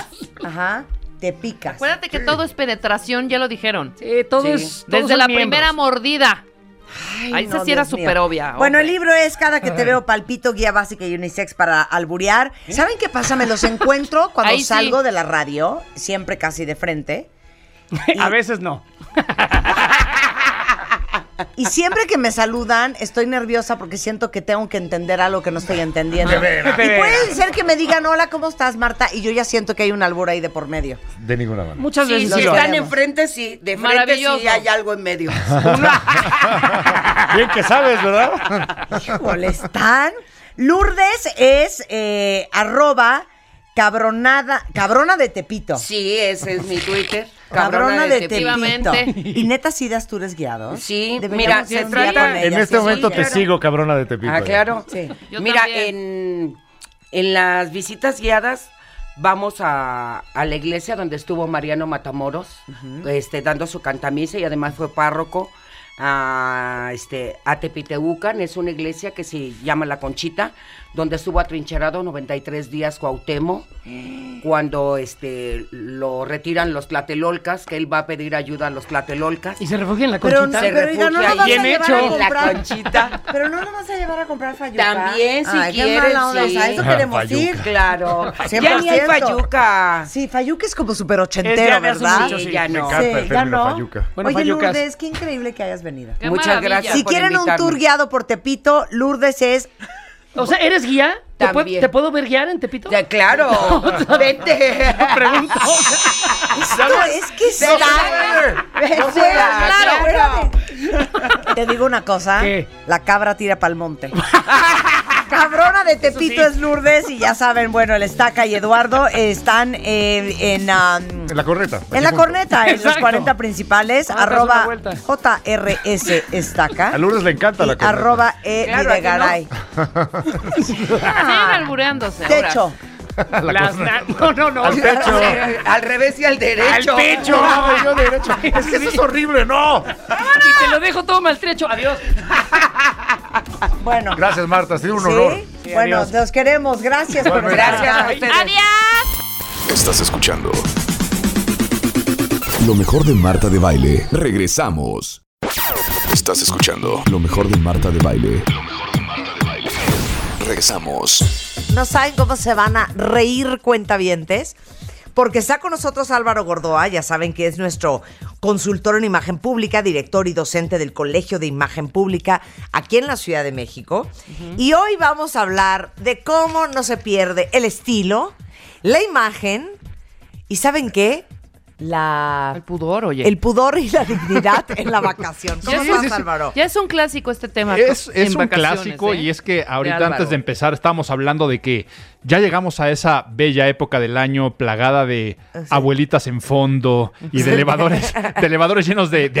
Speaker 5: [laughs] Ajá. Te picas.
Speaker 9: Acuérdate que todo es penetración, ya lo dijeron.
Speaker 8: Sí, todo es- todos
Speaker 9: Desde
Speaker 8: son
Speaker 9: la
Speaker 8: miembros.
Speaker 9: primera mordida.
Speaker 5: Ay,
Speaker 9: Ahí
Speaker 5: no,
Speaker 9: esa sí era
Speaker 5: Dios mío.
Speaker 9: súper obvia.
Speaker 5: Bueno, el libro es Cada que te veo, palpito, guía básica y unisex para alburear.
Speaker 9: ¿Eh?
Speaker 5: ¿Saben qué pasa? Me los
Speaker 9: [laughs]
Speaker 5: encuentro cuando
Speaker 8: Ahí sí.
Speaker 5: salgo de la radio, siempre casi de frente.
Speaker 8: [laughs] A veces no.
Speaker 5: Y siempre que me saludan, estoy nerviosa porque siento que tengo que entender algo que no estoy entendiendo.
Speaker 13: De veras.
Speaker 5: Y
Speaker 13: De
Speaker 5: puede ser que me digan, hola, ¿cómo estás, Marta? Y yo ya siento que hay un albur ahí de por medio.
Speaker 13: De ninguna manera.
Speaker 5: Muchas
Speaker 20: Sí,
Speaker 5: veces
Speaker 20: Si
Speaker 5: lo
Speaker 20: están
Speaker 5: queremos.
Speaker 20: enfrente, sí. De frente,
Speaker 9: Maravilloso.
Speaker 20: sí hay algo
Speaker 8: [laughs]
Speaker 20: en medio.
Speaker 13: Bien que sabes, ¿verdad?
Speaker 5: molestan. Lourdes es eh, arroba cabronada, cabrona de Tepito.
Speaker 20: Sí, ese es mi Twitter.
Speaker 5: Cabrona, de, Tepito.
Speaker 20: Efectivamente.
Speaker 5: ¿Y neta sí das tours guiados?
Speaker 20: Sí,
Speaker 5: ¿eh? Deberíamos
Speaker 20: mira,
Speaker 5: ir
Speaker 20: se
Speaker 5: un día
Speaker 20: trata-
Speaker 5: con
Speaker 13: En
Speaker 5: ellas,
Speaker 13: este
Speaker 5: sí,
Speaker 13: momento
Speaker 5: sí,
Speaker 13: te
Speaker 5: claro.
Speaker 13: sigo, cabrona de Tepito.
Speaker 8: pues.
Speaker 13: ¿eh?
Speaker 20: Ah, claro.
Speaker 9: Yo
Speaker 20: Mira,
Speaker 9: también.
Speaker 20: en, en las visitas guiadas vamos a, a la iglesia donde estuvo Mariano Matamoros, este, dando su cantamisa y además fue párroco a, este, a Tepiteucan, es una iglesia que se llama La Conchita, donde estuvo atrincherado 93 días Cuauhtémoc, cuando este, lo retiran los tlatelolcas, que él va a pedir ayuda a los tlatelolcas.
Speaker 8: Y se refugia en la
Speaker 20: Pero-
Speaker 8: conchita.
Speaker 20: se
Speaker 5: Pero oiga, no
Speaker 20: refugia
Speaker 5: nos vas a
Speaker 20: ahí. Bien
Speaker 5: llevar
Speaker 20: hecho.
Speaker 5: a
Speaker 20: En la
Speaker 5: comprar. [laughs]
Speaker 20: conchita.
Speaker 5: Pero no nos vas a llevar a comprar fayuca.
Speaker 20: También, si
Speaker 5: Ay, qué
Speaker 20: quieren,
Speaker 5: mala onda, o sea,
Speaker 20: sí. Ah,
Speaker 5: eso queremos
Speaker 20: Fayuca.
Speaker 5: ir.
Speaker 20: Claro. Ya ni
Speaker 5: 100%.
Speaker 20: hay fayuca.
Speaker 5: Sí, fayuca es como súper
Speaker 20: Es
Speaker 5: ochentero,
Speaker 20: ya de hace
Speaker 5: ¿verdad?
Speaker 20: mucho, sí. Sí, ya no.
Speaker 13: Me encanta el
Speaker 5: ya
Speaker 13: término
Speaker 5: no.
Speaker 13: fayuca. Bueno,
Speaker 5: Oye,
Speaker 13: fayucas.
Speaker 5: Lourdes, qué increíble que hayas venido.
Speaker 20: Qué Muchas maravilla. gracias
Speaker 5: Si
Speaker 20: por
Speaker 5: quieren un
Speaker 20: invitarme.
Speaker 5: tour guiado por Tepito, Lourdes es
Speaker 8: O sea, ¿eres guía? ¿Te, puedo-
Speaker 20: También.
Speaker 8: ¿Te puedo ver guiar en Tepito?
Speaker 20: Ya,
Speaker 8: [laughs]
Speaker 20: claro. Vete.
Speaker 8: Pregunto.
Speaker 5: Esto es que
Speaker 20: Pero
Speaker 5: está-
Speaker 20: no
Speaker 5: Fuera,
Speaker 20: puede, claro.
Speaker 5: [laughs] fuera de- Te digo una cosa. La cabra tira pa'l monte. cabrona de Tepito es Lourdes y ya saben, bueno, el Estaca y Eduardo están eh, en, um,
Speaker 13: En la corneta.
Speaker 5: en la corneta, en los
Speaker 13: Exacto.
Speaker 5: 40 principales,
Speaker 13: Ah, date
Speaker 5: arroba
Speaker 13: una vuelta.
Speaker 5: JRS
Speaker 13: [laughs]
Speaker 5: Estaca.
Speaker 13: A Lourdes le encanta la
Speaker 5: y
Speaker 13: corneta. [laughs]
Speaker 5: arroba E
Speaker 9: Claro, ¿a que no?
Speaker 5: Videgaray.
Speaker 9: Siguen albureándose. ahora.
Speaker 5: Techo. [laughs]
Speaker 13: La
Speaker 9: Las
Speaker 13: corneta.
Speaker 9: na- [laughs] no, no, no.
Speaker 13: Al pecho.
Speaker 20: Al revés y al derecho.
Speaker 5: [laughs]
Speaker 13: Al pecho. No, yo derecho. Es que eso es horrible, no.
Speaker 8: Y te lo dejo todo maltrecho. Adiós.
Speaker 5: Bueno.
Speaker 13: Gracias, Marta. Ha sido un
Speaker 5: ¿Sí?
Speaker 13: honor.
Speaker 5: bueno, los queremos. Gracias por
Speaker 13: Igualmente.
Speaker 5: estar acá.
Speaker 13: Gracias a
Speaker 1: Estás escuchando. Lo mejor de Marta de Baile. Regresamos. Estás escuchando. Lo mejor de Marta de Baile. Lo mejor de Marta de Baile. Regresamos.
Speaker 5: No saben cómo se van a reír cuentavientes. Porque está con nosotros Álvaro Gordoa, ya saben que es nuestro consultor en imagen pública, director y docente del Colegio de Imagen Pública aquí en la Ciudad de México. Y hoy vamos a hablar de cómo no se pierde el estilo, la imagen y ¿saben qué? La... El
Speaker 9: pudor, oye.
Speaker 5: El pudor y la dignidad en la
Speaker 9: [laughs]
Speaker 5: vacación.
Speaker 9: Ya
Speaker 5: ¿Cómo
Speaker 9: es-
Speaker 5: estás, Álvaro?
Speaker 9: Ya es un clásico este tema.
Speaker 12: Es,
Speaker 9: co-
Speaker 12: es
Speaker 9: en
Speaker 12: un
Speaker 9: vacaciones,
Speaker 12: clásico
Speaker 9: ¿eh?
Speaker 12: y es que ahorita
Speaker 9: Álvaro.
Speaker 12: antes de empezar estábamos hablando de que ya llegamos a esa bella época del año plagada de
Speaker 5: Ah, Sí.
Speaker 12: abuelitas en fondo y de
Speaker 5: Sí.
Speaker 12: elevadores, de elevadores llenos de, de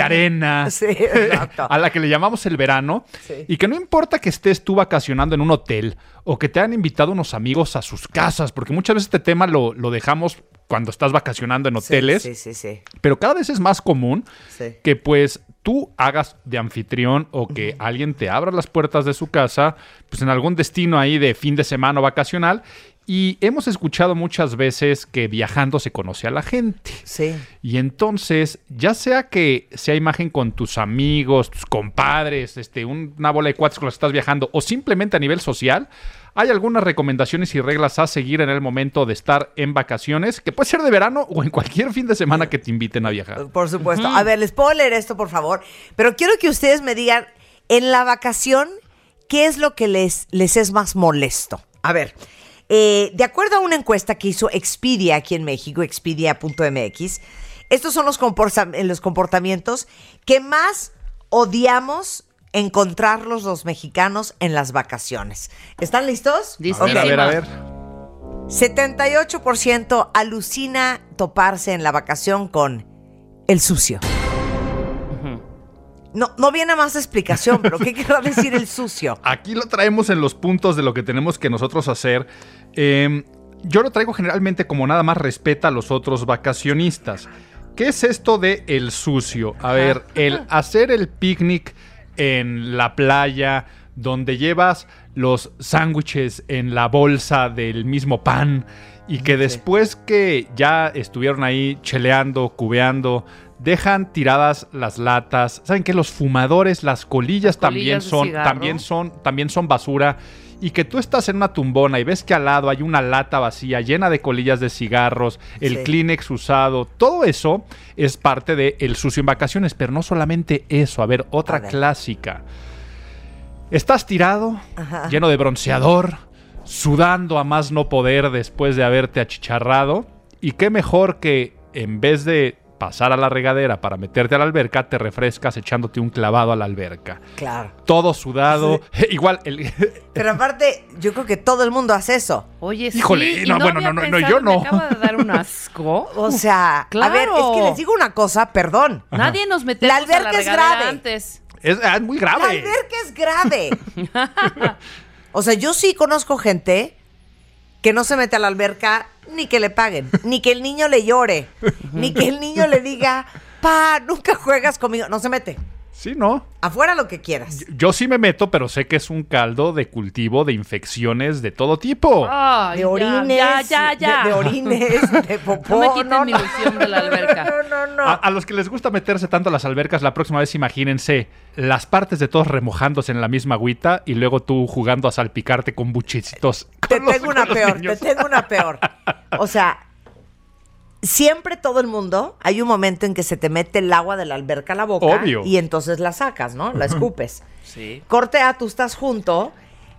Speaker 5: [laughs]
Speaker 12: arena,
Speaker 5: Sí, exacto.
Speaker 12: a la que le llamamos el verano
Speaker 5: Sí.
Speaker 12: y que no importa que estés tú vacacionando en un hotel o que te han invitado unos amigos a sus casas, porque muchas veces este tema lo, lo dejamos cuando estás vacacionando en hoteles,
Speaker 5: Sí, sí, sí.
Speaker 12: pero cada vez es más común
Speaker 5: sí.
Speaker 12: que pues tú hagas de anfitrión o que alguien te abra las puertas de su casa, pues en algún destino ahí de fin de semana o vacacional. Y hemos escuchado muchas veces que viajando se conoce a la gente.
Speaker 5: Sí.
Speaker 12: Y entonces, ya sea que sea imagen con tus amigos, tus compadres, este, un- una bola de cuates con los que estás viajando, o simplemente a nivel social, hay algunas recomendaciones y reglas a seguir en el momento de estar en vacaciones, que puede ser de verano o en cualquier fin de semana que te inviten a viajar.
Speaker 5: Por supuesto. A ver, les puedo leer esto, por favor. Pero quiero que ustedes me digan, en la vacación, ¿qué es lo que les, les es más molesto? A ver, eh, de acuerdo a una encuesta que hizo Expedia aquí en México, expedia.mx, estos son los, comporta- eh, los comportamientos que más odiamos encontrarlos los mexicanos en las vacaciones. ¿Están listos?
Speaker 12: A ver, a ver, a ver.
Speaker 5: 78% alucina toparse en la vacación con el sucio. No, no viene más explicación, pero [laughs]
Speaker 12: [laughs]
Speaker 5: ¿qué querrá decir el sucio?
Speaker 12: Aquí lo traemos en los puntos de lo que tenemos que nosotros hacer. Eh, yo lo traigo generalmente como nada más respeta a los otros vacacionistas. ¿Qué es esto de el sucio? A ver, el hacer el picnic en la playa donde llevas los sándwiches en la bolsa del mismo pan y que después que ya estuvieron ahí cheleando, cubeando, dejan tiradas las latas. ¿Saben que los fumadores, las colillas, también
Speaker 11: colillas de
Speaker 12: son
Speaker 11: cigarro.
Speaker 12: también son también son basura y que tú estás en una tumbona y ves que al lado hay una lata vacía llena de colillas de cigarros, el
Speaker 11: Sí.
Speaker 12: Kleenex usado, todo eso es parte de el sucio en vacaciones, pero no solamente eso, a ver, otra clásica. Estás tirado,
Speaker 11: Ajá.
Speaker 12: lleno de bronceador, sudando a más no poder después de haberte achicharrado. Y qué mejor que en vez de pasar a la regadera para meterte a la alberca, te refrescas echándote un clavado a la alberca.
Speaker 5: Claro.
Speaker 12: Todo sudado. [laughs] Igual, el,
Speaker 5: Pero aparte, yo creo que todo el mundo hace eso.
Speaker 9: Oye,
Speaker 12: Híjole, sí, y no, no bueno, había no, no, pensado, yo me no. acaba
Speaker 9: de dar un asco.
Speaker 5: O sea, a ver, es que
Speaker 9: Claro.
Speaker 5: les digo una cosa, perdón.
Speaker 9: Nadie nos metemos
Speaker 5: La
Speaker 9: a la
Speaker 5: alberca es
Speaker 9: regadera
Speaker 5: grave.
Speaker 9: antes.
Speaker 12: es, ah, es muy
Speaker 5: La
Speaker 12: grave.
Speaker 5: alberca es grave. o sea, yo sí conozco gente que no se mete a la alberca ni que le paguen, [laughs] ni que el niño le llore, ni que el niño le diga, pa, nunca juegas conmigo. No se mete.
Speaker 12: Sí, no.
Speaker 5: Afuera lo que quieras.
Speaker 12: Yo sí me meto, pero sé que es un caldo de cultivo de infecciones de todo tipo.
Speaker 9: Ay,
Speaker 5: de
Speaker 9: ya,
Speaker 5: orines.
Speaker 9: Ya, ya, ya.
Speaker 5: De, de orines, de popó.
Speaker 9: No me quiten mi ilusión de la alberca.
Speaker 12: A, a los que les gusta meterse tanto a las albercas, la próxima vez imagínense las partes de todos remojándose en la misma agüita y luego tú jugando a salpicarte con buchecitos.
Speaker 5: Te tengo una peor, te tengo una peor. O sea, siempre todo el mundo, hay un momento en que se te mete el agua de la alberca a la boca
Speaker 12: Obvio.
Speaker 5: y entonces la sacas, ¿no? La
Speaker 12: Ujú.
Speaker 5: escupes. Corte A, tú estás junto,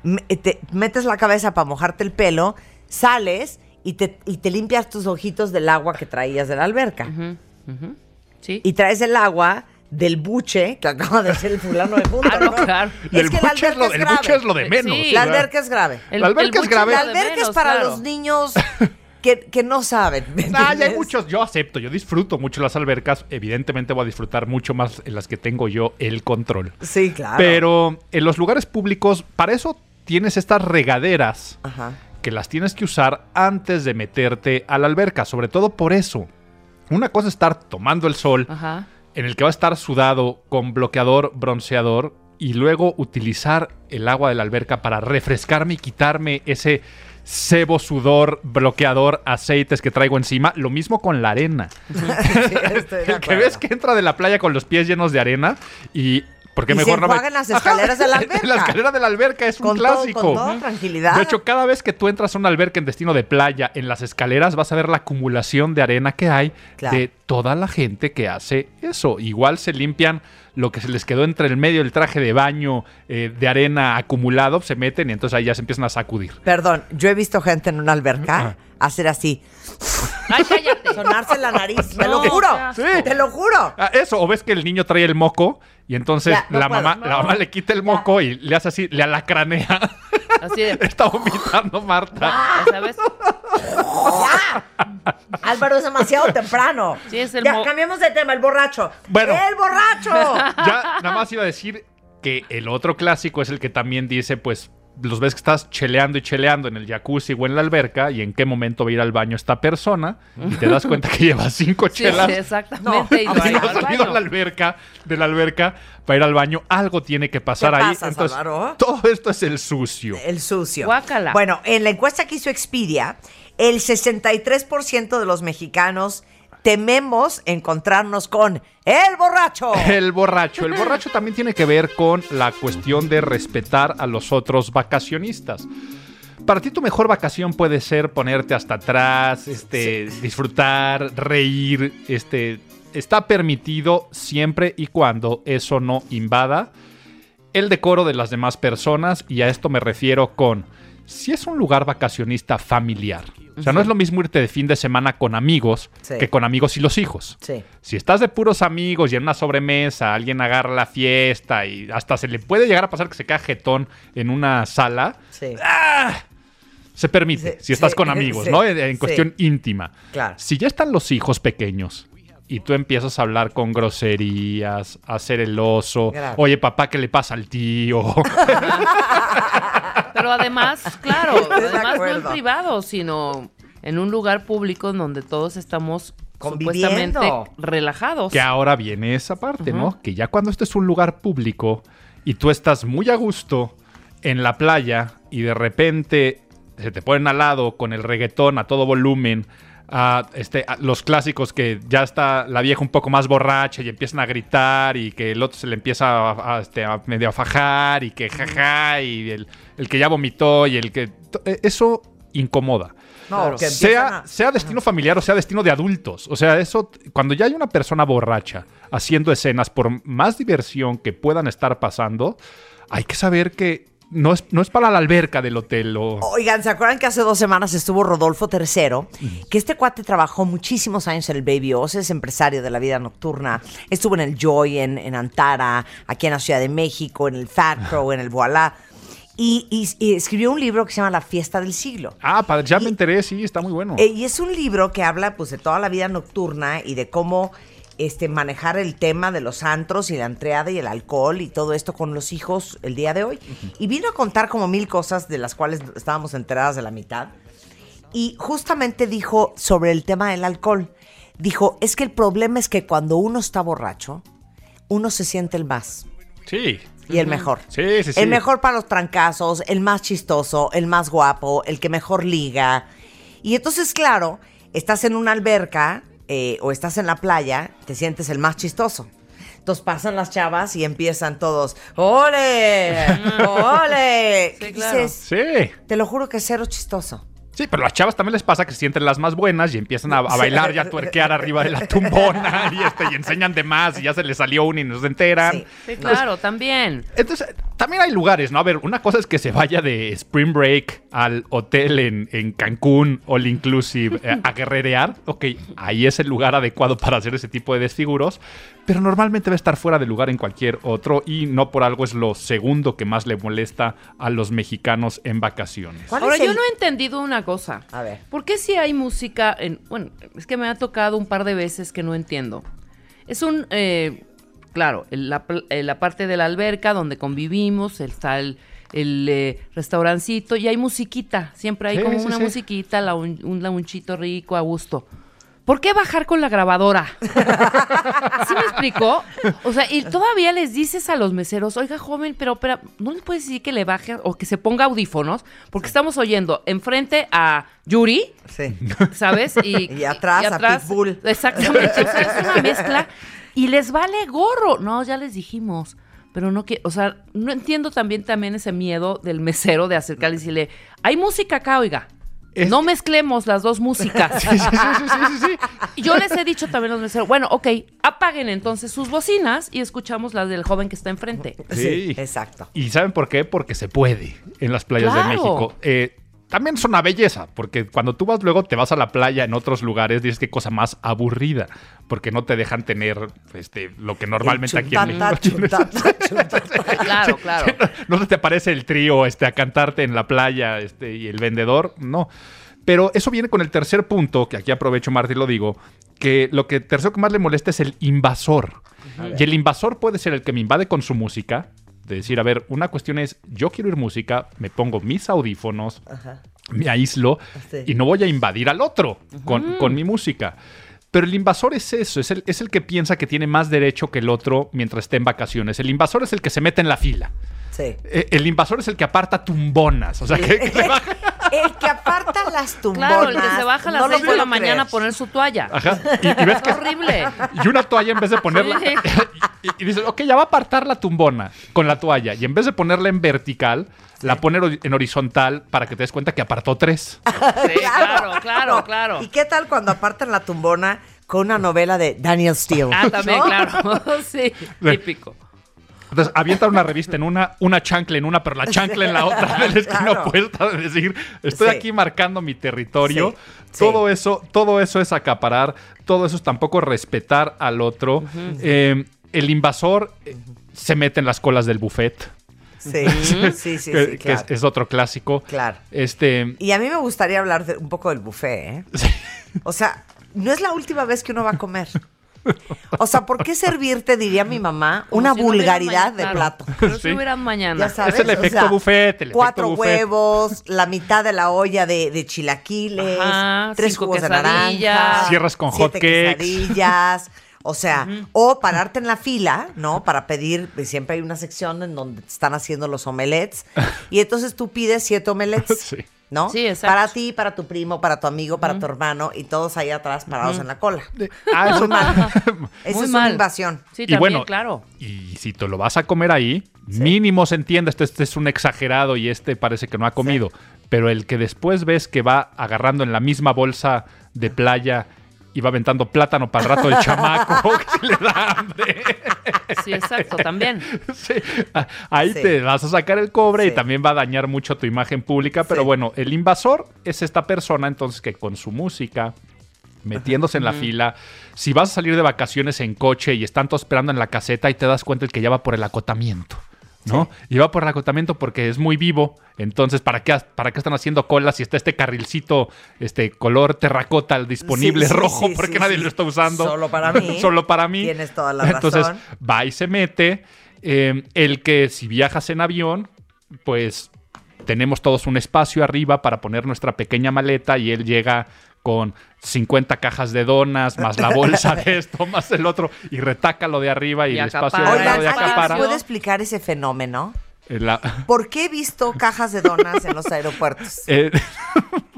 Speaker 5: me- eh, te metes la cabeza para mojarte el pelo, sales y te, y te limpias tus ojitos del agua que traías de la alberca.
Speaker 9: Sí.
Speaker 5: Y traes el agua, del buche que acaba de hacer el fulano de junta. ¿no?
Speaker 12: Y el buche es lo- el buche es lo de menos, Ah,
Speaker 5: La
Speaker 12: Sí. claro.
Speaker 5: alberca es grave.
Speaker 12: El- La alberca el es buche es grave.
Speaker 5: La
Speaker 12: lo de
Speaker 5: alberca es
Speaker 12: menos,
Speaker 5: para
Speaker 12: claro.
Speaker 5: los
Speaker 12: [laughs]
Speaker 5: niños que, que no saben. ¿me
Speaker 12: Ah, ya hay
Speaker 5: entiendes?
Speaker 12: muchos. Yo acepto, yo disfruto mucho las albercas. Evidentemente voy a disfrutar mucho más en las que tengo yo el control.
Speaker 5: Sí, claro.
Speaker 12: Pero en los lugares públicos, para eso tienes estas regaderas
Speaker 5: Ajá.
Speaker 12: que las tienes que usar antes de meterte a la alberca. Sobre todo por eso. Una cosa es estar tomando el sol,
Speaker 9: Ajá.
Speaker 12: en el que va a estar sudado con bloqueador, bronceador, y luego utilizar el agua de la alberca para refrescarme y quitarme ese sebo, sudor, bloqueador, aceites que traigo encima. Lo mismo con
Speaker 5: [laughs]
Speaker 12: la arena. el [laughs] que ves que entra de la playa con los pies llenos de arena y... Porque
Speaker 5: Y
Speaker 12: mejor
Speaker 5: se
Speaker 12: no me-
Speaker 5: enjuagan
Speaker 12: [laughs]
Speaker 5: las escaleras de la alberca.
Speaker 12: La escalera de la alberca es un
Speaker 5: Con todo-
Speaker 12: clásico.
Speaker 5: con toda tranquilidad.
Speaker 12: De hecho, cada vez que tú entras a una alberca en destino de playa, en las escaleras vas a ver la acumulación de arena que hay
Speaker 5: Claro.
Speaker 12: de toda la gente que hace eso. Igual se limpian lo que se les quedó entre el medio del traje de baño eh, de arena acumulado, se meten y entonces ahí ya se empiezan a sacudir.
Speaker 5: Perdón, yo he visto gente en una
Speaker 12: Ah.
Speaker 5: alberca hacer así. Sonarse la nariz. te lo
Speaker 12: No,
Speaker 5: juro.
Speaker 12: qué asco.
Speaker 5: Te lo juro.
Speaker 12: Ah, eso, o ves que el niño trae el moco y entonces
Speaker 5: Ya, no
Speaker 12: la,
Speaker 5: puedo,
Speaker 12: mamá,
Speaker 5: no.
Speaker 12: la mamá le quita el moco y le hace así, le alacranea. [laughs]
Speaker 9: Así de...
Speaker 12: Está vomitando
Speaker 5: Ah.
Speaker 12: Marta.
Speaker 9: Ya sabes.
Speaker 5: Álvaro es
Speaker 9: [laughs]
Speaker 5: demasiado temprano.
Speaker 9: Sí, es el
Speaker 5: ya,
Speaker 9: mo-
Speaker 5: cambiemos de tema, el borracho.
Speaker 12: Bueno.
Speaker 5: ¡El borracho!
Speaker 9: [laughs]
Speaker 12: Ya, nada más iba a decir que el otro clásico es el que también dice, pues, los ves que estás cheleando y cheleando en el jacuzzi o en la alberca y en qué momento va a ir al baño esta persona y te das cuenta que lleva cinco
Speaker 9: [laughs] Sí,
Speaker 12: chelas.
Speaker 9: sí, exactamente.
Speaker 12: y
Speaker 9: y no
Speaker 12: [laughs] no
Speaker 9: ha ido
Speaker 12: ha
Speaker 9: al
Speaker 12: salido a
Speaker 9: baño.
Speaker 12: la alberca, de la alberca para ir al baño. Algo tiene que pasar
Speaker 5: ¿Qué
Speaker 12: ahí.
Speaker 5: pasas,
Speaker 12: Entonces,
Speaker 5: Álvaro?
Speaker 12: todo esto es el sucio.
Speaker 5: El sucio.
Speaker 9: Guácala.
Speaker 5: Bueno, en la encuesta que hizo Expedia, el 63% de los mexicanos tememos encontrarnos con el borracho.
Speaker 12: [laughs] El borracho. El borracho también tiene que ver con la cuestión de respetar a los otros vacacionistas. Para ti tu mejor vacación puede ser ponerte hasta atrás, este, disfrutar, reír, este, está permitido siempre y cuando eso no invada el decoro de las demás personas y a esto me refiero con si es un lugar vacacionista familiar. O sea, no es lo mismo irte de fin de semana con amigos
Speaker 5: Sí.
Speaker 12: que con amigos y los hijos.
Speaker 5: Sí.
Speaker 12: Si estás de puros amigos y en una sobremesa, alguien agarra la fiesta y hasta se le puede llegar a pasar que se queda jetón en una sala, ¡ah!
Speaker 5: Sí.
Speaker 12: se permite, si estás
Speaker 5: sí, eh,
Speaker 12: con amigos,
Speaker 5: sí,
Speaker 12: ¿no? En, en
Speaker 5: sí.
Speaker 12: cuestión íntima.
Speaker 5: Claro.
Speaker 12: Si ya están los hijos pequeños y tú empiezas a hablar con groserías, a hacer el oso,
Speaker 9: Grave.
Speaker 12: oye papá, ¿qué le pasa al tío?
Speaker 5: [laughs]
Speaker 9: Pero además, pues, claro,
Speaker 5: Estoy de
Speaker 9: además no en
Speaker 5: acuerdo.
Speaker 9: privado, sino en un lugar público en donde todos estamos
Speaker 5: Conviviendo.
Speaker 9: supuestamente relajados.
Speaker 12: Que ahora viene esa parte,
Speaker 9: Ujú.
Speaker 12: ¿no? Que ya cuando este es un lugar público y tú estás muy a gusto en la playa y de repente se te ponen al lado con el reggaetón a todo volumen, a, este, a los clásicos que ya está la vieja un poco más borracha y empiezan a gritar y que el otro se le empieza a, a, este, a medio a fajar y que jaja y el, el que ya vomitó y el que... to- eh, Eso incomoda
Speaker 5: No, que empiezan
Speaker 12: sea,
Speaker 5: a-
Speaker 12: sea destino familiar o sea destino de adultos. O sea, eso, cuando ya hay una persona borracha haciendo escenas, por más diversión que puedan estar pasando, hay que saber que no es, no es para la alberca del hotel o...
Speaker 5: Oigan, ¿se acuerdan que hace dos semanas estuvo Rodolfo III? Que este cuate trabajó muchísimos años en el Baby Oz, es empresario de la vida nocturna. Estuvo en el Joy, en, en Antara, aquí en la Ciudad de México, en el Fat Crow, en el Voilà. Y, y- y escribió un libro que se llama La Fiesta del Siglo.
Speaker 12: Ah, padre, ya me enteré, sí, está muy bueno.
Speaker 5: Eh, y es un libro que habla pues de toda la vida nocturna y de cómo este, manejar el tema de los antros y la entreada y el alcohol y todo esto con los hijos el día de hoy. Y vino a contar como mil cosas de las cuales estábamos enteradas de la mitad. Y justamente dijo sobre el tema del alcohol. Dijo, es que el problema es que cuando uno está borracho, uno se siente el más.
Speaker 12: Sí.
Speaker 5: Y el mejor.
Speaker 12: Sí, sí, sí.
Speaker 5: El [laughs] mejor para los trancazos, el más chistoso, el más guapo, el que mejor liga. Y entonces, claro, estás en una alberca eh, o estás en la playa, te sientes el más chistoso. Entonces pasan las chavas y empiezan todos, ¡ole!
Speaker 9: [laughs]
Speaker 5: ¡ole!
Speaker 9: Sí,
Speaker 5: Y
Speaker 9: claro.
Speaker 5: dices,
Speaker 12: Sí.
Speaker 5: te lo juro que es cero chistoso.
Speaker 12: Sí, pero a las chavas también les pasa que se sienten las más buenas y empiezan a, a
Speaker 9: eh,
Speaker 12: bailar y a tuerquear arriba de la tumbona y, este, y enseñan de más y ya se les salió una y no se enteran.
Speaker 9: Sí, claro, también.
Speaker 12: Entonces, También hay lugares, ¿no? A ver, una cosa es que se vaya de Spring Break al hotel en, en Cancún, All Inclusive, eh, a guerrerear. Ok, ahí es el lugar adecuado para hacer ese tipo de desfiguros, pero normalmente va a estar fuera de lugar en cualquier otro y no por algo es lo segundo que más le molesta a los mexicanos en vacaciones.
Speaker 9: Ahora, yo no he entendido una cosa. A ver. ¿Por qué si hay música en. Bueno, es que me ha tocado un par de veces que no entiendo. Es un. eh, claro, el- la, pl- eh, la parte de la alberca donde convivimos, está el, el, eh, restaurancito y hay musiquita. Siempre hay
Speaker 19: Sí,
Speaker 9: como
Speaker 19: sí,
Speaker 9: una
Speaker 19: sí.
Speaker 9: musiquita, la- un, un launchito rico, a gusto. ¿Por qué bajar con la grabadora? [laughs] ¿Sí me explicó? O sea, y todavía les dices a los meseros, oiga, joven, pero, pero no les puedes decir que le baje o que se ponga audífonos, porque estamos oyendo enfrente a Yuri, ¿sabes? Y,
Speaker 5: [laughs] Y atrás a
Speaker 9: Pitbull. Exactamente, o sea, es
Speaker 5: [laughs]
Speaker 9: una mezcla. Y les vale gorro. No, ya les dijimos. Pero no que, o sea, no entiendo también, también ese miedo del mesero de acercarle y decirle, hay música acá, oiga. No mezclemos las dos músicas.
Speaker 19: [laughs] Sí, sí, sí, sí,
Speaker 9: Y Yo les he dicho también a los meseros, bueno, ok, apaguen entonces sus bocinas y escuchamos las del joven que está enfrente.
Speaker 5: exacto.
Speaker 12: ¿Y saben por qué? Porque se puede en las playas
Speaker 9: Claro.
Speaker 12: de México. Eh, también es una belleza, porque cuando tú vas luego te vas a la playa en otros lugares, dices qué cosa más aburrida, porque no te dejan tener este, lo que normalmente aquí en México.
Speaker 9: Claro, claro.
Speaker 12: [laughs] ¿No se te aparece el trío este, a cantarte en la playa este, y el vendedor? No. Pero eso viene con el tercer punto, que aquí aprovecho, Marta, y lo digo, que lo que tercero que más le molesta es el invasor.
Speaker 11: Ujú. A ver.
Speaker 12: Y el invasor puede ser el que me invade con su música. De decir, a ver, una cuestión es, yo quiero ir música, me pongo mis audífonos,
Speaker 5: Ajá.
Speaker 12: me aíslo
Speaker 5: Sí.
Speaker 12: y no voy a invadir al otro con,
Speaker 5: Ujú.
Speaker 12: con mi música. Pero el invasor es eso, es el, es el que piensa que tiene más derecho que el otro mientras esté en vacaciones. El invasor es el que se mete en la fila.
Speaker 5: [laughs] Sí.
Speaker 12: Eh, El invasor es el que aparta tumbonas. O sea, que, que
Speaker 5: [laughs]
Speaker 12: se baja.
Speaker 5: El que aparta las tumbonas.
Speaker 9: Claro, el que se baja a las
Speaker 5: no lo
Speaker 9: seis de la
Speaker 5: puedo
Speaker 9: mañana a
Speaker 5: creer.
Speaker 9: poner su toalla.
Speaker 19: Ah,
Speaker 12: Ajá. Y, y ves que-
Speaker 9: Horrible.
Speaker 12: y una toalla en vez de ponerla. Y, [laughs] y dices, ok, ya va a apartar la tumbona con la toalla. Y en vez de ponerla en vertical, la pone hori- en horizontal para que te des cuenta que apartó tres.
Speaker 5: [laughs]
Speaker 9: claro, claro, claro.
Speaker 5: ¿Y qué tal cuando apartan la tumbona con una novela de Daniel Steele?
Speaker 9: Ah, también,
Speaker 5: ¿No? [laughs]
Speaker 9: claro. sí. Típico.
Speaker 12: Entonces, avientan una revista en una, una chancla en una, pero la chancla en la otra
Speaker 5: [laughs]
Speaker 12: de la esquina
Speaker 11: Claro.
Speaker 12: opuesta. De decir, estoy
Speaker 11: Sí.
Speaker 12: aquí marcando mi territorio. Todo eso, todo eso es acaparar. Todo eso es tampoco respetar al otro. Eh, el invasor eh, se mete en las colas del buffet. [laughs]
Speaker 5: Sí, sí, sí, sí,
Speaker 12: Que- que
Speaker 5: claro.
Speaker 12: es, es otro clásico.
Speaker 5: Claro.
Speaker 12: Este,
Speaker 5: Y a mí me gustaría hablar de- un poco del buffet, ¿eh? O sea, no es la última vez que uno va a comer. O sea, ¿por qué servirte, diría mi mamá,
Speaker 9: Como
Speaker 5: una
Speaker 9: si no hubiera
Speaker 5: vulgaridad
Speaker 9: mañana,
Speaker 5: de
Speaker 9: claro.
Speaker 5: plato?
Speaker 9: Pero si hubiera mañana.
Speaker 5: Ya sabes,
Speaker 12: Es el
Speaker 5: o
Speaker 12: efecto
Speaker 5: sea,
Speaker 12: buffet, el efecto
Speaker 5: cuatro
Speaker 12: buffet.
Speaker 5: huevos, la mitad de la olla de, de chilaquiles,
Speaker 9: Ajá,
Speaker 5: tres
Speaker 9: cinco
Speaker 5: jugos de
Speaker 9: quesadillas.
Speaker 5: naranja,
Speaker 12: Cierras con
Speaker 5: siete
Speaker 12: hot cakes.
Speaker 5: quesadillas. O sea, o pararte en la fila, ¿no? Para pedir, pues, siempre hay una sección en donde te están haciendo los omelets. Y entonces tú pides siete omelets,
Speaker 12: [laughs]
Speaker 5: ¿no? Sí, exacto. Para ti, para tu primo, para tu amigo, para tu hermano y todos ahí atrás parados
Speaker 9: Ujú.
Speaker 5: en la cola.
Speaker 12: Ah, eso-
Speaker 5: Muy
Speaker 12: [laughs]
Speaker 5: mal. Eso
Speaker 9: Muy
Speaker 5: es una
Speaker 9: mal.
Speaker 5: invasión.
Speaker 9: Sí,
Speaker 12: Y
Speaker 9: también,
Speaker 12: bueno,
Speaker 9: claro.
Speaker 12: y si te lo vas a comer ahí, mínimo se entiende, este, este es un exagerado y este parece que no ha comido. Pero el que después ves que va agarrando en la misma bolsa de playa y va aventando plátano para el
Speaker 9: [laughs]
Speaker 12: rato el chamaco, [laughs] que le da hambre.
Speaker 9: Sí, exacto, también.
Speaker 12: [laughs] Sí, a- ahí
Speaker 9: Sí.
Speaker 12: te vas a sacar el cobre y también va a dañar mucho tu imagen pública. Pero bueno, el invasor es esta persona entonces que con su música, metiéndose en la
Speaker 11: Ujú.
Speaker 12: fila, si vas a salir de vacaciones en coche y están todos esperando en la caseta y te das cuenta el que ya va por el acotamiento. ¿No? Y va por el acotamiento porque es muy vivo. Entonces, ¿para qué, para qué están haciendo colas si está este carrilcito este color terracota al disponible
Speaker 5: Sí, sí,
Speaker 12: rojo? [laughs]
Speaker 5: sí,
Speaker 12: porque
Speaker 5: sí,
Speaker 12: nadie
Speaker 5: sí.
Speaker 12: lo está usando.
Speaker 5: Solo para mí.
Speaker 12: [laughs] Solo para mí.
Speaker 5: Tienes toda la
Speaker 12: Entonces,
Speaker 5: razón.
Speaker 12: va y se mete. Eh, el que si viajas en avión, pues tenemos todos un espacio arriba para poner nuestra pequeña maleta y él llega con 50 cajas de donas, más la
Speaker 5: [laughs]
Speaker 12: bolsa de esto, más el otro, y retaca lo de arriba y,
Speaker 5: Y
Speaker 12: el espacio
Speaker 5: acapara.
Speaker 12: de, lado de
Speaker 5: Oigan, ¿alguien
Speaker 12: acapara.
Speaker 5: nos puede explicar ese fenómeno?
Speaker 12: Eh, la-
Speaker 5: ¿Por qué he visto cajas de donas en los aeropuertos?
Speaker 12: eh,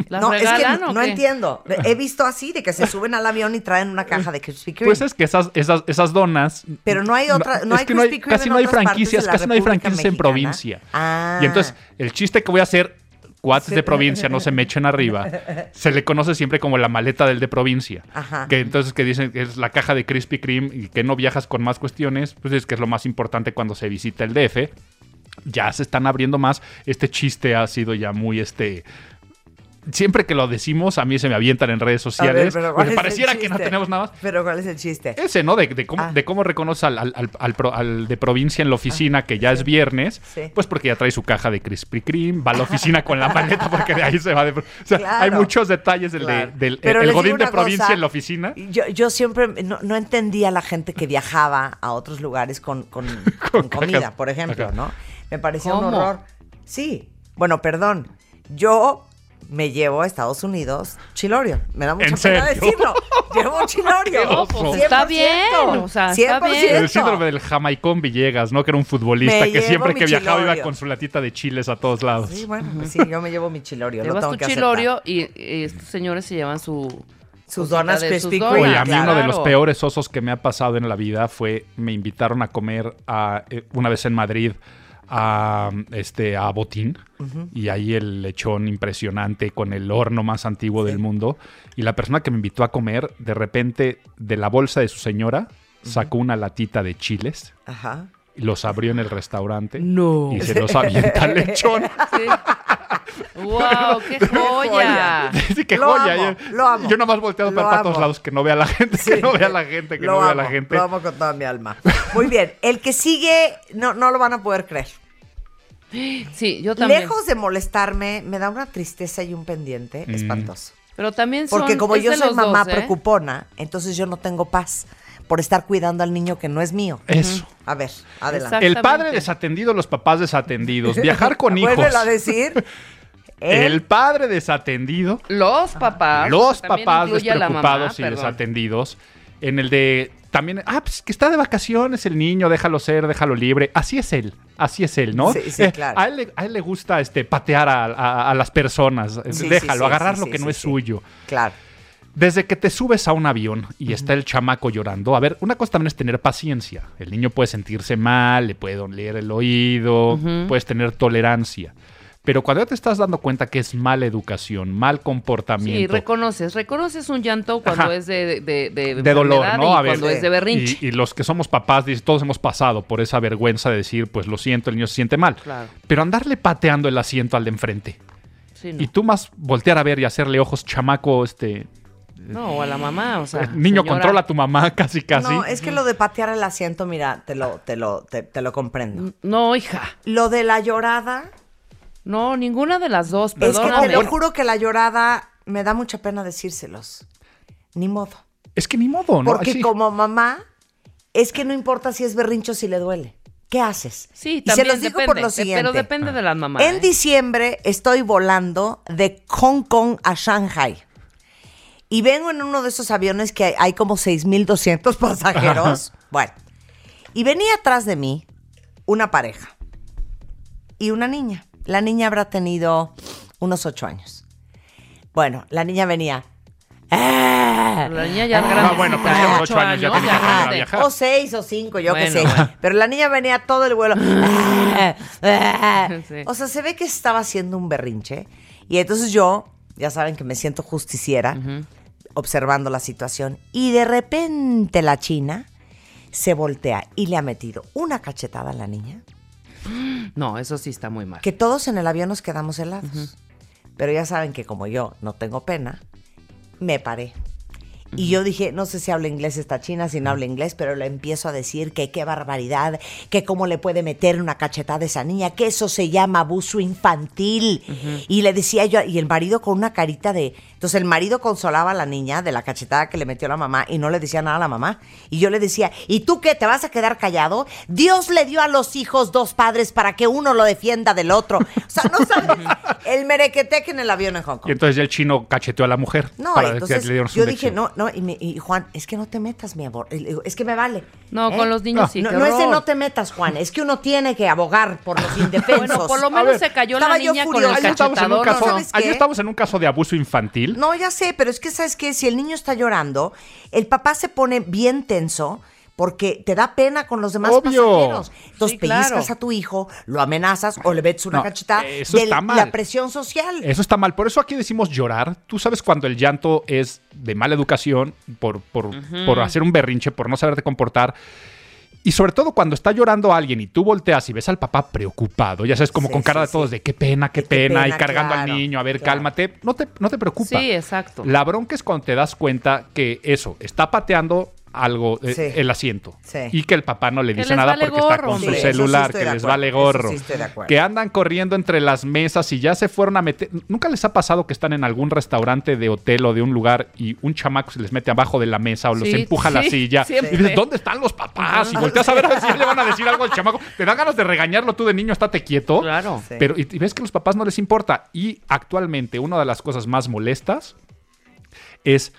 Speaker 5: no, es que
Speaker 9: regalan
Speaker 5: no,
Speaker 9: o
Speaker 5: no
Speaker 9: qué?
Speaker 5: entiendo. He visto así, de que se suben al avión y traen una caja de Krispy Kreme.
Speaker 12: pues es que esas, esas, esas donas.
Speaker 5: Pero no hay otra- no
Speaker 12: es
Speaker 5: hay
Speaker 12: que no hay-
Speaker 5: Krispy Kreme
Speaker 12: casi
Speaker 5: en
Speaker 12: no hay
Speaker 5: otras partes
Speaker 12: franquicias,
Speaker 5: de la
Speaker 12: casi no hay
Speaker 5: República
Speaker 12: franquicias en
Speaker 5: Mexicana.
Speaker 12: provincia.
Speaker 5: Ah.
Speaker 12: Y entonces, el chiste que voy a hacer, cuates
Speaker 5: Sí.
Speaker 12: de provincia, no se me
Speaker 5: [laughs]
Speaker 12: echen arriba. Se le conoce siempre como la maleta del de provincia.
Speaker 5: Ajá.
Speaker 12: Que entonces que dicen que es la caja de Krispy Kreme y que no viajas con más cuestiones, pues es que es lo más importante cuando se visita el DF. ya se están abriendo más. Este chiste ha sido ya muy este. Siempre que lo decimos, a mí se me avientan en redes sociales. porque pareciera que no tenemos nada más.
Speaker 5: Pero ¿cuál es el chiste?
Speaker 12: Ese, ¿no? De, de cómo,
Speaker 5: Ah.
Speaker 12: de cómo reconoce al, al- al- al pro- al de provincia en la oficina que ya es viernes,
Speaker 5: Ah, Sí.
Speaker 12: pues porque ya trae su caja de Krispy Kreme, va a la oficina con la maleta porque de ahí se va. De, pro- o sea,
Speaker 5: Claro.
Speaker 12: hay muchos detalles del, de-
Speaker 5: Claro.
Speaker 12: del
Speaker 5: Pero
Speaker 12: el
Speaker 5: les digo
Speaker 12: godín de
Speaker 5: una
Speaker 12: provincia
Speaker 5: cosa,
Speaker 12: en la oficina.
Speaker 5: Yo, yo siempre no, no entendía a la gente que viajaba a otros lugares con,
Speaker 12: [laughs]
Speaker 5: con- con comida,
Speaker 12: cajas.
Speaker 5: por ejemplo,
Speaker 12: Ajá.
Speaker 5: ¿no? Me parecía un
Speaker 12: ¿Cómo?
Speaker 5: horror. Sí. Bueno, perdón. Yo me llevo a Estados Unidos chilorio. Me da mucha
Speaker 12: ¿En
Speaker 5: pena
Speaker 12: serio? [laughs]
Speaker 5: decirlo. [laughs] Llevo un chilorio.
Speaker 12: Qué oso.
Speaker 5: 100%.
Speaker 9: Pues Está bien, o sea, está bien.
Speaker 12: El síndrome del Jamaicón Villegas, ¿no? Que era un futbolista
Speaker 5: Me
Speaker 12: que
Speaker 5: llevo
Speaker 12: siempre
Speaker 5: mi
Speaker 12: que viajaba iba
Speaker 5: chilorio.
Speaker 12: con su latita de chiles a todos lados.
Speaker 5: Sí, bueno, pues sí, yo me llevo mi chilorio. lo
Speaker 9: Llevas
Speaker 5: tengo
Speaker 9: tu
Speaker 5: que aceptar.
Speaker 9: chilorio y, y estos señores se llevan su...
Speaker 5: Sus donas
Speaker 9: cosita de sus
Speaker 5: Krispy
Speaker 9: donas.
Speaker 12: Oye, a mí uno de los
Speaker 9: Claro.
Speaker 12: peores osos que me ha pasado en la vida fue me invitaron a comer a, eh, una vez en Madrid a este a Botín
Speaker 1: Ujú.
Speaker 12: y ahí el lechón impresionante con el horno más antiguo del mundo y la persona que me invitó a comer de repente de la bolsa de su señora sacó una latita de chiles.
Speaker 5: Ajá.
Speaker 12: y Los abrió en el restaurante
Speaker 9: no.
Speaker 12: y se los avienta al lechón.
Speaker 9: ¡Wow!
Speaker 5: [laughs]
Speaker 9: ¡Qué
Speaker 12: [laughs]
Speaker 9: joya!
Speaker 12: Sí, qué
Speaker 9: Lo
Speaker 12: joya.
Speaker 9: amo,
Speaker 12: yo,
Speaker 9: lo amo.
Speaker 12: yo nomás volteado
Speaker 5: Ah. Lo
Speaker 12: para, para todos
Speaker 5: amo.
Speaker 12: lados que no vea a la gente, que no vea a la gente, que
Speaker 5: Lo
Speaker 12: no vea a
Speaker 5: amo,
Speaker 12: la gente.
Speaker 5: Lo amo con toda mi alma. Muy bien. El que sigue, no, no lo van a poder creer.
Speaker 9: Sí, yo también.
Speaker 5: Lejos de molestarme, me da una tristeza y un pendiente
Speaker 9: Mm.
Speaker 5: espantoso.
Speaker 9: Pero también son...
Speaker 5: Porque como
Speaker 9: es
Speaker 5: yo
Speaker 9: de
Speaker 5: soy
Speaker 9: los
Speaker 5: mamá
Speaker 9: dos, ¿eh?
Speaker 5: preocupona, entonces yo no tengo paz por estar cuidando al niño que no es mío.
Speaker 12: Eso.
Speaker 5: Ujú. A ver, adelante.
Speaker 12: El padre desatendido, los papás desatendidos. Viajar con
Speaker 5: [laughs]
Speaker 12: hijos.
Speaker 5: Vuélvelo a decir.
Speaker 12: El padre desatendido.
Speaker 9: Los papás.
Speaker 12: Los
Speaker 9: También
Speaker 12: papás
Speaker 9: incluye a la mamá,
Speaker 12: despreocupados y
Speaker 9: perdón.
Speaker 12: desatendidos. En el de también, ah, pues que está de vacaciones el niño, déjalo ser, déjalo libre. Así es él, así es él, ¿no? Eh,
Speaker 1: Sí, sí, claro.
Speaker 12: A él, le- a él le gusta este, patear a, a- a las personas,
Speaker 1: Sí,
Speaker 12: déjalo,
Speaker 1: sí, sí,
Speaker 12: agarrar
Speaker 1: sí,
Speaker 12: lo
Speaker 1: sí,
Speaker 12: que no
Speaker 1: sí,
Speaker 12: es
Speaker 1: sí.
Speaker 12: suyo.
Speaker 5: Claro.
Speaker 12: Desde que te subes a un avión y está el chamaco llorando, a ver, una cosa también es tener paciencia. El niño puede sentirse mal, le puede doler el oído, puedes tener tolerancia. Pero cuando ya te estás dando cuenta que es mala educación, mal comportamiento,
Speaker 9: Sí, reconoces. Reconoces un llanto cuando
Speaker 12: Ajá.
Speaker 9: es de, de, de,
Speaker 12: de dolor,
Speaker 9: enfermedad
Speaker 12: ¿no?
Speaker 9: y
Speaker 12: A ver,
Speaker 9: cuando es de berrinche.
Speaker 12: Y, y los que somos papás, dice, todos hemos pasado por esa vergüenza de decir, pues lo siento, el niño se siente mal.
Speaker 9: Claro.
Speaker 12: Pero andarle pateando el asiento al de enfrente.
Speaker 9: Sí, no.
Speaker 12: Y tú más voltear a ver y hacerle ojos, chamaco, este... eh,
Speaker 9: No, o a la mamá, o sea.
Speaker 12: niño,
Speaker 9: señora.
Speaker 12: controla a tu mamá, [laughs] casi, casi.
Speaker 5: No, es que lo de patear el asiento, mira, te lo, te lo, te, te lo comprendo.
Speaker 9: No, hija.
Speaker 5: Lo de la llorada.
Speaker 9: No, ninguna de las dos,
Speaker 5: Es que
Speaker 9: perdóname.
Speaker 5: te lo juro que la llorada me da mucha pena decírselos. Ni modo.
Speaker 12: Es que ni modo, ¿no?
Speaker 5: Porque
Speaker 12: Sí.
Speaker 5: como mamá, es que no importa si es berrincho o si le duele. ¿Qué haces?
Speaker 9: Sí,
Speaker 5: y se
Speaker 9: también
Speaker 5: los digo por
Speaker 9: depende,
Speaker 5: lo
Speaker 9: de-
Speaker 5: siguiente.
Speaker 9: Pero depende de la mamá.
Speaker 5: En
Speaker 9: ¿eh?
Speaker 5: diciembre estoy volando de Hong Kong a Shanghai. Y vengo en uno de esos aviones que hay, hay como 6.200 [laughs] pasajeros.
Speaker 2: Ajá.
Speaker 5: bueno. Y venía atrás de mí una pareja y una niña. La niña habrá tenido unos 8 años. Bueno, la niña venía. "Ah,
Speaker 9: [laughs]
Speaker 5: pues
Speaker 9: La niña ya grande.
Speaker 12: bueno, pero
Speaker 9: ya
Speaker 12: ya
Speaker 9: ocho
Speaker 12: ocho años, ya
Speaker 9: años,
Speaker 12: tenía que aprender a
Speaker 9: grande.
Speaker 12: viajar.
Speaker 5: O seis o cinco, yo qué
Speaker 12: Bueno,
Speaker 5: sé.
Speaker 12: bueno.
Speaker 5: Pero la niña venía todo el
Speaker 9: [laughs]
Speaker 5: vuelo. [laughs]
Speaker 9: Sí.
Speaker 5: O sea, se ve que estaba haciendo un berrinche. Y entonces yo, ya saben que me siento justiciera, observando la situación. Y de repente la china se voltea y le ha metido una cachetada a la niña.
Speaker 9: No, eso sí está muy mal.
Speaker 5: Que todos en el avión nos quedamos helados. Pero ya saben que como yo no tengo pena, me paré. Y yo dije, no sé si habla inglés esta china, si no habla inglés, pero le empiezo a decir que qué barbaridad, que cómo le puede meter una cachetada a esa niña, que eso se llama abuso infantil. Y le decía yo, y el marido con una carita de... Entonces el marido consolaba a la niña de la cachetada que le metió la mamá y no le decía nada a la mamá. Y yo le decía, ¿y tú qué? ¿Te vas a quedar callado? Dios le dio a los hijos dos padres para que uno lo defienda del otro. O sea, no
Speaker 12: [laughs]
Speaker 5: sabes el merequeteque en el avión en Hong Kong.
Speaker 12: Y entonces ya el chino cacheteó a la mujer.
Speaker 5: No,
Speaker 12: para que
Speaker 5: entonces
Speaker 12: le dieron su
Speaker 5: yo dije,
Speaker 12: lección.
Speaker 5: no, no, y, me- y Juan, es que no te metas, mi amor. Y le digo, Es que me vale.
Speaker 9: No, con los niños
Speaker 5: no,
Speaker 9: sí,
Speaker 5: No,
Speaker 9: qué
Speaker 5: no es de
Speaker 9: horror.
Speaker 5: no te metas, Juan, es que uno tiene que abogar por los indefensos.
Speaker 9: [laughs] Bueno, por lo menos se cayó la
Speaker 5: Estaba yo
Speaker 9: niña con
Speaker 5: furiosa.
Speaker 9: el
Speaker 12: Ahí estamos, en un
Speaker 9: cachetador.
Speaker 12: caso,
Speaker 9: ¿no?
Speaker 12: ahí estamos en un caso de abuso infantil.
Speaker 5: No, ya sé, pero es que sabes que si el niño está llorando, el papá se pone bien tenso porque te da pena con los demás
Speaker 12: Obvio.
Speaker 5: pasajeros. Entonces
Speaker 12: Sí, claro.
Speaker 5: pellizcas a tu hijo, lo amenazas o le metes una
Speaker 12: No,
Speaker 5: cachetada
Speaker 12: eso
Speaker 5: de
Speaker 12: está
Speaker 5: la
Speaker 12: mal.
Speaker 5: presión social.
Speaker 12: Eso está mal. Por eso aquí decimos llorar. Tú sabes cuando el llanto es de mala educación, por, por, por hacer un berrinche, por no saberte comportar. Y sobre todo cuando está llorando alguien y tú volteas y ves al papá preocupado, ya sabes, como con cara de todos de qué pena, qué, pena,
Speaker 11: pena,
Speaker 12: y cargando
Speaker 11: claro,
Speaker 12: al niño, a ver, cálmate, no te, no te preocupa.
Speaker 9: Sí, exacto.
Speaker 12: La bronca es cuando te das cuenta que eso, está pateando algo, eh,
Speaker 9: Sí.
Speaker 12: el asiento.
Speaker 9: Sí.
Speaker 12: Y que el papá no le
Speaker 9: Que
Speaker 12: dice
Speaker 9: les
Speaker 12: nada
Speaker 9: vale
Speaker 12: porque está
Speaker 9: gorro,
Speaker 12: con
Speaker 9: hombre.
Speaker 12: su
Speaker 9: Sí, eso sí
Speaker 12: celular,
Speaker 9: estoy
Speaker 12: que
Speaker 9: de
Speaker 12: les
Speaker 9: acuerdo,
Speaker 12: vale
Speaker 9: eso sí
Speaker 12: gorro.
Speaker 9: estoy de acuerdo.
Speaker 12: que andan corriendo entre las mesas y ya se fueron a meter. ¿Nunca les ha pasado que están en algún restaurante de hotel o de un lugar y un chamaco se les mete abajo de la mesa o los
Speaker 11: Sí,
Speaker 12: empuja a la
Speaker 11: sí,
Speaker 12: silla?
Speaker 11: siempre.
Speaker 12: Y dices, ¿dónde están los papás? Y volteas a ver a ver si le van a decir algo al chamaco. Te dan ganas de regañarlo tú de niño, estate quieto.
Speaker 9: Claro. Sí.
Speaker 12: Pero y- y ves que a los papás no les importa. Y actualmente una de las cosas más molestas es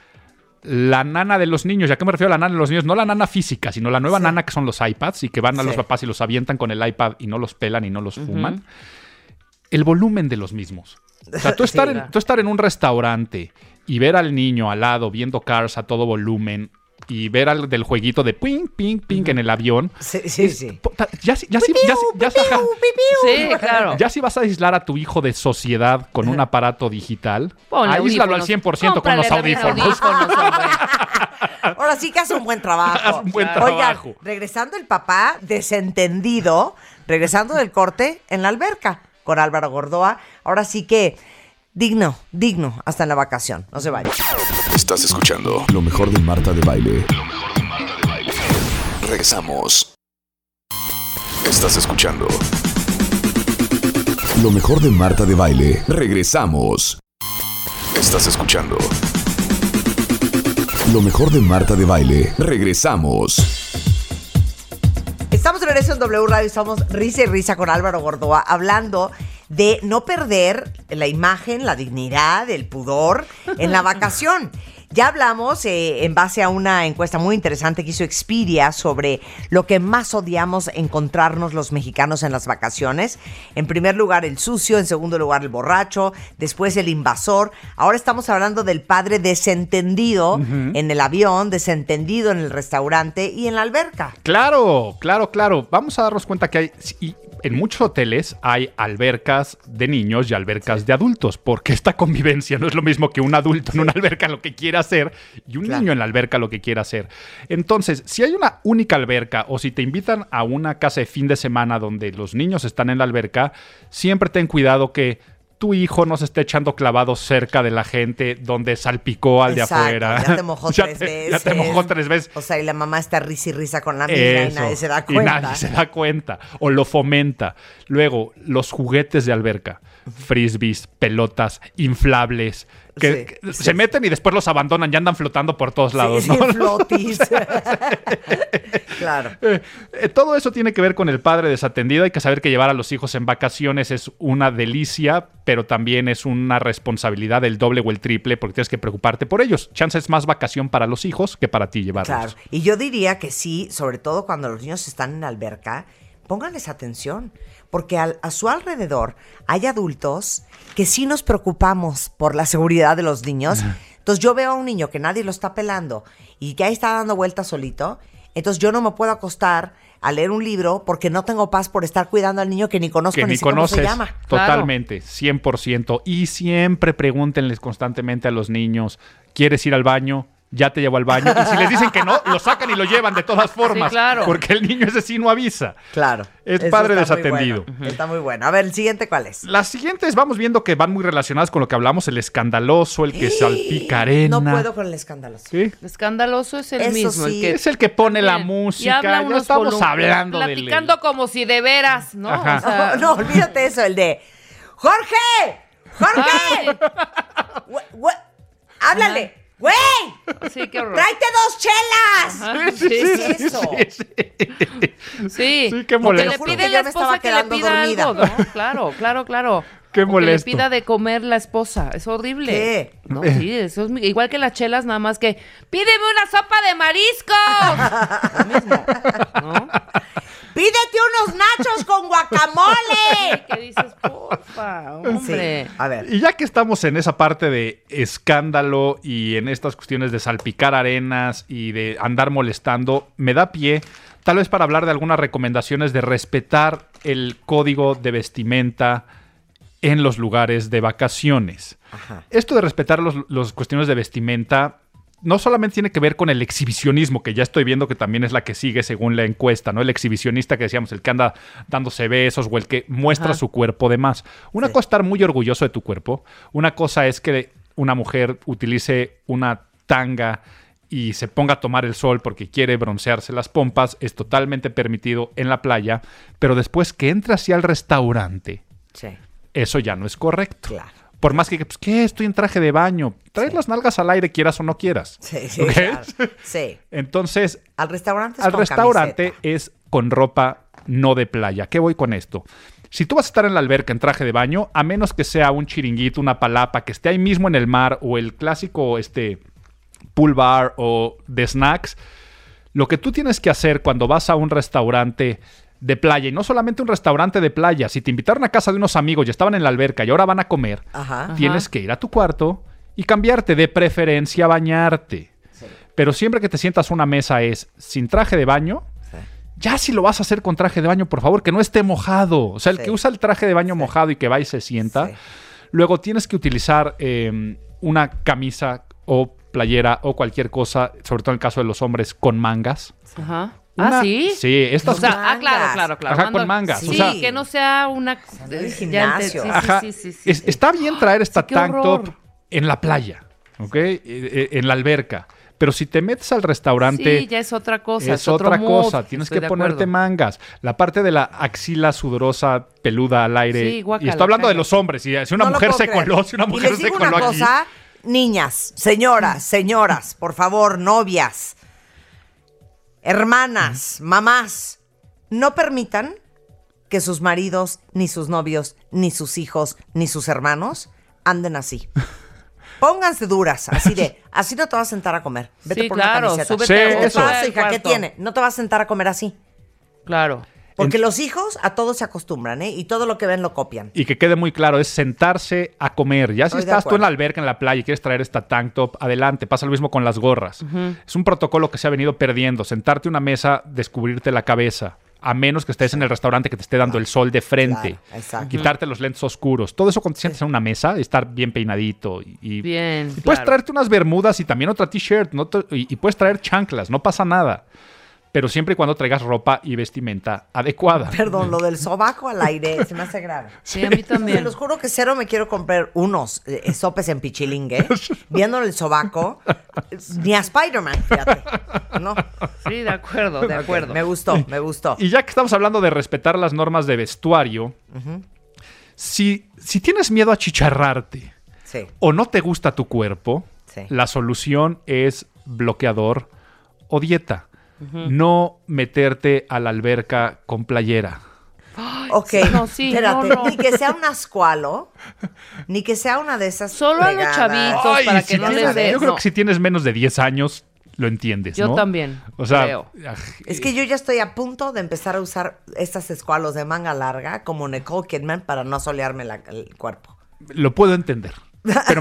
Speaker 12: la nana de los niños. ¿Y a qué me refiero a la nana de los niños? No la nana física, sino la nueva nana que son los iPads y que van a los
Speaker 11: Sí.
Speaker 12: papás y los avientan con el iPad y no los pelan y no los fuman. El volumen de los mismos.
Speaker 5: [laughs]
Speaker 12: O sea,
Speaker 11: Sí,
Speaker 12: tú estar, en,
Speaker 11: ¿verdad?
Speaker 12: tú estar en un restaurante y ver al niño al lado viendo Cars a todo volumen y ver al del jueguito de ping, ping, ping en el avión.
Speaker 5: Sí, sí, sí.
Speaker 12: Ya, sí- ya, sí- ya, sí- ya sí- ajá.
Speaker 9: Sí,
Speaker 12: [laughs]
Speaker 9: claro.
Speaker 12: Ya si vas a aislar a tu hijo de sociedad con un aparato digital,
Speaker 5: Ponle
Speaker 12: aíslalo al
Speaker 5: audífonos.
Speaker 12: 100% con los
Speaker 5: Cómprale también
Speaker 12: audífonos.
Speaker 5: [laughs] Ahora sí que hace un buen trabajo.
Speaker 12: Haz un buen
Speaker 5: Oigan,
Speaker 12: trabajo.
Speaker 5: regresando el papá desentendido, regresando del corte en la alberca con Álvaro Gordoa. Ahora sí que digno, digno, hasta en la vacación. No se vaya.
Speaker 1: Estás escuchando lo mejor de Marta de Baile. Regresamos. Estás escuchando lo mejor de Marta de Baile. Regresamos. Estás escuchando lo mejor de Marta de Baile. Regresamos.
Speaker 5: Estamos de regreso en W Radio, estamos risa y risa con Álvaro Gordoa hablando de no perder la imagen, la dignidad, el pudor en la vacación. Ya hablamos eh, en base a una encuesta muy interesante que hizo Expedia sobre lo que más odiamos encontrarnos los mexicanos en las vacaciones. En primer lugar el sucio, en segundo lugar el borracho, después el invasor. Ahora estamos hablando del padre desentendido
Speaker 12: Ujú.
Speaker 5: en el avión, desentendido en el restaurante y en la alberca.
Speaker 12: Claro, claro, claro. Vamos a darnos cuenta que hay. y en muchos hoteles hay albercas de niños y albercas de adultos, porque esta convivencia no es lo mismo que un adulto en una alberca lo que quiere hacer y un niño en la alberca lo que quiere hacer. Entonces, si hay una única alberca o si te invitan a una casa de fin de semana donde los niños están en la alberca, siempre ten cuidado que tu hijo no se esté echando clavados cerca de la gente donde salpicó al
Speaker 5: Exacto,
Speaker 12: de afuera. [laughs]
Speaker 5: Ya te mojó
Speaker 12: Ya
Speaker 5: tres
Speaker 12: te-
Speaker 5: veces.
Speaker 12: Ya te mojó tres veces.
Speaker 5: O sea, y la mamá está risa y risa con la amiga y
Speaker 12: Eso,
Speaker 5: nadie se da
Speaker 12: y
Speaker 5: cuenta.
Speaker 12: nadie se da cuenta, O lo fomenta. Luego, los juguetes de alberca. Frisbees, pelotas, inflables. Que, que se meten y después los abandonan y andan flotando por todos lados.
Speaker 5: Sí,
Speaker 12: ¿no? [laughs]
Speaker 5: sí, flotis. claro.
Speaker 12: Eh, eh, todo eso tiene que ver con el padre desatendido. Hay que saber que llevar a los hijos en vacaciones es una delicia, pero también es una responsabilidad del doble o el triple porque tienes que preocuparte por ellos. Chance es más vacación para los hijos que para ti
Speaker 5: Claro.
Speaker 12: llevarlos.
Speaker 5: Y yo diría que sí, sobre todo cuando los niños están en la alberca, pónganles atención, porque al- a su alrededor hay adultos que sí nos preocupamos por la seguridad de los niños. Entonces yo veo a un niño que nadie lo está pelando y que ahí está dando vueltas solito, entonces yo no me puedo acostar a leer un libro porque no tengo paz por estar cuidando al niño que ni conozco
Speaker 12: que
Speaker 5: ni,
Speaker 12: ni
Speaker 5: sé cómo se
Speaker 12: conoces.
Speaker 5: llama.
Speaker 12: Totalmente, 100%. Y siempre pregúntenles constantemente a los niños, ¿quieres ir al baño? Ya te llevo al baño. Y si les
Speaker 5: [laughs]
Speaker 12: dicen que no, lo sacan y lo llevan de todas formas.
Speaker 5: claro.
Speaker 12: Porque el niño ese sí no avisa.
Speaker 5: Claro.
Speaker 12: Es
Speaker 5: Eso
Speaker 12: padre
Speaker 5: está muy
Speaker 12: desatendido.
Speaker 5: bueno, Está muy bueno. A ver, el siguiente, ¿cuál es?
Speaker 12: Las siguientes vamos viendo que van muy relacionadas con lo que hablamos, el escandaloso, el que salpica arena.
Speaker 5: No puedo con el escandaloso.
Speaker 12: Sí.
Speaker 9: Escandaloso es el
Speaker 12: Eso
Speaker 9: mismo.
Speaker 12: sí.
Speaker 9: el que
Speaker 12: Es el que pone la música, ya estamos
Speaker 9: volúmenes,
Speaker 12: hablando del-
Speaker 9: Platicando como si de veras, ¿no?
Speaker 12: Ajá.
Speaker 9: O sea,
Speaker 5: [laughs] No, olvídate eso, el de Jorge, Jorge, Güe- güe- háblale, güey,
Speaker 9: sí, qué horror.
Speaker 5: tráete dos chelas.
Speaker 9: Ajá,
Speaker 5: ¿Qué es eso?
Speaker 9: Sí,
Speaker 12: qué molesto.
Speaker 9: Que le
Speaker 5: Porque
Speaker 9: pide
Speaker 5: yo
Speaker 9: la
Speaker 5: me
Speaker 9: esposa
Speaker 5: estaba
Speaker 9: que le
Speaker 5: quedando
Speaker 9: pida
Speaker 5: dormida.
Speaker 9: algo, ¿no? Claro, claro, claro.
Speaker 12: Qué
Speaker 9: O
Speaker 12: molesto. Eh.
Speaker 9: Que le pida de comer la esposa. Es horrible.
Speaker 12: ¿Qué?
Speaker 9: No, sí, eso es mi- igual que las chelas, nada más que pídeme una sopa de mariscos.
Speaker 5: Pídete unos nachos con guacamole.
Speaker 9: [laughs] ¿Qué dices, porfa, hombre?
Speaker 5: A ver.
Speaker 12: Y ya que estamos en esa parte de escándalo y en estas cuestiones de salpicar arenas y de andar molestando, me da pie tal vez para hablar de algunas recomendaciones de respetar el código de vestimenta en los lugares de vacaciones. Esto de respetar las los cuestiones de vestimenta no solamente tiene que ver con el exhibicionismo, que ya estoy viendo que también es la que sigue según la encuesta, ¿no? El exhibicionista que decíamos, el que anda dándose besos o el que muestra
Speaker 21: Ajá.
Speaker 12: su cuerpo de más. Una cosa es estar muy orgulloso de tu cuerpo, una cosa es que una mujer utilice una tanga y se ponga a tomar el sol porque quiere broncearse las pompas, es totalmente permitido en la playa, pero después que entra hacia el restaurante,
Speaker 5: Sí.
Speaker 12: eso ya no es correcto. Por más que, pues, ¿qué? Estoy en traje de baño. Traes las nalgas al aire, quieras o no quieras.
Speaker 5: Sí, sí,
Speaker 12: ¿Ok?
Speaker 5: claro. Sí.
Speaker 12: Entonces,
Speaker 5: Al restaurante es
Speaker 12: al
Speaker 5: con
Speaker 12: restaurante es con ropa no de playa. ¿Qué voy con esto? Si tú vas a estar en la alberca en traje de baño, a menos que sea un chiringuito, una palapa, que esté ahí mismo en el mar o el clásico este, pool bar o de snacks, lo que tú tienes que hacer cuando vas a un restaurante de playa, y no solamente un restaurante de playa, si te invitaron a casa de unos amigos y estaban en la alberca y ahora van a comer,
Speaker 5: [laughs] Ajá.
Speaker 12: tienes que ir a tu cuarto y cambiarte, de preferencia bañarte. Pero siempre que te sientas a una mesa es sin traje de baño. Ya si lo vas a hacer con traje de baño, por favor, que no esté mojado. O sea, el que usa el traje de baño mojado y que va y se sienta. Luego tienes que utilizar eh, una camisa o playera o cualquier cosa, sobre todo en el caso de los hombres, con mangas.
Speaker 9: Ajá.
Speaker 12: Una-
Speaker 9: ¿Ah, sí?
Speaker 12: Sí, estas
Speaker 9: O sea,
Speaker 12: cosas-
Speaker 9: ah, claro, claro, claro.
Speaker 12: Ajá, con
Speaker 9: Mando-
Speaker 12: mangas,
Speaker 9: Sí,
Speaker 12: o sea-
Speaker 9: que no sea una...
Speaker 5: del
Speaker 9: ya
Speaker 5: gimnasio.
Speaker 9: ente- sí,
Speaker 12: Ajá.
Speaker 9: sí, sí, sí, sí.
Speaker 12: Es- Está bien traer esta
Speaker 9: Sí, qué
Speaker 12: tank
Speaker 9: horror.
Speaker 12: top en la playa, ¿ok? Eh, eh, En la alberca. Pero si te metes al restaurante,
Speaker 9: Sí, ya es otra cosa.
Speaker 12: es,
Speaker 9: otro
Speaker 12: otra
Speaker 9: mood.
Speaker 12: cosa. Tienes
Speaker 9: Estoy
Speaker 12: que
Speaker 9: de
Speaker 12: ponerte
Speaker 9: acuerdo.
Speaker 12: mangas. La parte de la axila sudorosa, peluda al aire.
Speaker 5: Sí, guácala,
Speaker 12: y estoy hablando de
Speaker 5: cállate.
Speaker 12: los hombres. Si, si una
Speaker 5: No lo
Speaker 12: mujer
Speaker 5: puedo
Speaker 12: se
Speaker 5: creer.
Speaker 12: coló, si una
Speaker 5: Y
Speaker 12: mujer
Speaker 5: les
Speaker 12: se
Speaker 5: digo
Speaker 12: coló
Speaker 5: una
Speaker 12: aquí.
Speaker 5: cosa, niñas, señoras, señoras, por favor, novias, hermanas, mamás, no permitan que sus maridos, ni sus novios, ni sus hijos, ni sus hermanos anden
Speaker 12: [laughs]
Speaker 5: así. Pónganse duras, así de, así no te vas a sentar a comer. Vete
Speaker 9: Sí,
Speaker 5: por
Speaker 9: claro,
Speaker 5: una camiseta.
Speaker 9: súbete
Speaker 5: ¿Qué
Speaker 9: a
Speaker 5: te
Speaker 9: eso.
Speaker 5: pasa, hija? ¿Qué
Speaker 9: Cuarto.
Speaker 5: tiene? No te vas a sentar a comer así.
Speaker 9: Claro.
Speaker 5: Porque los hijos a todos se acostumbran, ¿eh? Y todo lo que ven lo copian.
Speaker 12: Y que quede muy claro, es sentarse a comer. Ya si
Speaker 5: Estoy de
Speaker 12: estás tú en la
Speaker 5: acuerdo.
Speaker 12: alberca, en la playa y quieres traer esta tank top, adelante. Pasa lo mismo con las gorras.
Speaker 5: Ujú.
Speaker 12: Es un protocolo que se ha venido perdiendo. Sentarte a una mesa, descubrirte la cabeza. A menos que estés en el restaurante que te esté dando el sol de frente.
Speaker 5: Claro, exacto.
Speaker 12: Quitarte los lentes oscuros. Todo eso cuando te sientas en una mesa, estar bien peinadito. Y, y-
Speaker 9: Bien,
Speaker 12: y puedes
Speaker 9: claro.
Speaker 12: traerte unas bermudas y también otra t-shirt. no te- y, y puedes traer chanclas, no pasa nada. Pero siempre y cuando traigas ropa y vestimenta adecuada.
Speaker 5: Perdón, lo del sobaco al aire se me hace grave.
Speaker 12: Sí, a mí también.
Speaker 5: Se los juro que cero me quiero comprar unos eh, sopes en pichilingue, viéndole el sobaco, ni a Spider-Man, fíjate. No.
Speaker 9: Sí, de acuerdo,
Speaker 5: [laughs]
Speaker 9: de
Speaker 5: Ok,
Speaker 9: acuerdo.
Speaker 5: Me gustó, me gustó.
Speaker 12: Y ya que estamos hablando de respetar las normas de vestuario,
Speaker 5: Ujú.
Speaker 12: si, si tienes miedo a chicharrarte
Speaker 5: Sí.
Speaker 12: o no te gusta tu cuerpo,
Speaker 5: Sí.
Speaker 12: la solución es bloqueador o dieta.
Speaker 5: Ujú.
Speaker 12: No meterte a la alberca con playera.
Speaker 5: Ok,
Speaker 9: sí, no, sí,
Speaker 5: espérate,
Speaker 9: no, no.
Speaker 5: ni que sea un ascualo, ni que sea una de esas
Speaker 9: Solo a los chavitos Ay, Pues para que
Speaker 12: Si
Speaker 9: no
Speaker 12: tienes-
Speaker 9: les dé-
Speaker 12: Yo creo
Speaker 9: no.
Speaker 12: que si tienes menos de 10 años, lo entiendes.
Speaker 9: Yo
Speaker 12: ¿no?
Speaker 9: también,
Speaker 12: O sea,
Speaker 9: creo.
Speaker 12: aj,
Speaker 5: Es que yo ya estoy a punto de empezar a usar estas escualos de manga larga como Nicole Kidman para no solearme la- el cuerpo.
Speaker 12: lo puedo entender. Pero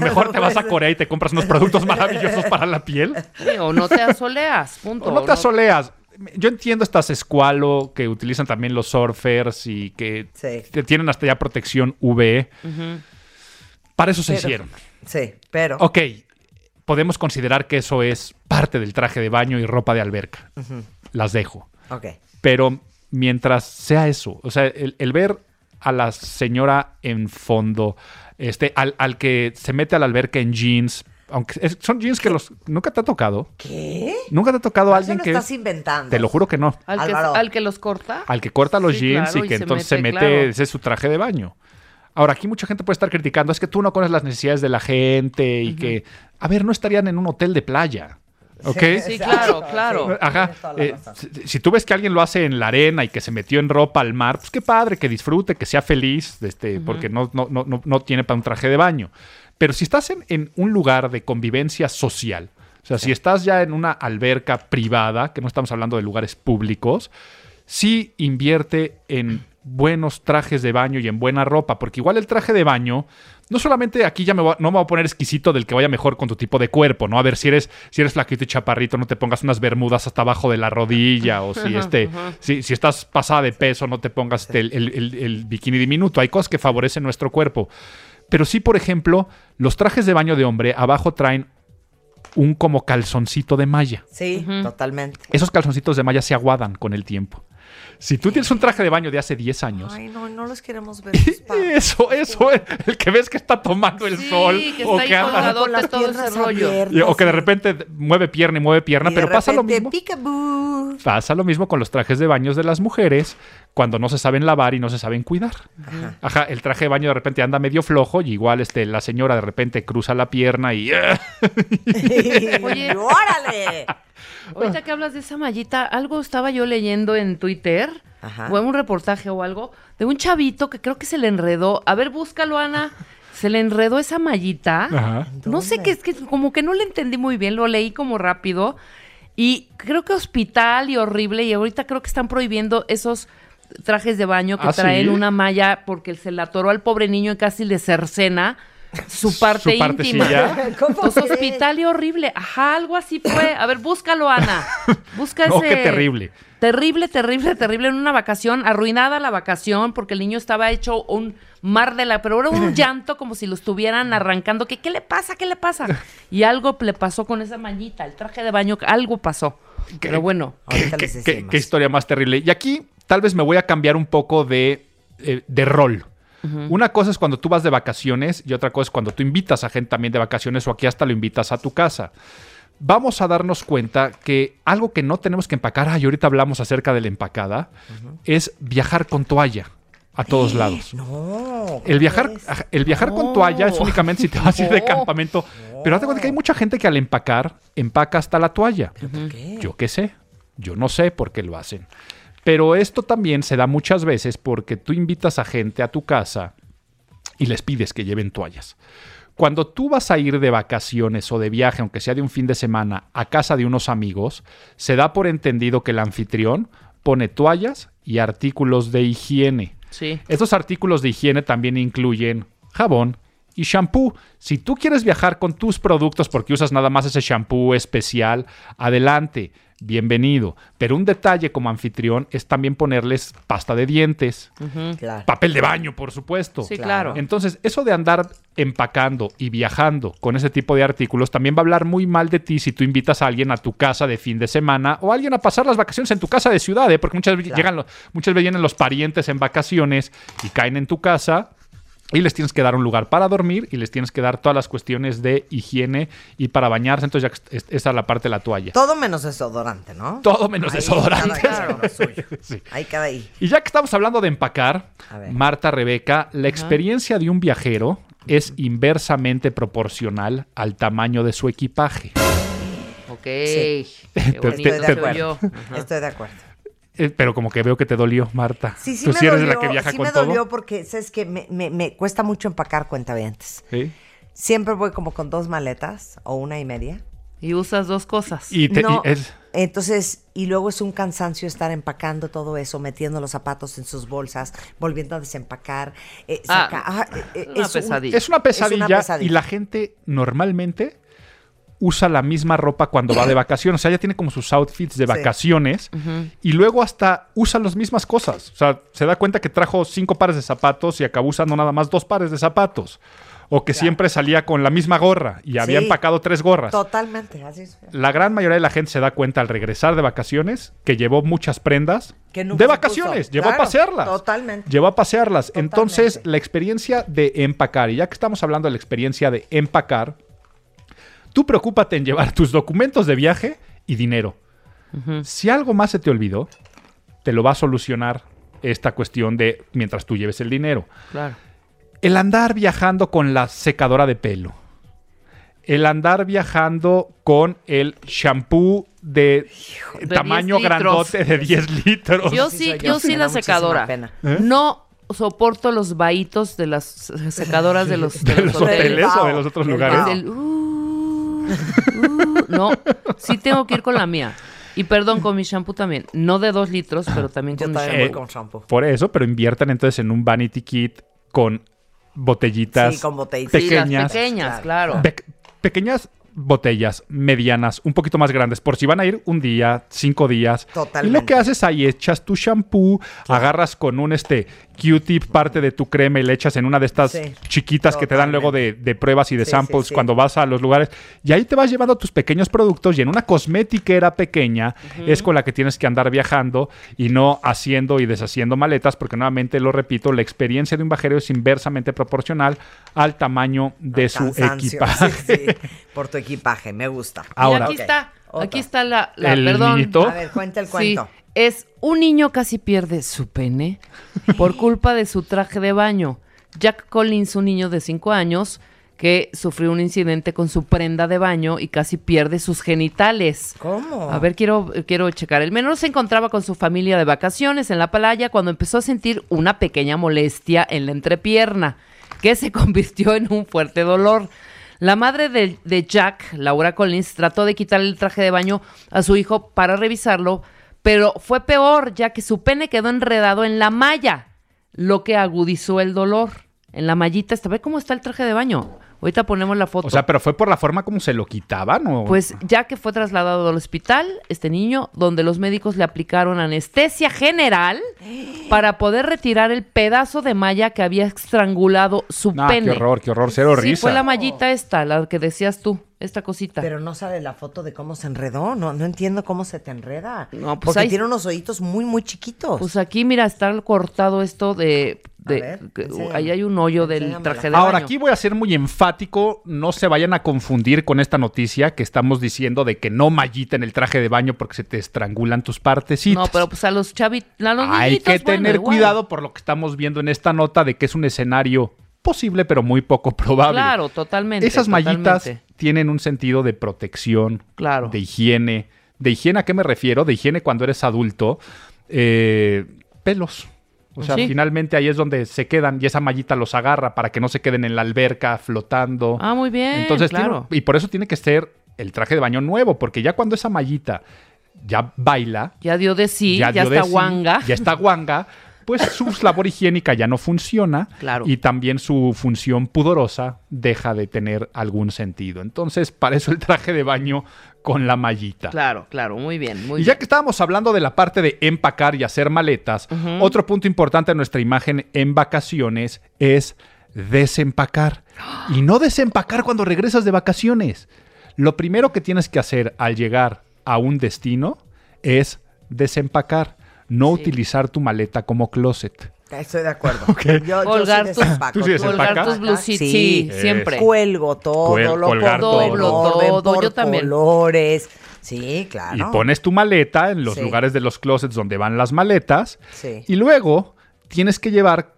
Speaker 5: [laughs]
Speaker 12: mejor te
Speaker 5: Pues,
Speaker 12: vas a Corea y te compras unos productos maravillosos para la piel.
Speaker 9: Sí, o no te asoleas, punto.
Speaker 12: O [laughs] no te asoleas. Yo entiendo estas escualo que utilizan también los surfers y que que tienen hasta ya protección UV.
Speaker 5: Ujú.
Speaker 12: Para eso se
Speaker 5: Pero-
Speaker 12: hicieron.
Speaker 5: Sí, pero.
Speaker 12: Ok, podemos considerar que eso es parte del traje de baño y ropa de alberca.
Speaker 5: Ujú.
Speaker 12: Las dejo.
Speaker 5: Ok.
Speaker 12: Pero mientras sea eso, o sea, el, el ver a la señora en fondo, este, al, al que se mete a la alberca en jeans, aunque es- son jeans que los nunca te ha tocado.
Speaker 5: ¿Qué?
Speaker 12: Nunca te ha tocado
Speaker 5: Eso
Speaker 12: alguien
Speaker 5: lo
Speaker 12: que
Speaker 5: estás inventando.
Speaker 12: Te lo juro que no.
Speaker 9: Al que,
Speaker 5: Álvaro.
Speaker 9: al que los corta.
Speaker 12: Al que corta los
Speaker 9: Sí,
Speaker 12: jeans
Speaker 9: claro,
Speaker 12: y que
Speaker 9: y se
Speaker 12: entonces se
Speaker 9: mete,
Speaker 12: mete,
Speaker 9: claro.
Speaker 12: ese es su traje de baño. Ahora, aquí mucha gente puede estar criticando, es que tú no conoces las necesidades de la gente y que, a ver, no estarían en un hotel de playa. ¿Ok?
Speaker 9: Sí, claro, claro. Sí,
Speaker 12: Ajá.
Speaker 9: tienes toda la
Speaker 12: eh, si- si tú ves que alguien lo hace en la arena y que se metió en ropa al mar, pues qué padre, que disfrute, que sea feliz, este, porque no, no, no, no- no tiene para un traje de baño. Pero si estás en, en un lugar de convivencia social, o sea, si estás ya en una alberca privada, que no estamos hablando de lugares públicos, sí invierte en buenos trajes de baño y en buena ropa, porque igual el traje de baño, no solamente aquí ya me voy a- no me voy a poner exquisito del que vaya mejor con tu tipo de cuerpo, ¿no? A ver, si eres, si eres flaquito y chaparrito, no te pongas unas bermudas hasta abajo de la rodilla, o si
Speaker 21: Ajá,
Speaker 12: este,
Speaker 21: ajá.
Speaker 12: si, si estás pasada de peso, no te pongas el, el- el- el bikini diminuto. Hay cosas que favorecen nuestro cuerpo. Pero sí, por ejemplo, los trajes de baño de hombre abajo traen un como calzoncito de malla.
Speaker 5: Sí, totalmente.
Speaker 12: Esos calzoncitos de malla se aguadan con el tiempo. Si tú tienes un traje de baño de hace 10 años,
Speaker 5: Ay, no, no los queremos
Speaker 12: [laughs]
Speaker 5: ver.
Speaker 12: eso, eso, el, el que ves que está tomando el sol o que anda-
Speaker 5: las
Speaker 9: todo ese
Speaker 5: piernas
Speaker 9: rollo.
Speaker 12: y-
Speaker 5: abiertas.
Speaker 12: o que de repente mueve pierna y mueve pierna,
Speaker 5: Y
Speaker 12: pero
Speaker 5: de
Speaker 12: pasa lo
Speaker 5: repente,
Speaker 12: mismo.
Speaker 5: peekaboo.
Speaker 12: Pasa lo mismo con los trajes de baños de las mujeres cuando no se saben lavar y no se saben cuidar.
Speaker 5: Ajá.
Speaker 12: Ajá, el traje de baño de repente anda medio flojo y igual este, la señora de repente cruza la pierna y... ¡ah!
Speaker 9: [laughs] Oye,
Speaker 5: [laughs] órale.
Speaker 9: Ahorita que hablas de esa mallita, algo estaba yo leyendo en Twitter,
Speaker 5: Ajá.
Speaker 9: o en un reportaje o algo, de un chavito que creo que se le enredó. A ver, búscalo, Ana. Se le enredó esa mallita.
Speaker 12: Ajá.
Speaker 9: No sé qué es que como que no le entendí muy bien, lo leí como rápido. Y creo que hospital y horrible. Y ahorita creo que están prohibiendo esos trajes de baño que
Speaker 12: ¿Ah, sí?
Speaker 9: traen una malla porque se la atoró al pobre niño y casi le cercena su parte íntima. [laughs]
Speaker 12: partecilla.
Speaker 9: Entonces, hospital y horrible. Ajá, algo así fue. A ver,
Speaker 12: [laughs]
Speaker 9: búscalo, Ana. Busca
Speaker 12: No,
Speaker 9: ese.
Speaker 12: qué terrible.
Speaker 9: Terrible, terrible, terrible. En una vacación, arruinada la vacación, porque el niño estaba hecho un mar de la. Pero
Speaker 12: [laughs]
Speaker 9: era un llanto como si lo estuvieran arrancando. Que, ¿Qué le pasa? ¿Qué le pasa? Y algo le pasó con esa mañita, el traje de baño, algo pasó. Pero bueno,
Speaker 12: ¿Qué, qué- qué- qué historia más terrible. Y aquí tal vez me voy a cambiar un poco de, eh, de rol. Una cosa es cuando tú vas de vacaciones y otra cosa es cuando tú invitas a gente también de vacaciones o aquí hasta lo invitas a tu casa. Vamos a darnos cuenta que algo que no tenemos que empacar, ay, ahorita hablamos acerca de la empacada, es viajar con toalla a todos lados.
Speaker 5: No.
Speaker 12: El viajar, ajá, el viajar con toalla es
Speaker 5: No.
Speaker 12: únicamente si te vas a ir
Speaker 5: [laughs]
Speaker 12: de
Speaker 5: No.
Speaker 12: campamento. Pero date cuenta que hay mucha gente que al empacar, empaca hasta la toalla. Yo qué sé. Yo no sé por qué lo hacen. Pero esto también se da muchas veces porque tú invitas a gente a tu casa y les pides que lleven toallas. Cuando tú vas a ir de vacaciones o de viaje, aunque sea de un fin de semana, a casa de unos amigos, se da por entendido que el anfitrión pone toallas y artículos de higiene.
Speaker 9: Sí.
Speaker 12: Estos artículos de higiene también incluyen jabón y shampoo. Si tú quieres viajar con tus productos porque usas nada más ese shampoo especial, adelante, bienvenido. Pero un detalle como anfitrión es también ponerles pasta de dientes,
Speaker 5: Claro.
Speaker 12: papel de baño, por supuesto.
Speaker 5: Sí, claro.
Speaker 12: Entonces, eso de andar empacando y viajando con ese tipo de artículos también va a hablar muy mal de ti si tú invitas a alguien a tu casa de fin de semana o a alguien a pasar las vacaciones en tu casa de ciudad, ¿eh? porque muchas, ve-
Speaker 5: Claro.
Speaker 12: llegan los- muchas veces vienen los parientes en vacaciones y caen en tu casa. Y les tienes que dar un lugar para dormir y les tienes que dar todas las cuestiones de higiene y para bañarse. Entonces, ya que es- esa es la parte de la toalla.
Speaker 5: Todo menos desodorante, ¿no?
Speaker 12: Todo menos
Speaker 5: Ahí
Speaker 12: desodorante.
Speaker 5: cada
Speaker 12: [laughs]
Speaker 5: quien lo suyo.
Speaker 12: Sí.
Speaker 5: Ahí cada ahí.
Speaker 12: Y ya que estamos hablando de empacar, Marta Rebeca, la experiencia de un viajero es inversamente proporcional al tamaño de su equipaje.
Speaker 9: ok.
Speaker 12: Te-
Speaker 9: Qué
Speaker 12: te-
Speaker 9: bonito
Speaker 12: te-
Speaker 9: soy
Speaker 12: te-
Speaker 9: yo.
Speaker 5: Estoy de acuerdo.
Speaker 12: Eh, pero como que veo que te dolió, Marta.
Speaker 5: Sí, sí
Speaker 12: Tú
Speaker 5: me
Speaker 12: sí eres
Speaker 5: dolió,
Speaker 12: la que viaja
Speaker 5: sí
Speaker 12: con
Speaker 5: me
Speaker 12: todo.
Speaker 5: dolió porque, ¿sabes que me, me- me cuesta mucho empacar cuentavientes.
Speaker 12: Sí.
Speaker 5: Siempre voy como con dos maletas o una y media.
Speaker 9: Y usas dos cosas.
Speaker 12: Y te- y
Speaker 5: No,
Speaker 12: es-
Speaker 5: Entonces, y luego es un cansancio estar empacando todo eso, metiendo los zapatos en sus bolsas, volviendo a desempacar. eh,
Speaker 12: Ah,
Speaker 5: saca- ajá, eh, eh,
Speaker 12: una
Speaker 5: es un-
Speaker 12: pesadilla. Es una pesadilla y la gente normalmente usa la misma ropa
Speaker 5: [coughs]
Speaker 12: cuando va de vacaciones. O sea, ella tiene como sus outfits de
Speaker 5: Sí.
Speaker 12: vacaciones
Speaker 5: Ujú.
Speaker 12: y luego hasta usa las mismas cosas. O sea, se da cuenta que trajo cinco pares de zapatos y acabó usando nada más dos pares de zapatos. O que siempre salía con la misma gorra y había
Speaker 5: Sí.
Speaker 12: empacado tres gorras.
Speaker 5: Totalmente, así es.
Speaker 12: La gran mayoría de la gente se da cuenta al regresar de vacaciones que llevó muchas prendas
Speaker 5: Que nunca
Speaker 12: de
Speaker 5: se
Speaker 12: vacaciones,
Speaker 5: puso.
Speaker 12: llevó
Speaker 5: Claro,
Speaker 12: a pasearlas.
Speaker 5: Totalmente.
Speaker 12: Llevó a pasearlas. Entonces, la experiencia de empacar, y ya que estamos hablando de la experiencia de empacar, tú preocúpate en llevar tus documentos de viaje y dinero. Si algo más se te olvidó, te lo va a solucionar esta cuestión de mientras tú lleves el dinero.
Speaker 9: Claro.
Speaker 12: El andar viajando con la secadora de pelo. El andar viajando con el shampoo de
Speaker 9: de 10
Speaker 12: tamaño
Speaker 9: litros.
Speaker 12: grandote de 10 litros.
Speaker 9: Yo sí, yo sí la secadora.
Speaker 12: ¿Eh?
Speaker 9: No soporto los vahitos de las secadoras de los,
Speaker 12: ¿De los hoteles o de los otros
Speaker 9: Del
Speaker 12: lugares?
Speaker 9: vaho. Del, uh, uh, no, sí tengo que ir con la mía. Y perdón, con mi shampoo también. No de dos litros, pero también con mi
Speaker 12: Eh,
Speaker 9: shampoo.
Speaker 12: Por eso, pero inviertan entonces en un vanity kit con botellitas,
Speaker 9: Sí, con botellitas. Sí, las
Speaker 12: pequeñas.
Speaker 9: pequeñas, claro.
Speaker 12: Pe- pequeñas botellas medianas, un poquito más grandes, por si van a ir un día, cinco días. Y lo
Speaker 5: Totalmente.
Speaker 12: que haces ahí, echas tu shampoo, agarras con un este Q-tip parte de tu crema y le echas en una de estas
Speaker 21: Sí,
Speaker 12: chiquitas que te dan luego de, de pruebas y de
Speaker 21: Sí, sí,
Speaker 12: samples
Speaker 21: sí.
Speaker 12: cuando vas a los lugares. Y ahí te vas llevando tus pequeños productos y en una cosmetiquera pequeña
Speaker 21: Ujú.
Speaker 12: es con la que tienes que andar viajando y no haciendo y deshaciendo maletas porque nuevamente lo repito, la experiencia de un bajero es inversamente proporcional al tamaño de su
Speaker 5: [laughs]
Speaker 21: cansancio,
Speaker 12: equipaje.
Speaker 21: sí, sí, por tu equipaje, me gusta.
Speaker 12: Ahora-
Speaker 21: Ok,
Speaker 9: Aquí está,
Speaker 21: otra.
Speaker 9: aquí está la, la-
Speaker 12: ¿El
Speaker 9: perdón.
Speaker 12: niñito? A
Speaker 21: ver, cuenta el cuento.
Speaker 9: Sí, es un niño casi pierde su pene
Speaker 12: [laughs]
Speaker 9: por culpa de su traje de baño. Jack Collins, un niño de 5 años que sufrió un incidente con su prenda de baño y casi pierde sus genitales.
Speaker 5: ¿Cómo?
Speaker 9: A ver, quiero, quiero checar. El menor se encontraba con su familia de vacaciones en la playa cuando empezó a sentir una pequeña molestia en la entrepierna, que se [laughs] convirtió en un fuerte dolor. La madre de, de Jack, Laura Collins, trató de quitarle el traje de baño a su hijo para revisarlo, pero fue peor, ya que su pene quedó enredado en la malla, lo que agudizó el dolor. En la mallita, esta, ve cómo está el traje de baño. Ahorita ponemos la
Speaker 12: [laughs]
Speaker 9: foto.
Speaker 12: O sea, pero fue por la forma como se lo quitaban o...
Speaker 9: Pues ya que fue trasladado al hospital, este niño, donde los médicos le aplicaron anestesia
Speaker 21: [gasps]
Speaker 9: general para poder retirar el pedazo de malla que había estrangulado su
Speaker 12: Ah,
Speaker 9: pene.
Speaker 12: qué horror, qué horror, cero
Speaker 9: Sí,
Speaker 12: risa.
Speaker 9: fue la mallita esta, la que decías tú, esta cosita.
Speaker 21: Oh. Pero no sale la foto de cómo se enredó, no, no entiendo cómo se te enreda.
Speaker 9: No, pues
Speaker 21: Porque
Speaker 9: ahí-
Speaker 21: tiene unos ojitos muy, muy chiquitos.
Speaker 9: Pues aquí, mira, está cortado esto de... de- que-
Speaker 21: enséñame.
Speaker 9: ahí hay un hoyo del traje de
Speaker 12: Ahora,
Speaker 9: baño.
Speaker 12: aquí voy a ser muy enfático, no se vayan a confundir con esta noticia que estamos diciendo de que no mallita en el traje de baño porque se te estrangulan tus partecitas.
Speaker 9: No, pero pues a los chavitos, a los
Speaker 12: Hay
Speaker 9: niñitos,
Speaker 12: que
Speaker 9: bueno,
Speaker 12: tener
Speaker 9: igual.
Speaker 12: cuidado por lo que estamos viendo en esta nota de que es un escenario posible pero muy poco probable.
Speaker 9: Claro, totalmente.
Speaker 12: Esas mallitas
Speaker 9: totalmente.
Speaker 12: tienen un sentido de protección,
Speaker 9: Claro.
Speaker 12: de higiene. ¿De higiene a qué me refiero? De higiene cuando eres adulto. eh, pelos. O sea,
Speaker 9: Sí.
Speaker 12: finalmente ahí es donde se quedan y esa mallita los agarra para que no se queden en la alberca flotando.
Speaker 9: Ah, muy bien,
Speaker 12: Entonces, tiene-
Speaker 9: claro.
Speaker 12: y por eso tiene que ser el traje de baño nuevo, porque ya cuando esa mallita ya baila,
Speaker 9: Ya dio de sí, ya,
Speaker 12: dio de
Speaker 9: está
Speaker 12: sí,
Speaker 9: guanga.
Speaker 12: Ya está guanga.
Speaker 9: [laughs]
Speaker 12: Pues su labor higiénica ya no funciona.
Speaker 9: Claro.
Speaker 12: Y también su función pudorosa deja de tener algún sentido. Entonces, para eso el traje de baño con la mallita.
Speaker 9: Claro, claro, muy bien, muy
Speaker 12: Y ya que estábamos hablando de la parte de empacar y hacer maletas, otro punto importante de nuestra imagen en vacaciones es desempacar. Y no desempacar cuando regresas de vacaciones. Lo primero que tienes que hacer al llegar a un destino es desempacar, no utilizar tu maleta como closet.
Speaker 21: Estoy de
Speaker 12: [laughs]
Speaker 21: acuerdo. Yo, yo
Speaker 9: Colgar
Speaker 21: sí
Speaker 9: tus-
Speaker 21: desempaco,
Speaker 12: ¿Tú sí desempacas? Colgar tus
Speaker 9: blusitas, sí,
Speaker 21: Eh,
Speaker 9: siempre.
Speaker 21: Cuelgo todo,
Speaker 12: Cuel-
Speaker 21: lo
Speaker 12: colgar
Speaker 21: pongo en
Speaker 12: todo.
Speaker 21: orden,
Speaker 9: Todo,
Speaker 21: por
Speaker 9: yo también.
Speaker 21: colores. Sí, claro.
Speaker 12: Y pones tu maleta en los
Speaker 21: Ah, Sí.
Speaker 12: lugares de los closets donde van las maletas.
Speaker 21: Sí.
Speaker 12: Y luego tienes que llevar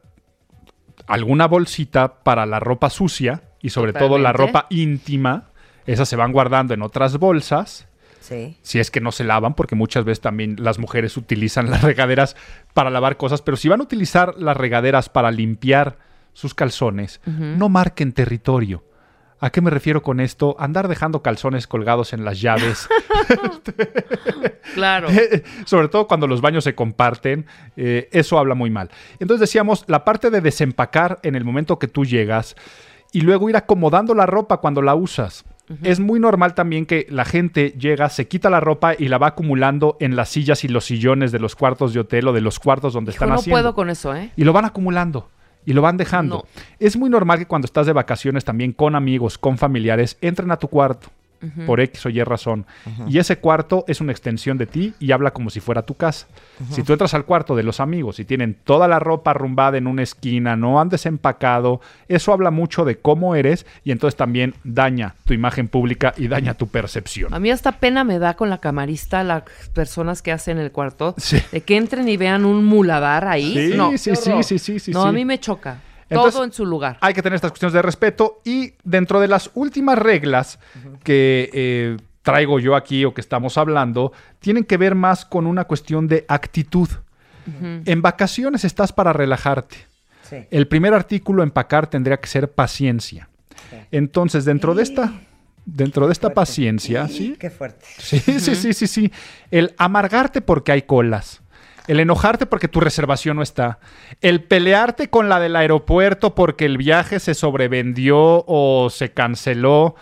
Speaker 12: alguna bolsita para la ropa sucia y sobre todo la
Speaker 21: Totalmente.
Speaker 12: ropa íntima. Esas se van guardando en otras bolsas.
Speaker 21: Sí.
Speaker 12: Si es que no se lavan, porque muchas veces también las mujeres utilizan [laughs] las regaderas para lavar cosas, pero si van a utilizar las regaderas para limpiar sus calzones, no marquen territorio. ¿A qué me refiero con esto? Andar dejando calzones colgados en las llaves
Speaker 9: [laughs] Claro.
Speaker 12: [laughs] sobre todo cuando los baños se comparten, eh, eso habla muy mal. Entonces decíamos, la parte de desempacar en el momento que tú llegas y luego ir acomodando la ropa cuando la usas. Es muy normal también que la gente llega, se quita la ropa y la va acumulando en las sillas y los sillones de los cuartos de hotel o de los cuartos donde
Speaker 9: Yo
Speaker 12: están
Speaker 9: no
Speaker 12: haciendo
Speaker 9: puedo con eso, ¿eh?
Speaker 12: y lo van acumulando y lo van dejando. Es muy normal que cuando estás de vacaciones también con amigos, con familiares, entren a tu cuarto
Speaker 21: Ujú.
Speaker 12: por X o Y razón.
Speaker 21: Ujú.
Speaker 12: Y ese cuarto es una extensión de ti y habla como si fuera tu casa. Si tú entras al cuarto de los amigos y tienen toda la ropa arrumbada en una esquina, no han desempacado, eso habla mucho de cómo eres y entonces también daña tu imagen pública y daña tu percepción.
Speaker 9: A mí hasta pena me da con la camarista las personas que hacen el cuarto de que entren y vean un muladar ahí.
Speaker 12: Sí,
Speaker 9: no,
Speaker 12: sí,
Speaker 9: qué
Speaker 12: sí,
Speaker 9: horror.
Speaker 12: sí, sí, sí,
Speaker 9: No,
Speaker 12: sí.
Speaker 9: a mí me choca.
Speaker 12: Entonces-
Speaker 9: Todo en su lugar.
Speaker 12: Hay que tener estas cuestiones de respeto y dentro de las últimas reglas que eh, traigo yo aquí o que estamos hablando, tienen que ver más con una cuestión de actitud.
Speaker 13: Eh,
Speaker 12: En vacaciones estás para relajarte.
Speaker 21: Sí.
Speaker 12: El primer artículo a empacar tendría que ser paciencia. Entonces, dentro de esta, dentro de esta paciencia, ¿sí?
Speaker 21: Qué fuerte.
Speaker 12: Sí, sí, sí, sí, sí. El amargarte porque hay colas. El enojarte porque tu reservación no está. El pelearte con la del aeropuerto porque el viaje se sobrevendió o se canceló.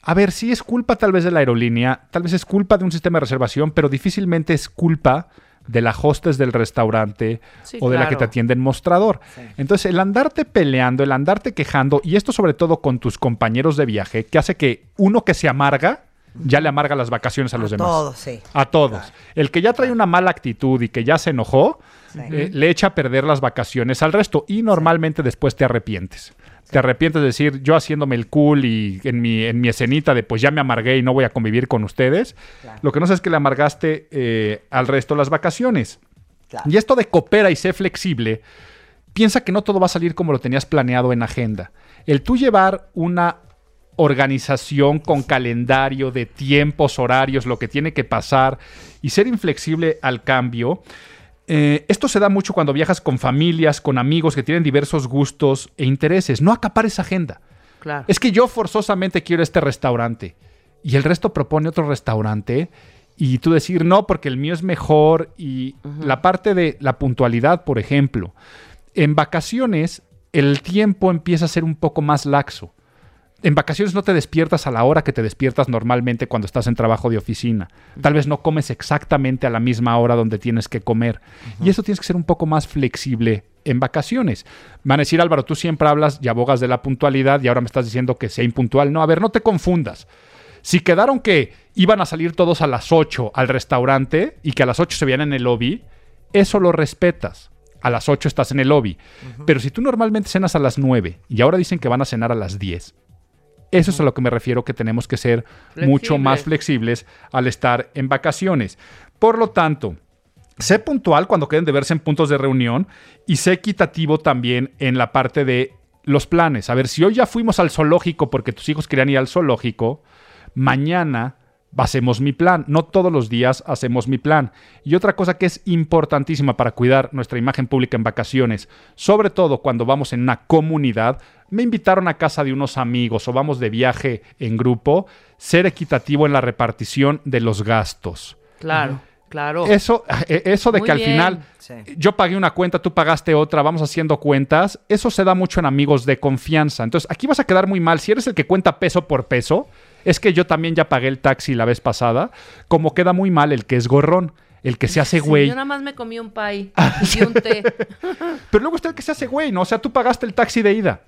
Speaker 12: A ver, sí es culpa tal vez de la aerolínea, tal vez es culpa de un sistema de reservación, pero difícilmente es culpa de la hostess del restaurante
Speaker 14: Sí,
Speaker 12: o de la que
Speaker 14: claro.
Speaker 12: te atiende en mostrador. Entonces, el andarte peleando, el andarte quejando, y esto sobre todo con tus compañeros de viaje, que hace que uno que se amarga, ya le amarga las vacaciones a los demás.
Speaker 5: Todo, sí.
Speaker 12: A todos. El que ya trae una mala actitud y que ya se enojó,
Speaker 5: Sí.
Speaker 12: eh, le echa a perder las vacaciones al resto y normalmente después te arrepientes. Te arrepientes de decir, yo haciéndome el cool y en mi, en mi escenita de pues ya me amargué y no voy a convivir con ustedes. Lo que no sé es que le amargaste eh, al resto las vacaciones. Y esto de coopera y sé flexible, piensa que no todo va a salir como lo tenías planeado en agenda. El tú llevar una organización con calendario de tiempos, horarios, lo que tiene que pasar y ser inflexible al cambio. eh, esto se da mucho cuando viajas con familias, con amigos que tienen diversos gustos e intereses. No acapar esa agenda.
Speaker 9: Claro.
Speaker 12: Es que yo forzosamente quiero este restaurante y el resto propone otro restaurante y tú decir no porque el mío es mejor y la parte de la puntualidad, por ejemplo. En vacaciones el tiempo empieza a ser un poco más laxo. En vacaciones no te despiertas a la hora que te despiertas normalmente cuando estás en trabajo de oficina. Tal vez no comes exactamente a la misma hora donde tienes que comer. Y eso tienes que ser un poco más flexible en vacaciones. Me van a decir, Álvaro, tú siempre hablas y abogas de la puntualidad y ahora me estás diciendo que sea impuntual. No, a ver, no te confundas. Si quedaron que iban a salir todos a las 8 al restaurante y que a las 8 se veían en el lobby, eso lo respetas. A las 8 estás en el lobby. Pero si tú normalmente cenas a las 9 y ahora dicen que van a cenar a las 10, eso es a lo que me refiero que tenemos que ser mucho más flexibles al estar en vacaciones. Por lo tanto, sé puntual cuando queden de verse en puntos de reunión y sé equitativo también en la parte de los planes. A ver, si hoy ya fuimos al zoológico porque tus hijos querían ir al zoológico, mañana hacemos mi plan. No todos los días hacemos mi plan. Y otra cosa que es importantísima para cuidar nuestra imagen pública en vacaciones, sobre todo cuando vamos en una comunidad, me invitaron a casa de unos amigos o vamos de viaje en grupo, ser equitativo en la repartición de los gastos.
Speaker 9: Claro, claro.
Speaker 12: Eso, eh, eso de
Speaker 9: Muy
Speaker 12: que al
Speaker 9: bien.
Speaker 12: final yo pagué una cuenta, tú pagaste otra, vamos haciendo cuentas, eso se da mucho en amigos de confianza. Entonces, aquí vas a quedar muy mal. Si eres el que cuenta peso por peso, es que yo también ya pagué el taxi la vez pasada, como queda muy mal el que es gorrón, el que se hace
Speaker 9: [laughs] Sí,
Speaker 12: güey. Ah,
Speaker 9: Yo nada más me comí un pie y un té.
Speaker 12: Pero luego está el que se hace güey, ¿no? O sea, tú pagaste el taxi de ida.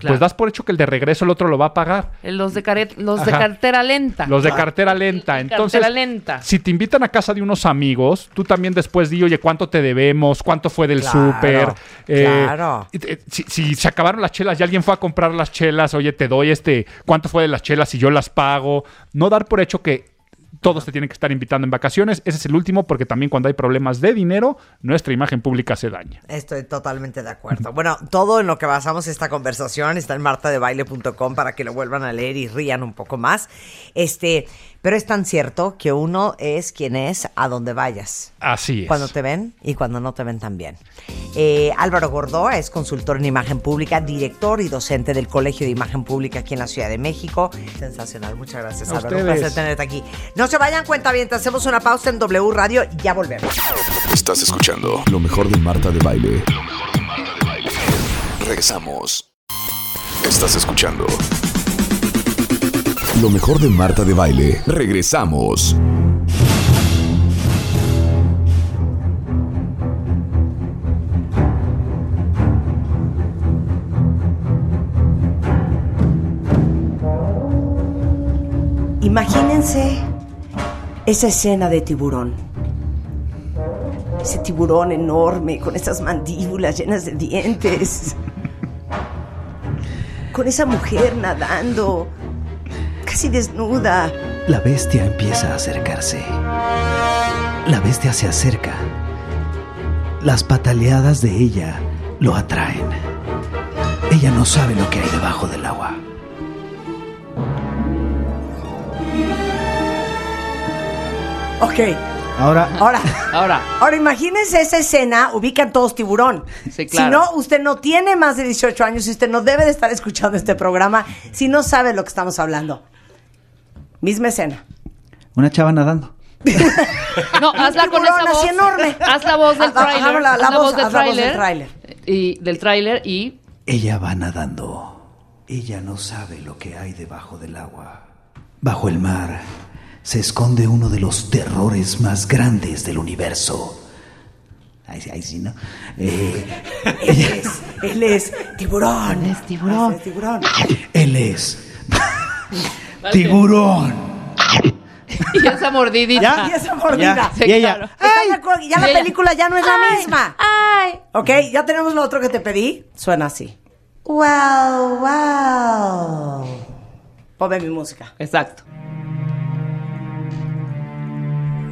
Speaker 12: Pues das por hecho que el de regreso el otro lo va a pagar.
Speaker 9: Eh, Los de, caret- los de
Speaker 12: Ajá.
Speaker 9: cartera lenta. Ah.
Speaker 12: Los de cartera lenta. Entonces,
Speaker 9: [laughs] cartera lenta.
Speaker 12: si te invitan a casa de unos amigos, tú también después di, oye, ¿cuánto te debemos? ¿Cuánto fue del
Speaker 5: Claro,
Speaker 12: súper? Eh,
Speaker 5: claro.
Speaker 12: y te- Si, si se acabaron las chelas y alguien fue a comprar las chelas, oye, te doy este, ¿cuánto fue de las chelas y yo las pago? No dar por hecho que todos te tienen que estar invitando en vacaciones. Ese es el último porque también cuando hay problemas de dinero, nuestra imagen pública se daña.
Speaker 5: Estoy totalmente de acuerdo.
Speaker 12: [laughs]
Speaker 5: Bueno, todo en lo que basamos esta conversación está en martadebaile.com para que lo vuelvan a leer y rían un poco más. Este, pero es tan cierto que uno es quien es a donde vayas.
Speaker 12: Así es.
Speaker 5: Cuando te ven y cuando no te ven también. Eh, Álvaro Gordoa es consultor en imagen pública, director y docente del Colegio de Imagen Pública aquí en la Ciudad de México. Sensacional, muchas gracias
Speaker 21: A
Speaker 5: Álvaro, un
Speaker 21: ustedes.
Speaker 5: placer tenerte aquí. No se vayan cuenta bien, hacemos una pausa en W Radio y ya volvemos.
Speaker 1: Estás escuchando lo mejor de Marta de Baile. Lo mejor de Marta de Baile. Regresamos. Estás escuchando lo mejor de Marta de Baile. Regresamos.
Speaker 22: Imagínense esa escena de tiburón. Ese tiburón enorme, con esas mandíbulas llenas de dientes. Con esa mujer nadando, casi desnuda.
Speaker 23: La bestia empieza a acercarse. La bestia se acerca. Las pataleadas de ella lo atraen. Ella no sabe lo que hay debajo del agua.
Speaker 5: Ok.
Speaker 23: Ahora,
Speaker 5: Ahora,
Speaker 9: ahora.
Speaker 5: Ahora imagínense esa escena, ubican todos tiburón.
Speaker 9: claro.
Speaker 5: Si no, usted no tiene más de 18 años y usted no debe de estar escuchando este programa si no sabe lo que estamos hablando. Misma escena.
Speaker 23: una chava nadando.
Speaker 9: No, hazla con
Speaker 5: tiburón
Speaker 9: esa voz.
Speaker 5: así enorme.
Speaker 9: Haz la voz del
Speaker 5: Ah, ah,
Speaker 9: tráiler.
Speaker 5: habla la
Speaker 9: haz
Speaker 5: voz, haz la voz del tráiler.
Speaker 9: Y del tráiler y
Speaker 23: Ella va nadando. Ella no sabe lo que hay debajo del agua. Bajo el mar se esconde uno de los terrores más grandes del universo. Ahí sí, ahí sí, ¿no? Eh,
Speaker 22: Él es, él es tiburón.
Speaker 23: Él es tiburón.
Speaker 22: Ah, sí, es tiburón.
Speaker 23: él es tiburón.
Speaker 9: [laughs] Y esa mordidita.
Speaker 5: Y esa mordida.
Speaker 9: Sí, claro.
Speaker 5: ¿Están de acuerdo? Ya la
Speaker 9: Ella-
Speaker 5: película ya no es la
Speaker 22: Ay,
Speaker 5: misma.
Speaker 22: ay.
Speaker 5: Ok, ya tenemos lo otro que te pedí. Suena así.
Speaker 22: Wow, wow.
Speaker 5: Ponme mi música.
Speaker 9: Exacto.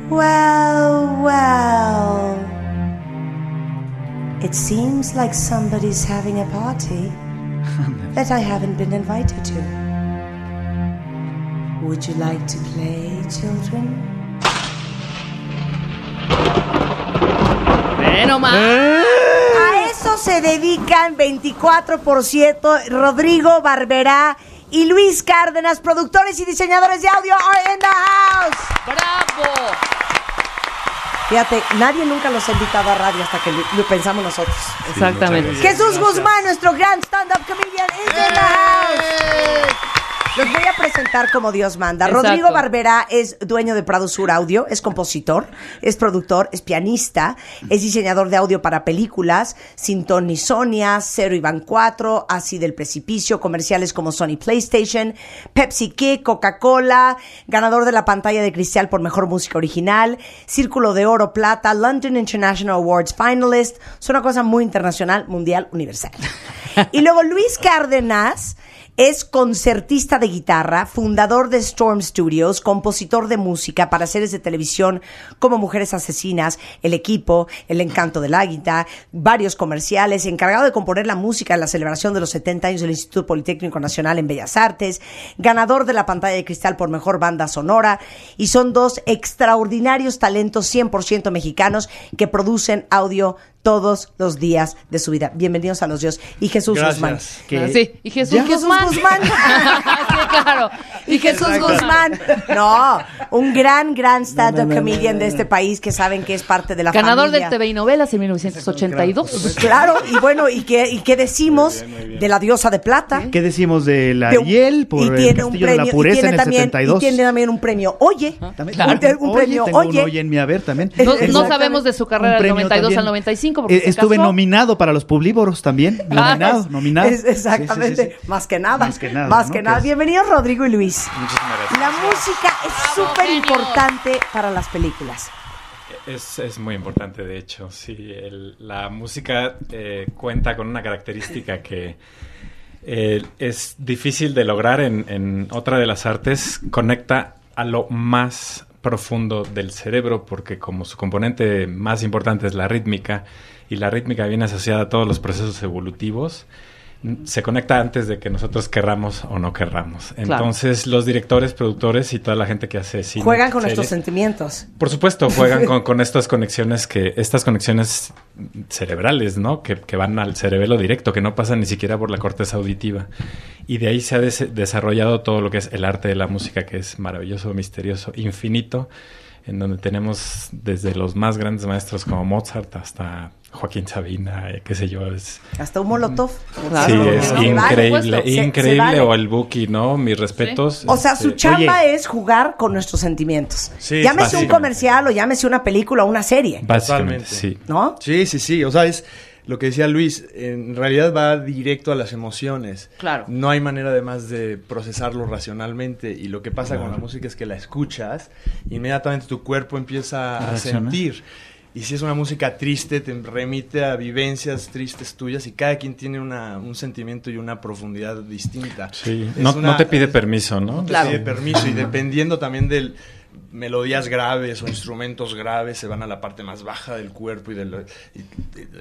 Speaker 22: Well, well. It seems like somebody's having a party that I haven't been invited to. Would you like to play, children?
Speaker 9: Bueno, más.
Speaker 5: A eso se dedican 24 por 7 Rodrigo Barberá y Luis Cárdenas, productores y diseñadores de audio are in the house.
Speaker 9: ¡Bravo!
Speaker 5: Fíjate, nadie nunca los ha invitado a radio hasta que lo, lo pensamos nosotros.
Speaker 9: Exactamente.
Speaker 5: Jesús Guzmán, nuestro gran stand-up comedian, is in the house. Los voy a presentar como Dios manda.
Speaker 9: Exacto.
Speaker 5: Rodrigo Barberá es dueño de Prado Sur Audio, es compositor, es productor, es pianista, es diseñador de audio para películas, Sinton y Sonia, Cero Iván 4, Así del Precipicio, comerciales como Sony PlayStation, Pepsi Kick, Coca-Cola, ganador de la pantalla de cristal por mejor música original, Círculo de Oro Plata, London International Awards Finalist. Es una cosa muy internacional, mundial, universal. Y luego Luis Cárdenas. Es concertista de guitarra, fundador de Storm Studios, compositor de música para series de televisión como Mujeres Asesinas, El Equipo, El Encanto del Águita, varios comerciales, encargado de componer la música en la celebración de los 70 años del Instituto Politécnico Nacional en Bellas Artes, ganador de la pantalla de cristal por mejor banda sonora, y son dos extraordinarios talentos 100% mexicanos que producen audio todos los días de su vida. Bienvenidos a los dios y Jesús
Speaker 8: Gracias.
Speaker 5: Guzmán. Ah,
Speaker 8: Que-
Speaker 9: Ah, Sí, y Jesús
Speaker 5: Ya.
Speaker 9: Guzmán.
Speaker 5: Jesús Guzmán.
Speaker 9: [laughs] sí, claro.
Speaker 5: Y Jesús
Speaker 9: Exacto.
Speaker 5: Guzmán. No, un gran, gran stand-up
Speaker 9: No, no, no,
Speaker 5: comedian
Speaker 9: no, no,
Speaker 5: de
Speaker 9: no.
Speaker 5: este país que saben que es parte de la
Speaker 9: Ganador
Speaker 5: familia.
Speaker 9: del TV y novelas en 1982.
Speaker 5: Claro, y bueno, ¿y qué, y qué decimos de la diosa de plata?
Speaker 3: ¿Qué decimos de la
Speaker 5: De-
Speaker 3: Ariel por
Speaker 5: y
Speaker 3: el
Speaker 5: tiene
Speaker 3: Castillo
Speaker 5: un
Speaker 3: de
Speaker 5: premio,
Speaker 3: la
Speaker 5: y
Speaker 3: Pureza
Speaker 5: tiene
Speaker 3: en el
Speaker 5: también,
Speaker 3: 72?
Speaker 5: Y tiene también un premio Oye.
Speaker 3: Ah,
Speaker 5: Un, te- un premio
Speaker 3: tengo un
Speaker 5: Oye.
Speaker 3: en mi haber también.
Speaker 9: No,
Speaker 3: Eh,
Speaker 9: no sabemos de su carrera
Speaker 3: Un
Speaker 9: del
Speaker 3: premio
Speaker 9: 92 al
Speaker 3: también.
Speaker 9: 95 porque
Speaker 3: eh,
Speaker 9: se
Speaker 3: estuve
Speaker 9: casó.
Speaker 3: nominado para los Publívoros también.
Speaker 5: Ah,
Speaker 3: Nominado,
Speaker 9: pues,
Speaker 5: es-
Speaker 3: nominado.
Speaker 5: es- exactamente,
Speaker 3: Sí, sí, sí, sí.
Speaker 5: más que nada. Más
Speaker 3: que nada, ¿no? Que es-
Speaker 5: Bienvenidos Rodrigo y Luis.
Speaker 11: Muchísimas gracias.
Speaker 5: La música es súper importante para las películas.
Speaker 14: Es, es muy importante, de hecho, sí. el- la música eh, cuenta con una característica que eh, es difícil de lograr en, en otra de las artes. Conecta a lo más profundo del cerebro porque como su componente más importante es la rítmica y la rítmica viene asociada a todos los procesos evolutivos, n- se conecta antes de que nosotros querramos o no querramos.
Speaker 5: Claro.
Speaker 14: Entonces los directores, productores y toda la gente que hace cine...
Speaker 5: Juegan con nuestros
Speaker 14: series,
Speaker 5: sentimientos.
Speaker 14: por
Speaker 5: [laughs]
Speaker 14: supuesto, juegan con, con estas conexiones que, estas conexiones cerebrales, ¿no? Que, que van al cerebelo directo, que no pasan ni siquiera por la corteza auditiva. Y de ahí se ha des- desarrollado todo lo que es el arte de la música, que es maravilloso, misterioso, infinito, en donde tenemos desde los más grandes maestros como Mozart hasta Joaquín Sabina, eh, qué sé yo, es,
Speaker 5: Hasta un molotov.
Speaker 14: sí,
Speaker 5: Claro.
Speaker 14: es
Speaker 5: Se vale. pues,
Speaker 14: increíble,
Speaker 5: Se- se
Speaker 14: increíble,
Speaker 5: vale.
Speaker 14: o el Buki, ¿no? Mis respetos.
Speaker 5: O sea, su
Speaker 14: este,
Speaker 5: chamba es jugar con nuestros sentimientos. llámese
Speaker 14: Sí,
Speaker 5: un
Speaker 14: básicamente.
Speaker 5: comercial o llámese una película o una serie.
Speaker 14: Básicamente, sí.
Speaker 5: ¿No?
Speaker 24: Sí, sí, sí. O sea, es lo que decía Luis. En realidad va directo a las emociones.
Speaker 9: Claro.
Speaker 24: No hay manera además de procesarlo racionalmente. Y lo que pasa con
Speaker 14: Claro.
Speaker 24: la música es que la escuchas, inmediatamente tu cuerpo
Speaker 14: A
Speaker 24: empieza a
Speaker 14: reaccionar.
Speaker 24: sentir. Y si es una música triste, te remite a vivencias tristes tuyas y cada quien tiene una- un sentimiento y una profundidad distinta.
Speaker 14: Sí,
Speaker 24: Es
Speaker 14: no, no
Speaker 24: una-
Speaker 14: te pide permiso, ¿no?
Speaker 24: Claro. Pide permiso y dependiendo también del melodías graves o instrumentos graves se van a la parte más baja del cuerpo y, del, y- y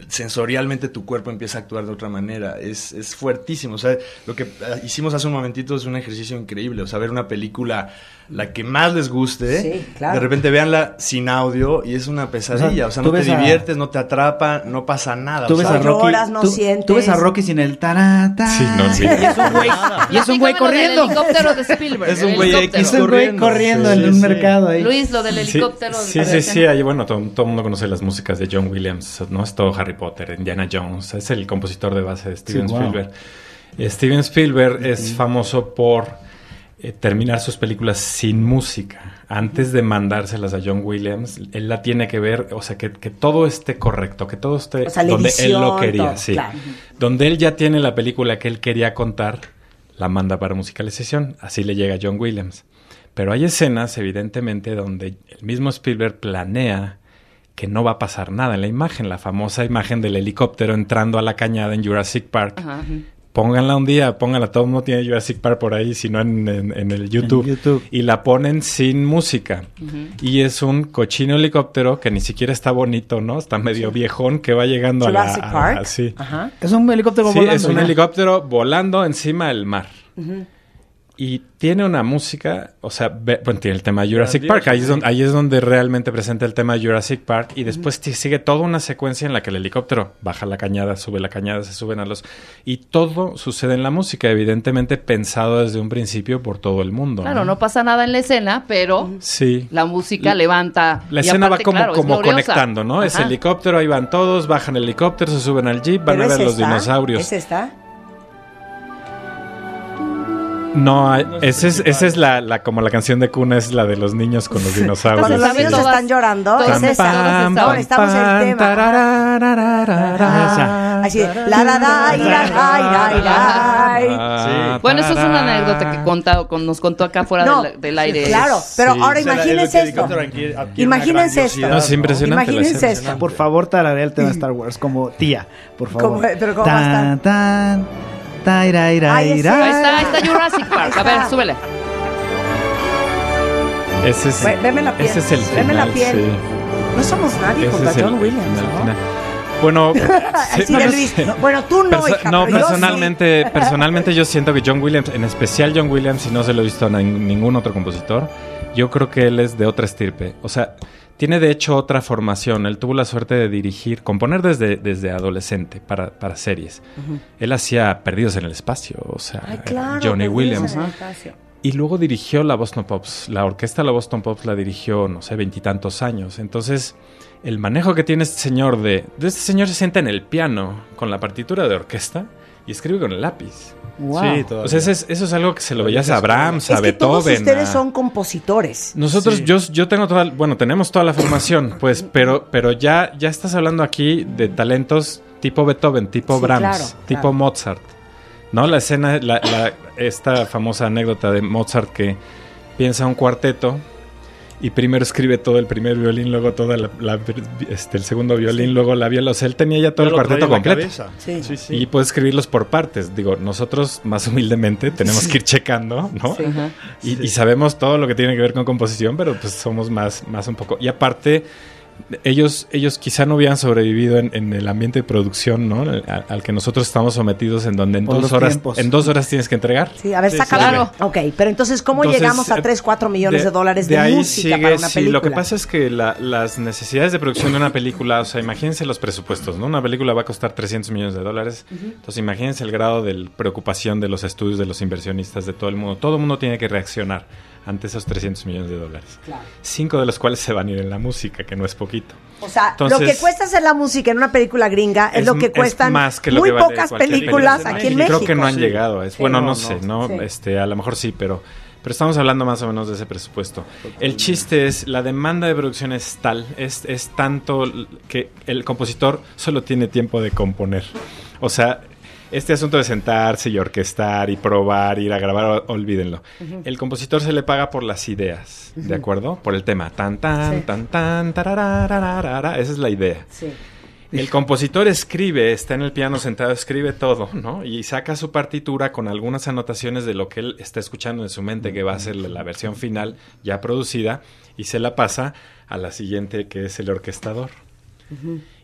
Speaker 24: sensorialmente tu cuerpo empieza a actuar de otra manera es, es fuertísimo o sea lo que ah, hicimos hace un momentito es un ejercicio increíble o sea ver una película la que más les
Speaker 14: ¿Eh?
Speaker 24: guste Sí, claro. de repente véanla sin audio y es una pesadilla o sea,
Speaker 3: tú
Speaker 24: no te
Speaker 3: ves a-
Speaker 24: diviertes no te atrapa no pasa nada
Speaker 3: Tú
Speaker 24: o
Speaker 3: ves
Speaker 24: sea,
Speaker 3: a Rocky. tú, tú ves a Rocky sin el tarata.
Speaker 24: Sí, no, [laughs] sí.
Speaker 3: Y es un
Speaker 9: [laughs]
Speaker 3: güey, y es un güey corriendo.
Speaker 9: El helicóptero de Spielberg.
Speaker 24: Es un
Speaker 9: el
Speaker 24: güey
Speaker 9: helicóptero.
Speaker 24: X corriendo.
Speaker 3: corriendo
Speaker 24: Sí,
Speaker 3: en
Speaker 24: sí,
Speaker 3: un
Speaker 24: sí.
Speaker 3: mercado ahí.
Speaker 9: Luis, lo del
Speaker 14: Sí,
Speaker 9: helicóptero.
Speaker 14: Sí, sí, sí. Ahí, bueno, todo, todo el mundo conoce las músicas de John Williams, ¿no? Es todo Harry Potter, Indiana Jones. Es el compositor de base de Steven wow. Spielberg. Eh, Steven Spielberg es famoso por eh, terminar sus películas sin música. Antes de mandárselas a John Williams, él la tiene que ver, o sea, que, que todo esté correcto, que todo esté
Speaker 5: O sea, la
Speaker 14: donde él
Speaker 5: edición,
Speaker 14: lo quería.
Speaker 5: todo,
Speaker 14: sí.
Speaker 5: claro.
Speaker 14: Donde él ya tiene la película que él quería contar, la manda para musicalización. Así le llega a John Williams. Pero hay escenas, evidentemente, donde el mismo Spielberg planea que no va a pasar nada en la imagen, la famosa imagen del helicóptero entrando a la cañada en Jurassic Park.
Speaker 19: Ajá.
Speaker 14: Pónganla un día, pónganla, todo el mundo tiene Jurassic Park por ahí, si no en, en- en el YouTube. Y la ponen sin música. Y es un cochino helicóptero que ni siquiera está bonito, ¿no? Está medio viejón que va llegando a la...
Speaker 3: Jurassic
Speaker 24: ah,
Speaker 14: a-
Speaker 3: Park.
Speaker 14: sí.
Speaker 3: Es un helicóptero
Speaker 14: Sí,
Speaker 3: volando.
Speaker 14: es un
Speaker 3: ¿no?
Speaker 14: helicóptero volando encima del mar.
Speaker 3: Ujú.
Speaker 14: Y tiene una música, o sea, ve- bueno, tiene el tema de Jurassic
Speaker 24: Dios,
Speaker 14: Park, ahí es,
Speaker 24: sí.
Speaker 14: donde, ahí es donde realmente presenta el tema de Jurassic Park y después te sigue toda una secuencia en la que el helicóptero baja la cañada, sube la cañada, se suben a los... Y todo sucede en la música, evidentemente pensado desde un principio por todo el mundo.
Speaker 9: Claro, no pasa nada en la escena, pero
Speaker 14: Sí.
Speaker 9: la música
Speaker 14: La-
Speaker 9: levanta.
Speaker 14: La
Speaker 9: Y
Speaker 14: escena
Speaker 9: aparte,
Speaker 14: va como,
Speaker 9: claro, es
Speaker 14: como
Speaker 9: gloriosa.
Speaker 14: conectando, ¿no? Es
Speaker 9: Ajá.
Speaker 14: helicóptero, ahí van todos, bajan el helicóptero, se suben al jeep, van a ver
Speaker 5: es
Speaker 14: los
Speaker 5: esta?
Speaker 14: dinosaurios.
Speaker 5: ¿Ah? ¿Es esta?
Speaker 14: No, hay- esa es, esa es la, la- como la canción de cuna, es la de los niños con los dinosaurios.
Speaker 5: Cuando los niños están llorando, Oh, es
Speaker 14: Pam,
Speaker 5: esa.
Speaker 14: pam,
Speaker 5: Ahora estamos en el Ah, tema. Así, de, la la la, ira, la, ira, ira.
Speaker 14: Ah,
Speaker 9: Bueno, eso es una
Speaker 14: tarara.
Speaker 9: anécdota que contado, con, nos contó acá fuera
Speaker 5: No,
Speaker 9: del, del aire.
Speaker 5: Claro, pero ahora
Speaker 24: O sea, la-
Speaker 5: imagínense
Speaker 24: el
Speaker 5: esto.
Speaker 24: helicóptero adquiere- adquiere una
Speaker 5: Imagínense esto.
Speaker 24: grandiosidad,
Speaker 3: No,
Speaker 24: ¿no?
Speaker 5: Imagínense esto.
Speaker 3: Por favor, tararea el tema de Star Wars como tía, por favor.
Speaker 5: ¿Cómo- pero cómo va a
Speaker 3: Tan, tan, taira, ira,
Speaker 9: Ahí
Speaker 3: ira.
Speaker 9: está, ahí está Jurassic Park. A ver, súbele.
Speaker 14: Ese es,
Speaker 9: Ve- veme la piel,
Speaker 14: ese es el
Speaker 9: veme la
Speaker 14: final,
Speaker 9: piel.
Speaker 5: No somos nadie
Speaker 14: Ese
Speaker 5: junto a
Speaker 14: es el-
Speaker 5: Ah, John
Speaker 14: el
Speaker 5: Williams,
Speaker 14: final,
Speaker 5: ¿no?
Speaker 14: final.
Speaker 5: [laughs]
Speaker 14: Bueno,
Speaker 5: Así
Speaker 14: sí,
Speaker 5: de
Speaker 14: no
Speaker 5: Luis.
Speaker 14: sé.
Speaker 5: no, bueno, tú no,
Speaker 14: Perso-
Speaker 5: hija,
Speaker 14: no,
Speaker 5: pero yo sí.
Speaker 14: personalmente, personalmente yo siento que John Williams, en especial John Williams, y no se lo he visto a nin- ningún otro compositor, yo creo que él es de otra estirpe. O sea, tiene de hecho otra formación. Él tuvo la suerte de dirigir, componer desde, desde adolescente para, para series.
Speaker 19: Ujú.
Speaker 14: Él hacía Perdidos en el Espacio, o sea,
Speaker 19: Ay, claro,
Speaker 14: Johnny
Speaker 5: pues,
Speaker 19: Perdidos
Speaker 14: Williams.
Speaker 19: en el Espacio.
Speaker 14: Y luego dirigió la Boston Pops. La orquesta de la Boston Pops la dirigió, no sé, veintitantos años. Entonces, el manejo que tiene este señor de, de Este señor se sienta en el piano con la partitura de orquesta y escribe con el lápiz.
Speaker 5: Wow.
Speaker 14: Sí, todavía. O sea, ese es- eso es algo que se lo veías a Brahms, a
Speaker 5: Es que todos
Speaker 14: Beethoven.
Speaker 5: ustedes
Speaker 14: a-
Speaker 5: son compositores.
Speaker 14: ah. Nosotros, yo, yo tengo toda, bueno, tenemos toda la formación, [coughs] pues, pero, pero ya, ya estás hablando aquí de talentos tipo Beethoven, tipo
Speaker 24: Sí,
Speaker 14: Brahms,
Speaker 24: claro,
Speaker 14: tipo
Speaker 24: claro.
Speaker 14: Mozart. ¿No? La escena, la- la- esta famosa anécdota de Mozart que piensa un cuarteto y primero escribe todo el primer violín, luego todo este, el segundo violín, luego la viola. O sea, él tenía ya todo
Speaker 24: Ya
Speaker 14: el
Speaker 24: lo traía
Speaker 14: cuarteto
Speaker 24: en la
Speaker 14: completo.
Speaker 24: cabeza. Sí. Sí, sí.
Speaker 14: Y puede escribirlos por partes. Digo, nosotros más humildemente tenemos que ir checando, ¿no?
Speaker 24: Sí. Ajá.
Speaker 14: Y, y sabemos todo lo que tiene que ver con composición, pero pues somos más, más un poco. Y aparte, ellos, ellos quizá no hubieran sobrevivido en, en el ambiente de producción, ¿no? Al, al que nosotros estamos sometidos, en donde en
Speaker 3: Por
Speaker 14: dos
Speaker 3: los
Speaker 14: horas,
Speaker 3: tiempos.
Speaker 14: en dos horas tienes que entregar.
Speaker 5: Sí, a ver, sácalo. Ok, pero entonces, ¿cómo
Speaker 14: Entonces,
Speaker 5: llegamos a
Speaker 14: eh,
Speaker 5: 3, 4 millones de, dólares de,
Speaker 14: ahí
Speaker 5: música
Speaker 14: sigue,
Speaker 5: para una
Speaker 14: sí,
Speaker 5: película?
Speaker 14: Lo que pasa es que la- las necesidades de producción de una película, o sea, imagínense los presupuestos, ¿no? Una película va a costar 300 millones de dólares.
Speaker 24: Ujú.
Speaker 14: Entonces, imagínense el grado de preocupación de los estudios, de los inversionistas, de todo el mundo. Todo el mundo tiene que reaccionar ante esos 300 millones de dólares.
Speaker 5: Claro.
Speaker 14: Cinco de los cuales se van a ir en la música, que no es poquito.
Speaker 5: O sea, lo que
Speaker 14: Entonces-
Speaker 5: cuesta hacer la música en una película gringa es,
Speaker 14: Es-
Speaker 5: lo que
Speaker 14: es
Speaker 5: cuestan
Speaker 14: más que lo
Speaker 5: muy
Speaker 14: que vale
Speaker 5: pocas
Speaker 14: cualquier
Speaker 5: películas
Speaker 14: película.
Speaker 5: aquí en
Speaker 14: Creo
Speaker 5: México.
Speaker 14: que no han llegado. Es,
Speaker 5: Sí.
Speaker 14: bueno,
Speaker 5: No,
Speaker 14: no,
Speaker 5: no.
Speaker 14: sé, ¿no?
Speaker 5: Sí.
Speaker 14: Este, a lo mejor sí, pero, pero estamos hablando más o menos de ese presupuesto. El chiste es, la demanda de producción es tal, es, es tanto l- que el compositor solo tiene tiempo de componer. O sea, este asunto de sentarse y orquestar y probar, ir a grabar, o- olvídenlo.
Speaker 24: Ujú.
Speaker 14: El compositor se le paga por las ideas,
Speaker 24: Ujú.
Speaker 14: ¿de acuerdo? Por el tema. Tan, tan,
Speaker 24: Sí.
Speaker 14: tan, tan, tararararara. Esa es la idea.
Speaker 24: Sí.
Speaker 14: El compositor escribe, está en el piano sentado, escribe todo, ¿no? Y saca su partitura con algunas anotaciones de lo que él está escuchando en su mente, que va a ser la la versión final ya producida, y se la pasa a la siguiente, que es el orquestador.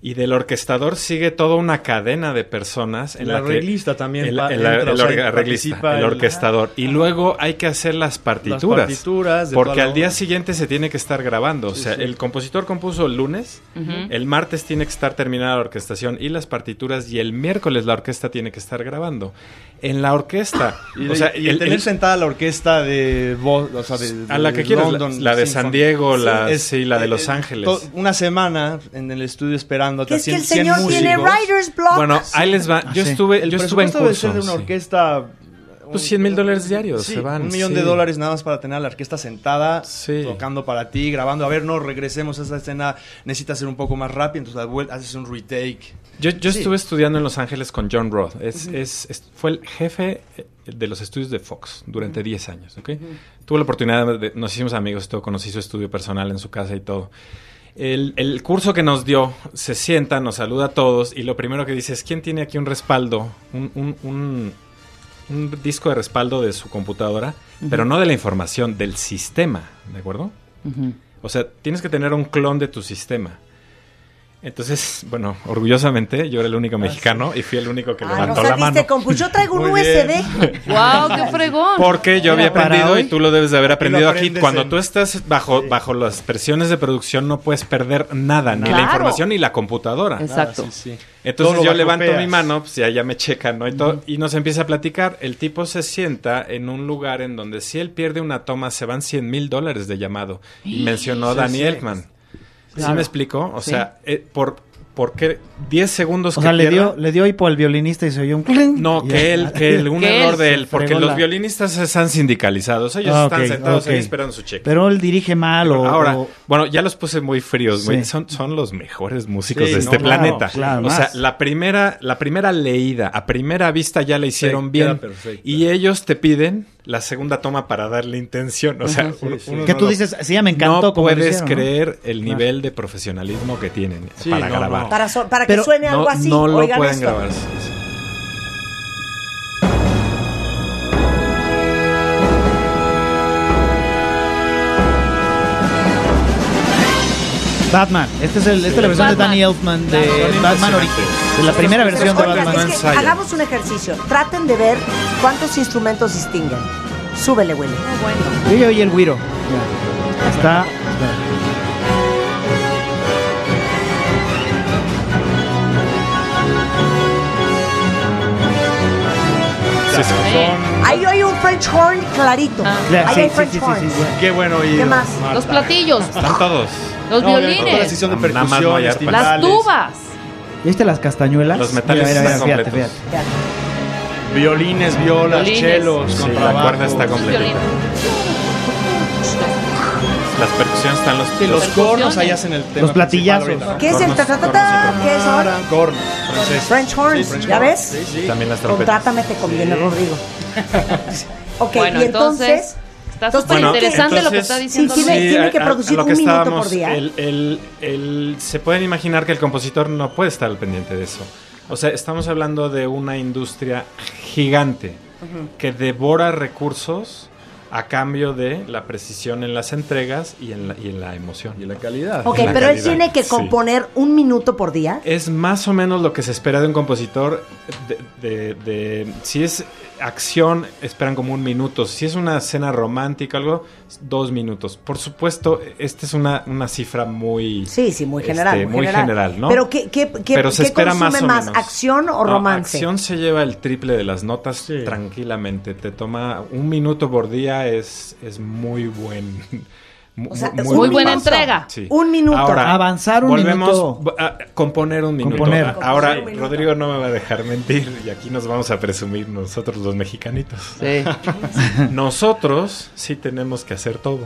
Speaker 14: Y del orquestador sigue toda una cadena de personas. En
Speaker 24: El
Speaker 14: la que-
Speaker 24: arreglista también
Speaker 14: El,
Speaker 24: pa-
Speaker 14: el- el
Speaker 24: entra, o sea,
Speaker 14: orga- arreglista,
Speaker 24: participa
Speaker 14: el
Speaker 24: el-
Speaker 14: orquestador. Y luego hay que hacer las partituras.
Speaker 24: partituras de toda
Speaker 14: porque
Speaker 24: la
Speaker 14: al día siguiente se tiene que estar grabando. o sea,
Speaker 24: sí.
Speaker 14: el compositor compuso el lunes,
Speaker 24: Ujú.
Speaker 14: el martes tiene que estar terminada la orquestación y las partituras, y el miércoles la orquesta tiene que estar grabando. En la orquesta.
Speaker 24: Y,
Speaker 14: o sea,
Speaker 24: y el, tener sentada la orquesta de, Bo- o sea, de-
Speaker 14: A la
Speaker 24: de
Speaker 14: que quieras, la- la de San Diego, la-
Speaker 24: Es-
Speaker 14: sí, la de
Speaker 24: eh,
Speaker 14: Los
Speaker 24: eh,
Speaker 14: Ángeles.
Speaker 24: to- Una semana en el estudio esperando
Speaker 5: Que es que el señor tiene writer's block.
Speaker 14: Bueno, ahí les va. Yo estuve,
Speaker 24: Ah, El
Speaker 14: yo estuve en
Speaker 24: presupuesto debe
Speaker 14: curso.
Speaker 24: ser de una
Speaker 14: sí.
Speaker 24: orquesta
Speaker 14: Pues 100 mil dólares diarios
Speaker 24: Sí,
Speaker 14: se van.
Speaker 24: un millón
Speaker 14: sí.
Speaker 24: de dólares nada más para tener a la orquesta sentada, tocando para ti, grabando. A ver, no, regresemos a esa escena, necesita ser un poco más rápido, entonces la vuel- haces un retake.
Speaker 14: Yo, yo
Speaker 24: Sí.
Speaker 14: estuve estudiando en Los Ángeles con John Roth. Es,
Speaker 24: Ujú.
Speaker 14: es- es- fue el jefe eh, de los estudios de Fox durante 10 años. ¿ok? Tuve la oportunidad, de, nos hicimos amigos, y todo, conocí su estudio personal en su casa y todo. El, el curso que nos dio, se sienta, nos saluda a todos y lo primero que dice es, ¿quién tiene aquí un respaldo? Un, un- un- un disco de respaldo de su computadora,
Speaker 24: Ujú.
Speaker 14: pero no de la información, del sistema, ¿de acuerdo? O sea, tienes que tener un clon de tu sistema. Entonces, [laughs] bueno, orgullosamente yo era el único mexicano y fui el único que
Speaker 5: Ah, no
Speaker 14: levantó la mano.
Speaker 5: saliste con pues yo traigo un
Speaker 14: Muy bien.
Speaker 5: USB.
Speaker 9: ¡Wow! ¡Qué fregón!
Speaker 14: Porque yo había
Speaker 9: Era para
Speaker 14: aprendido
Speaker 9: hoy.
Speaker 14: y tú lo debes de haber aprendido aquí.
Speaker 24: aprendes
Speaker 14: Cuando
Speaker 24: en-
Speaker 14: tú estás bajo, bajo las presiones de producción no puedes perder nada, ni
Speaker 24: Claro.
Speaker 14: la información ni la computadora.
Speaker 24: Exacto. Nada, sí, sí. Todo
Speaker 14: Entonces
Speaker 24: lo
Speaker 14: yo levanto
Speaker 24: bajopeas.
Speaker 14: mi mano, pues ya, ya me checan, ¿no? Y, todo, y nos empieza a platicar. El tipo se sienta en un lugar en donde si él pierde una toma se van 100 mil dólares de llamado. Y mencionó a
Speaker 12: Sí,
Speaker 14: Danny
Speaker 12: sí.
Speaker 14: Elfman. ¿Sí
Speaker 12: Claro.
Speaker 14: me explico? O
Speaker 12: Sí.
Speaker 14: sea, eh, por, ¿por qué 10 segundos
Speaker 3: O
Speaker 14: que
Speaker 3: sea, le
Speaker 14: pierda-
Speaker 3: dio, le dio hipo al violinista y se oyó un clink.
Speaker 14: no,
Speaker 3: Y
Speaker 14: que
Speaker 3: ya.
Speaker 14: él, que
Speaker 5: [laughs]
Speaker 14: él, un
Speaker 3: Que
Speaker 14: error
Speaker 3: él
Speaker 14: de
Speaker 3: se
Speaker 14: él, porque
Speaker 3: fregó
Speaker 14: los
Speaker 3: la-
Speaker 14: violinistas están sindicalizados, ellos
Speaker 3: Ah,
Speaker 14: están
Speaker 3: ok,
Speaker 14: sentados ahí
Speaker 3: ok.
Speaker 14: esperando su cheque.
Speaker 3: Pero él dirige mal o...
Speaker 14: Ahora,
Speaker 3: o-
Speaker 14: bueno, ya los puse muy fríos, güey.
Speaker 3: Sí.
Speaker 14: Son, son los mejores músicos
Speaker 12: Sí,
Speaker 14: de
Speaker 12: no,
Speaker 14: este
Speaker 12: claro,
Speaker 14: planeta.
Speaker 12: claro,
Speaker 14: o
Speaker 12: más.
Speaker 14: sea, la primera, la primera leída, a primera vista ya la hicieron
Speaker 12: Sí, queda
Speaker 14: bien.
Speaker 12: perfecta.
Speaker 14: Y ellos te piden la segunda toma para darle intención. O sea,
Speaker 3: Ajá. Sí,
Speaker 14: uno-
Speaker 3: sí.
Speaker 14: uno
Speaker 3: Que
Speaker 14: no
Speaker 3: tú
Speaker 14: lo-
Speaker 3: dices, sí, ya me encantó
Speaker 14: No
Speaker 3: como lo
Speaker 14: puedes
Speaker 3: hicieron, ¿no?
Speaker 14: creer el
Speaker 3: Claro.
Speaker 14: nivel de profesionalismo que tienen
Speaker 24: Sí,
Speaker 14: para
Speaker 24: no, no.
Speaker 14: grabar.
Speaker 5: Para, so- para que
Speaker 24: Pero-
Speaker 5: suene algo
Speaker 14: No-
Speaker 5: así.
Speaker 14: No lo
Speaker 5: Oigan
Speaker 14: pueden
Speaker 5: esto.
Speaker 14: grabar. sí, sí.
Speaker 3: Batman. Este es el, esta es la versión de
Speaker 5: Batman.
Speaker 3: Danny Elfman de
Speaker 5: Batman
Speaker 3: Batman
Speaker 5: original.
Speaker 3: original. De la primera versión de
Speaker 5: Oigan,
Speaker 3: Batman.
Speaker 5: es que hagamos un ejercicio. Traten de ver cuántos instrumentos distinguen. Súbele, Willy.
Speaker 3: Yo ya oí el güiro. Está...
Speaker 24: Sí, sí.
Speaker 9: ¿eh?
Speaker 5: Ahí hay un French horn clarito.
Speaker 24: Claro,
Speaker 5: Ahí
Speaker 24: sí,
Speaker 5: hay
Speaker 24: sí,
Speaker 5: French
Speaker 24: sí, sí,
Speaker 5: horn.
Speaker 24: sí. Qué bueno oído.
Speaker 5: ¿Qué más?
Speaker 24: Marta.
Speaker 9: Ah. Los platillos.
Speaker 14: Están todos.
Speaker 9: Los
Speaker 24: No, obviamente,
Speaker 9: violines.
Speaker 24: toda la sección de
Speaker 14: Nada más no
Speaker 24: percusión, este,
Speaker 14: hay arpa.
Speaker 9: Las tubas.
Speaker 3: ¿Viste las castañuelas?
Speaker 14: Los metales
Speaker 3: Mira, mira,
Speaker 14: están
Speaker 3: mira, fíjate,
Speaker 14: completos.
Speaker 3: fíjate.
Speaker 24: Violines, violas,
Speaker 14: Violines.
Speaker 24: chelos,
Speaker 14: Sí, la
Speaker 24: contrabajos.
Speaker 14: cuerda está completa. Violín. Las percusiones están los
Speaker 24: Sí, los cornos ahí
Speaker 14: allá
Speaker 24: hacen el tema.
Speaker 3: Los platillazos.
Speaker 5: ¿Qué es el
Speaker 14: Cornos,
Speaker 5: tatatata? ¿Qué es ahora?
Speaker 24: Corno.
Speaker 5: French horns.
Speaker 24: French
Speaker 5: ¿Ya
Speaker 24: horn.
Speaker 5: ves?
Speaker 24: Sí, sí.
Speaker 14: También las trompetas.
Speaker 5: Contrátame, te conviene, Rodrigo. ok,
Speaker 9: Bueno,
Speaker 5: y entonces.
Speaker 9: entonces, está súper interesante lo que está diciendo
Speaker 5: Sí, tiene,
Speaker 9: Luis.
Speaker 5: tiene
Speaker 14: a-
Speaker 5: que
Speaker 14: a- a
Speaker 5: producir
Speaker 14: lo
Speaker 5: un
Speaker 14: que
Speaker 5: minuto por
Speaker 14: estábamos,
Speaker 5: día.
Speaker 14: el- el- el- se pueden imaginar que el compositor no puede estar al pendiente de eso. O sea, estamos hablando de una industria gigante
Speaker 12: Ujú.
Speaker 14: que devora recursos a cambio de la precisión en las entregas y en la, y en la emoción. Y la calidad.
Speaker 5: ok, pero él tiene que componer un minuto por día.
Speaker 14: Es más o menos lo que se espera de un compositor. De, de- de- si es acción, esperan como un minuto. Si es una escena romántica, algo, dos minutos. Por supuesto, esta es una, una cifra muy.
Speaker 5: Sí, sí, muy general.
Speaker 14: este, muy general, ¿no?
Speaker 5: Pero ¿qué, qué, qué-
Speaker 14: Pero se
Speaker 5: qué
Speaker 14: espera más
Speaker 5: consume
Speaker 14: o
Speaker 5: más,
Speaker 14: menos.
Speaker 5: acción o
Speaker 14: No,
Speaker 5: romance?
Speaker 14: acción se lleva el triple de las notas tranquilamente. Te toma un minuto por día, es, es muy buen. mu-
Speaker 5: O sea,
Speaker 14: mu-
Speaker 5: es un minuto.
Speaker 9: buena entrega.
Speaker 14: Sí.
Speaker 5: Un minuto.
Speaker 14: Ahora,
Speaker 3: Avanzar un
Speaker 14: volvemos
Speaker 3: minuto.
Speaker 14: vo- a- componer un minuto.
Speaker 3: Componer.
Speaker 14: A- Ahora,
Speaker 3: Componer un minuto.
Speaker 14: Rodrigo no me va a dejar mentir y aquí nos vamos a presumir nosotros los mexicanitos. [laughs] nosotros sí tenemos que hacer todo.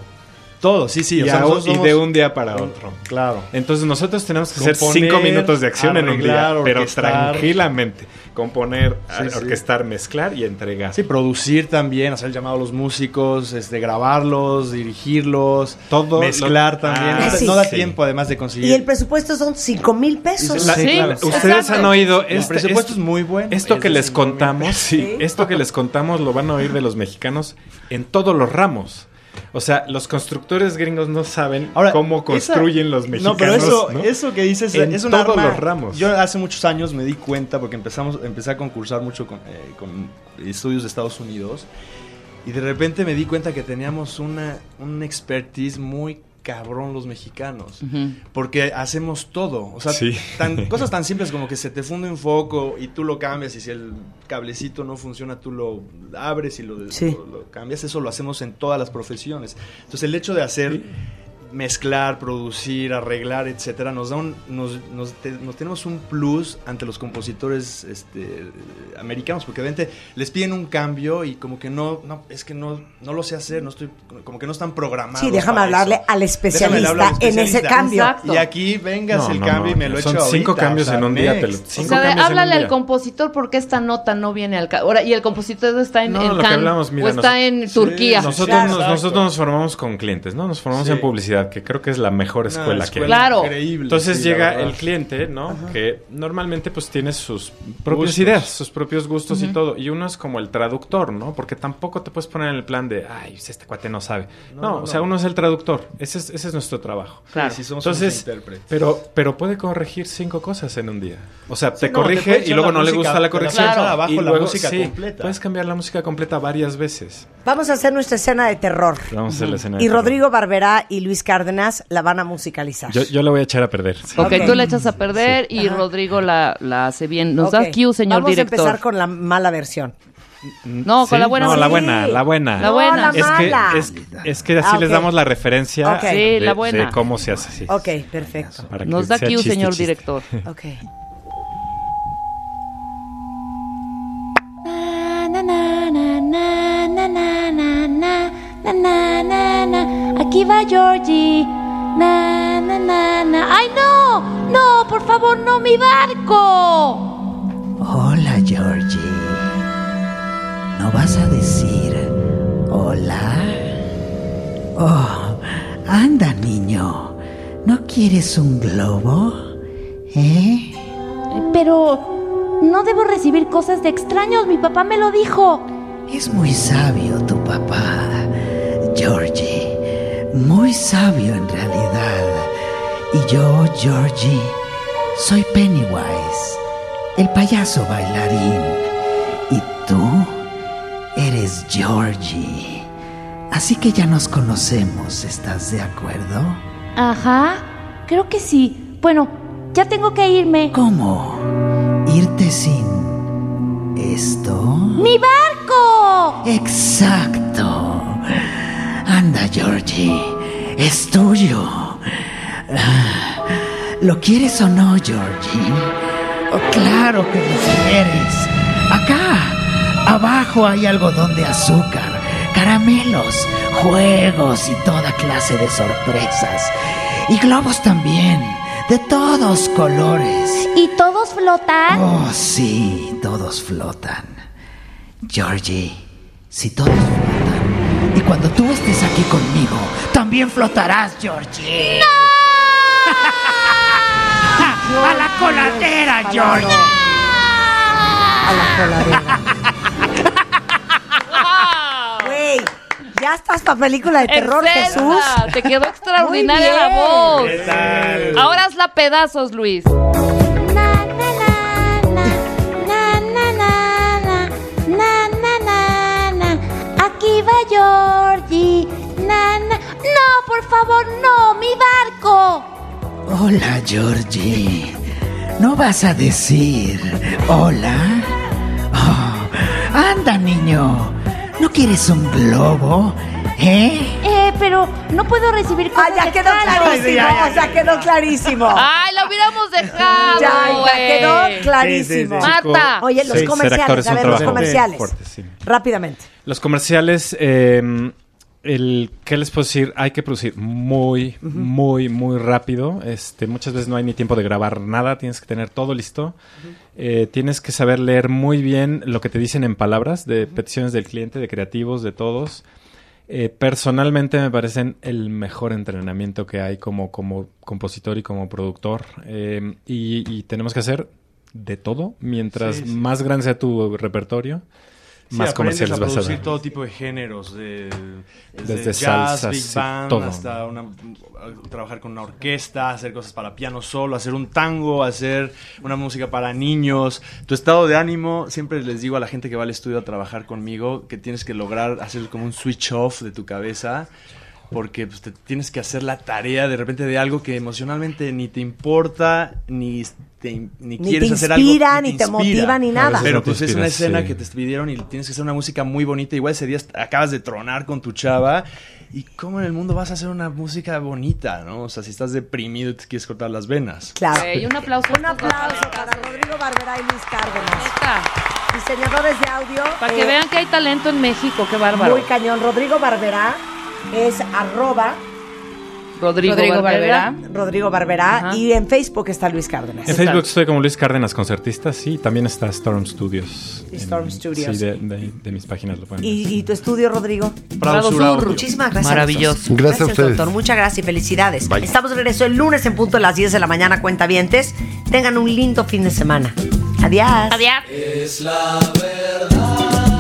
Speaker 24: Todo, sí, sí.
Speaker 14: Y,
Speaker 24: o sea,
Speaker 14: a-
Speaker 24: nosotros
Speaker 14: y
Speaker 24: somos-
Speaker 14: de un día para otro.
Speaker 24: Claro.
Speaker 14: Entonces nosotros tenemos que hacer
Speaker 24: Componer,
Speaker 14: cinco minutos de acción en un día,
Speaker 24: arreglar,
Speaker 14: pero
Speaker 24: orquestar.
Speaker 14: tranquilamente. Componer,
Speaker 24: Sí,
Speaker 14: a-
Speaker 24: sí.
Speaker 14: orquestar, mezclar y entregar.
Speaker 24: Sí, producir también, hacer el llamado a los músicos, este, grabarlos, dirigirlos, todo mezclar
Speaker 14: lo-
Speaker 24: también.
Speaker 14: Ah,
Speaker 24: no,
Speaker 14: sí.
Speaker 24: no da
Speaker 14: sí.
Speaker 24: tiempo además de conseguir.
Speaker 5: Y el presupuesto son 5 mil pesos.
Speaker 14: La- la- ustedes han oído
Speaker 24: El
Speaker 14: este-
Speaker 24: presupuesto
Speaker 14: esto-
Speaker 24: es muy bueno.
Speaker 14: Esto
Speaker 24: Es
Speaker 14: que
Speaker 24: de
Speaker 14: les
Speaker 24: cinco mil
Speaker 14: contamos,
Speaker 24: pesos.
Speaker 14: sí, esto que les contamos lo van a oír de los mexicanos en todos los ramos. O sea, los constructores gringos no saben cómo construyen
Speaker 24: Esa-
Speaker 14: los mexicanos.
Speaker 24: No, pero eso,
Speaker 14: ¿no?
Speaker 24: eso que dices
Speaker 14: En
Speaker 24: es un
Speaker 14: todos
Speaker 24: arma.
Speaker 14: los ramos.
Speaker 24: Yo hace muchos años me di cuenta porque empezamos, empecé a concursar mucho con, eh, con estudios de Estados Unidos y de repente me di cuenta que teníamos una un expertise muy cabrón los mexicanos
Speaker 12: Ujú.
Speaker 24: porque hacemos todo o sea
Speaker 12: Sí.
Speaker 14: [laughs]
Speaker 24: tan- cosas tan simples como que se te funde un foco y tú lo cambias y si el cablecito no funciona tú lo abres y lo,
Speaker 5: Sí.
Speaker 24: lo- lo cambias eso lo hacemos en todas las profesiones entonces el hecho de hacer mezclar, producir, arreglar, etcétera, nos da un- nos, nos te- nos tenemos un plus ante los compositores este, eh, americanos, porque de repente les piden un cambio y como que no, no, es que no, no lo sé hacer, no estoy, como que no están programados.
Speaker 5: Sí, déjame
Speaker 24: para
Speaker 5: hablarle
Speaker 24: eso.
Speaker 5: al especialista
Speaker 24: Déjame hablar al
Speaker 5: en ese
Speaker 24: especialista.
Speaker 5: cambio.
Speaker 24: Y aquí vengas
Speaker 14: No,
Speaker 24: el
Speaker 14: no,
Speaker 24: cambio y
Speaker 14: no,
Speaker 24: me lo
Speaker 14: son
Speaker 24: echo
Speaker 14: cinco
Speaker 24: ahorita,
Speaker 14: cambios
Speaker 24: o sea,
Speaker 14: en un día, te lo-
Speaker 24: next.
Speaker 14: cinco
Speaker 19: O sea, de-
Speaker 14: cambios en un
Speaker 19: háblale
Speaker 14: día.
Speaker 19: al compositor porque esta nota no viene al ca- Ahora, y el compositor está en,
Speaker 14: No,
Speaker 19: en
Speaker 14: lo que
Speaker 19: Cannes
Speaker 14: hablamos, mira,
Speaker 19: o está
Speaker 14: nos-
Speaker 19: en
Speaker 14: Sí,
Speaker 19: Turquía.
Speaker 14: Nosotros, nos, nosotros nos formamos con clientes, ¿no? Nos formamos
Speaker 24: Sí.
Speaker 14: en publicidad, que creo que es la mejor
Speaker 24: Una
Speaker 14: escuela que hay.
Speaker 24: escuela Claro. increíble,
Speaker 14: Entonces
Speaker 24: sí, la
Speaker 14: llega
Speaker 24: verdad.
Speaker 14: el cliente, ¿no?
Speaker 24: Ajá.
Speaker 14: Que normalmente pues tiene sus propias
Speaker 24: Gustos.
Speaker 14: ideas, sus propios gustos y
Speaker 24: Ujú.
Speaker 14: todo. Y uno es como el traductor, ¿no? Porque tampoco te puedes poner en el plan de, ay, pues, este cuate no sabe.
Speaker 24: No,
Speaker 14: No,
Speaker 24: no,
Speaker 14: o sea,
Speaker 24: no.
Speaker 14: uno es el traductor. Ese es, ese es nuestro trabajo.
Speaker 24: Claro. Sí, sí, somos unos
Speaker 14: Entonces,
Speaker 24: intérpretes.
Speaker 14: pero, pero puede corregir cinco cosas en un día. O sea,
Speaker 24: Sí,
Speaker 14: te
Speaker 24: no, te
Speaker 14: corrige
Speaker 24: puede echar
Speaker 14: y luego
Speaker 24: la
Speaker 14: no le
Speaker 24: música,
Speaker 14: gusta la
Speaker 24: te la
Speaker 14: corrección.
Speaker 24: echa abajo
Speaker 14: y
Speaker 24: la
Speaker 14: luego,
Speaker 24: música
Speaker 14: sí,
Speaker 24: completa.
Speaker 14: Puedes cambiar la música completa varias veces.
Speaker 5: Vamos a hacer nuestra escena de terror.
Speaker 14: Vamos a hacer la escena de
Speaker 5: Y
Speaker 14: terror.
Speaker 5: Rodrigo Barberá y Luis Cárdenas la van a musicalizar.
Speaker 14: Yo, yo la voy a echar a perder. sí.
Speaker 19: Ok,
Speaker 5: Ok.
Speaker 19: tú la echas a perder y
Speaker 5: Ajá.
Speaker 19: Rodrigo la, la hace bien. Nos das
Speaker 5: Ok,
Speaker 19: cue, señor
Speaker 5: Vamos
Speaker 19: director.
Speaker 5: a empezar con la mala versión.
Speaker 19: No, con la buena.
Speaker 14: No, la
Speaker 19: sí.
Speaker 14: buena, la buena.
Speaker 19: La buena.
Speaker 14: Es
Speaker 5: mala.
Speaker 14: que, es, es que así
Speaker 5: Ah,
Speaker 14: les
Speaker 5: ok.
Speaker 14: damos la referencia
Speaker 5: Ok. Sí,
Speaker 14: de,
Speaker 5: la buena.
Speaker 14: de cómo se hace así.
Speaker 5: Ok, perfecto.
Speaker 14: Para que
Speaker 19: Nos da
Speaker 14: sea
Speaker 19: cue,
Speaker 14: chiste,
Speaker 19: señor
Speaker 14: chiste. [laughs]
Speaker 19: director.
Speaker 5: Ok.
Speaker 19: Na, na, na, na. Aquí va Georgie. Na, na, na, na. ¡Ay, no! ¡No, por favor, no mi barco!
Speaker 23: Hola, Georgie. ¿No vas a decir hola? Oh, anda, niño. ¿No quieres un globo? ¿Eh?
Speaker 19: Pero no debo recibir cosas de extraños, mi papá me lo dijo.
Speaker 23: Es Muy sabio tu papá, Georgie. Muy sabio en realidad. Y yo, Georgie, soy Pennywise, el payaso bailarín. Y tú eres Georgie. Así que ya nos conocemos, ¿estás de acuerdo?
Speaker 19: Ajá, creo que sí. Bueno, ya tengo que irme.
Speaker 23: ¿Cómo? Irte sin esto.
Speaker 19: ¡Mi barco!
Speaker 23: Exacto. Anda, Georgie. Es tuyo. Ah, ¿Lo quieres o no, Georgie? Oh, claro que lo quieres. Acá, abajo hay algodón de azúcar, caramelos, juegos y toda clase de sorpresas. Y globos también, de todos colores.
Speaker 19: ¿Y todos flotan?
Speaker 23: Oh, sí, todos flotan. Georgie, si todos flotan, y cuando tú estés aquí conmigo, también flotarás, Georgie. [laughs] ¡A la coladera, Georgie!
Speaker 5: A la coladera. Güey, ya estás para película de terror, Jesús.
Speaker 19: Excelsa, Ah, Te quedó extraordinaria la voz.
Speaker 5: bien. ¿Qué tal?
Speaker 19: Ahora hazla pedazos, Luis. Aquí va Georgie. No, por favor, no, mi barco.
Speaker 23: Hola, Georgie. ¿No vas a decir hola? Oh, anda, niño. ¿No quieres un globo? ¿Eh?
Speaker 19: Eh, pero no puedo recibir cosas.
Speaker 5: Ah, ya quedó clarísimo, o sea, quedó clarísimo.
Speaker 19: Ay, lo hubiéramos dejado.
Speaker 5: Ya, ya quedó
Speaker 19: güey.
Speaker 5: clarísimo.
Speaker 14: Sí, sí, sí,
Speaker 19: Marta.
Speaker 14: chico.
Speaker 5: Oye, los
Speaker 14: Sí, ser actor
Speaker 5: comerciales,
Speaker 14: es
Speaker 5: a
Speaker 14: un
Speaker 5: ver, los
Speaker 14: trabajo
Speaker 5: comerciales.
Speaker 14: fuerte, sí.
Speaker 5: Rápidamente.
Speaker 14: Los comerciales, eh, el, ¿qué les puedo decir? Hay que producir muy, muy, muy rápido. Este, muchas veces no hay ni tiempo de grabar nada, tienes que tener todo listo. Eh, tienes que saber leer muy bien lo que te dicen en palabras, de peticiones del cliente, de creativos, de todos. Eh, personalmente me parecen el mejor entrenamiento que hay como, como compositor y como productor. Eh, y, y tenemos que hacer de todo. Mientras
Speaker 24: Sí, sí.
Speaker 14: más grande sea tu repertorio,
Speaker 24: Sí,
Speaker 14: más
Speaker 24: aprendes
Speaker 14: comerciales
Speaker 24: a
Speaker 14: vas a
Speaker 24: producir
Speaker 14: ver.
Speaker 24: todo tipo de géneros, de, desde,
Speaker 14: Desde
Speaker 24: jazz,
Speaker 14: salsas,
Speaker 24: big
Speaker 14: sí,
Speaker 24: band,
Speaker 14: todo.
Speaker 24: hasta una- trabajar con una orquesta, hacer cosas para piano solo, hacer un tango, hacer una música para niños. Tu estado de ánimo, siempre les digo a la gente que va al estudio a trabajar conmigo que tienes que lograr hacer como un switch off de tu cabeza. porque pues, te tienes que hacer la tarea de repente de algo que emocionalmente ni te importa, ni te, ni,
Speaker 5: te
Speaker 24: quieres hacer algo.
Speaker 5: inspira, ni te motiva, ni nada.
Speaker 24: Pero
Speaker 5: No te
Speaker 24: pues es
Speaker 5: inspira,
Speaker 24: una escena
Speaker 5: sí.
Speaker 24: que te pidieron y tienes que hacer una música muy bonita. Igual ese día est- acabas de tronar con tu chava. ¿Y cómo en el mundo vas a hacer una música bonita, no? O sea, si estás deprimido y te quieres cortar las venas.
Speaker 5: Claro.
Speaker 9: Güey, un aplauso.
Speaker 5: Un aplauso para Rodrigo Barberá y Luis Cárdenas. Diseñadores de audio. eh,
Speaker 9: Para que vean que hay talento en México, qué bárbaro.
Speaker 5: Muy cañón. Rodrigo Barberá es arroba
Speaker 9: Rodrigo, Barberá.
Speaker 5: Rodrigo Barberá. Y en Facebook está Luis Cárdenas.
Speaker 14: En Facebook estoy como Luis Cárdenas Concertista, sí. También está Storm Studios.
Speaker 5: Y Storm
Speaker 14: En-
Speaker 5: Studios.
Speaker 14: Sí, de, de- de mis páginas lo pueden ver.
Speaker 5: ¿Y, y tu estudio, Rodrigo?
Speaker 14: Bravo, Sur. Bravo, Sur.
Speaker 5: Muchísimas gracias.
Speaker 14: Maravilloso.
Speaker 5: doctor.
Speaker 14: Gracias a ustedes.
Speaker 5: doctor. Muchas gracias y felicidades.
Speaker 14: Bye.
Speaker 5: Estamos de regreso el lunes en punto a las 10 de la mañana, cuentavientes. Tengan un lindo fin de semana. Adiós.
Speaker 9: Adiós.
Speaker 10: Es la verdad.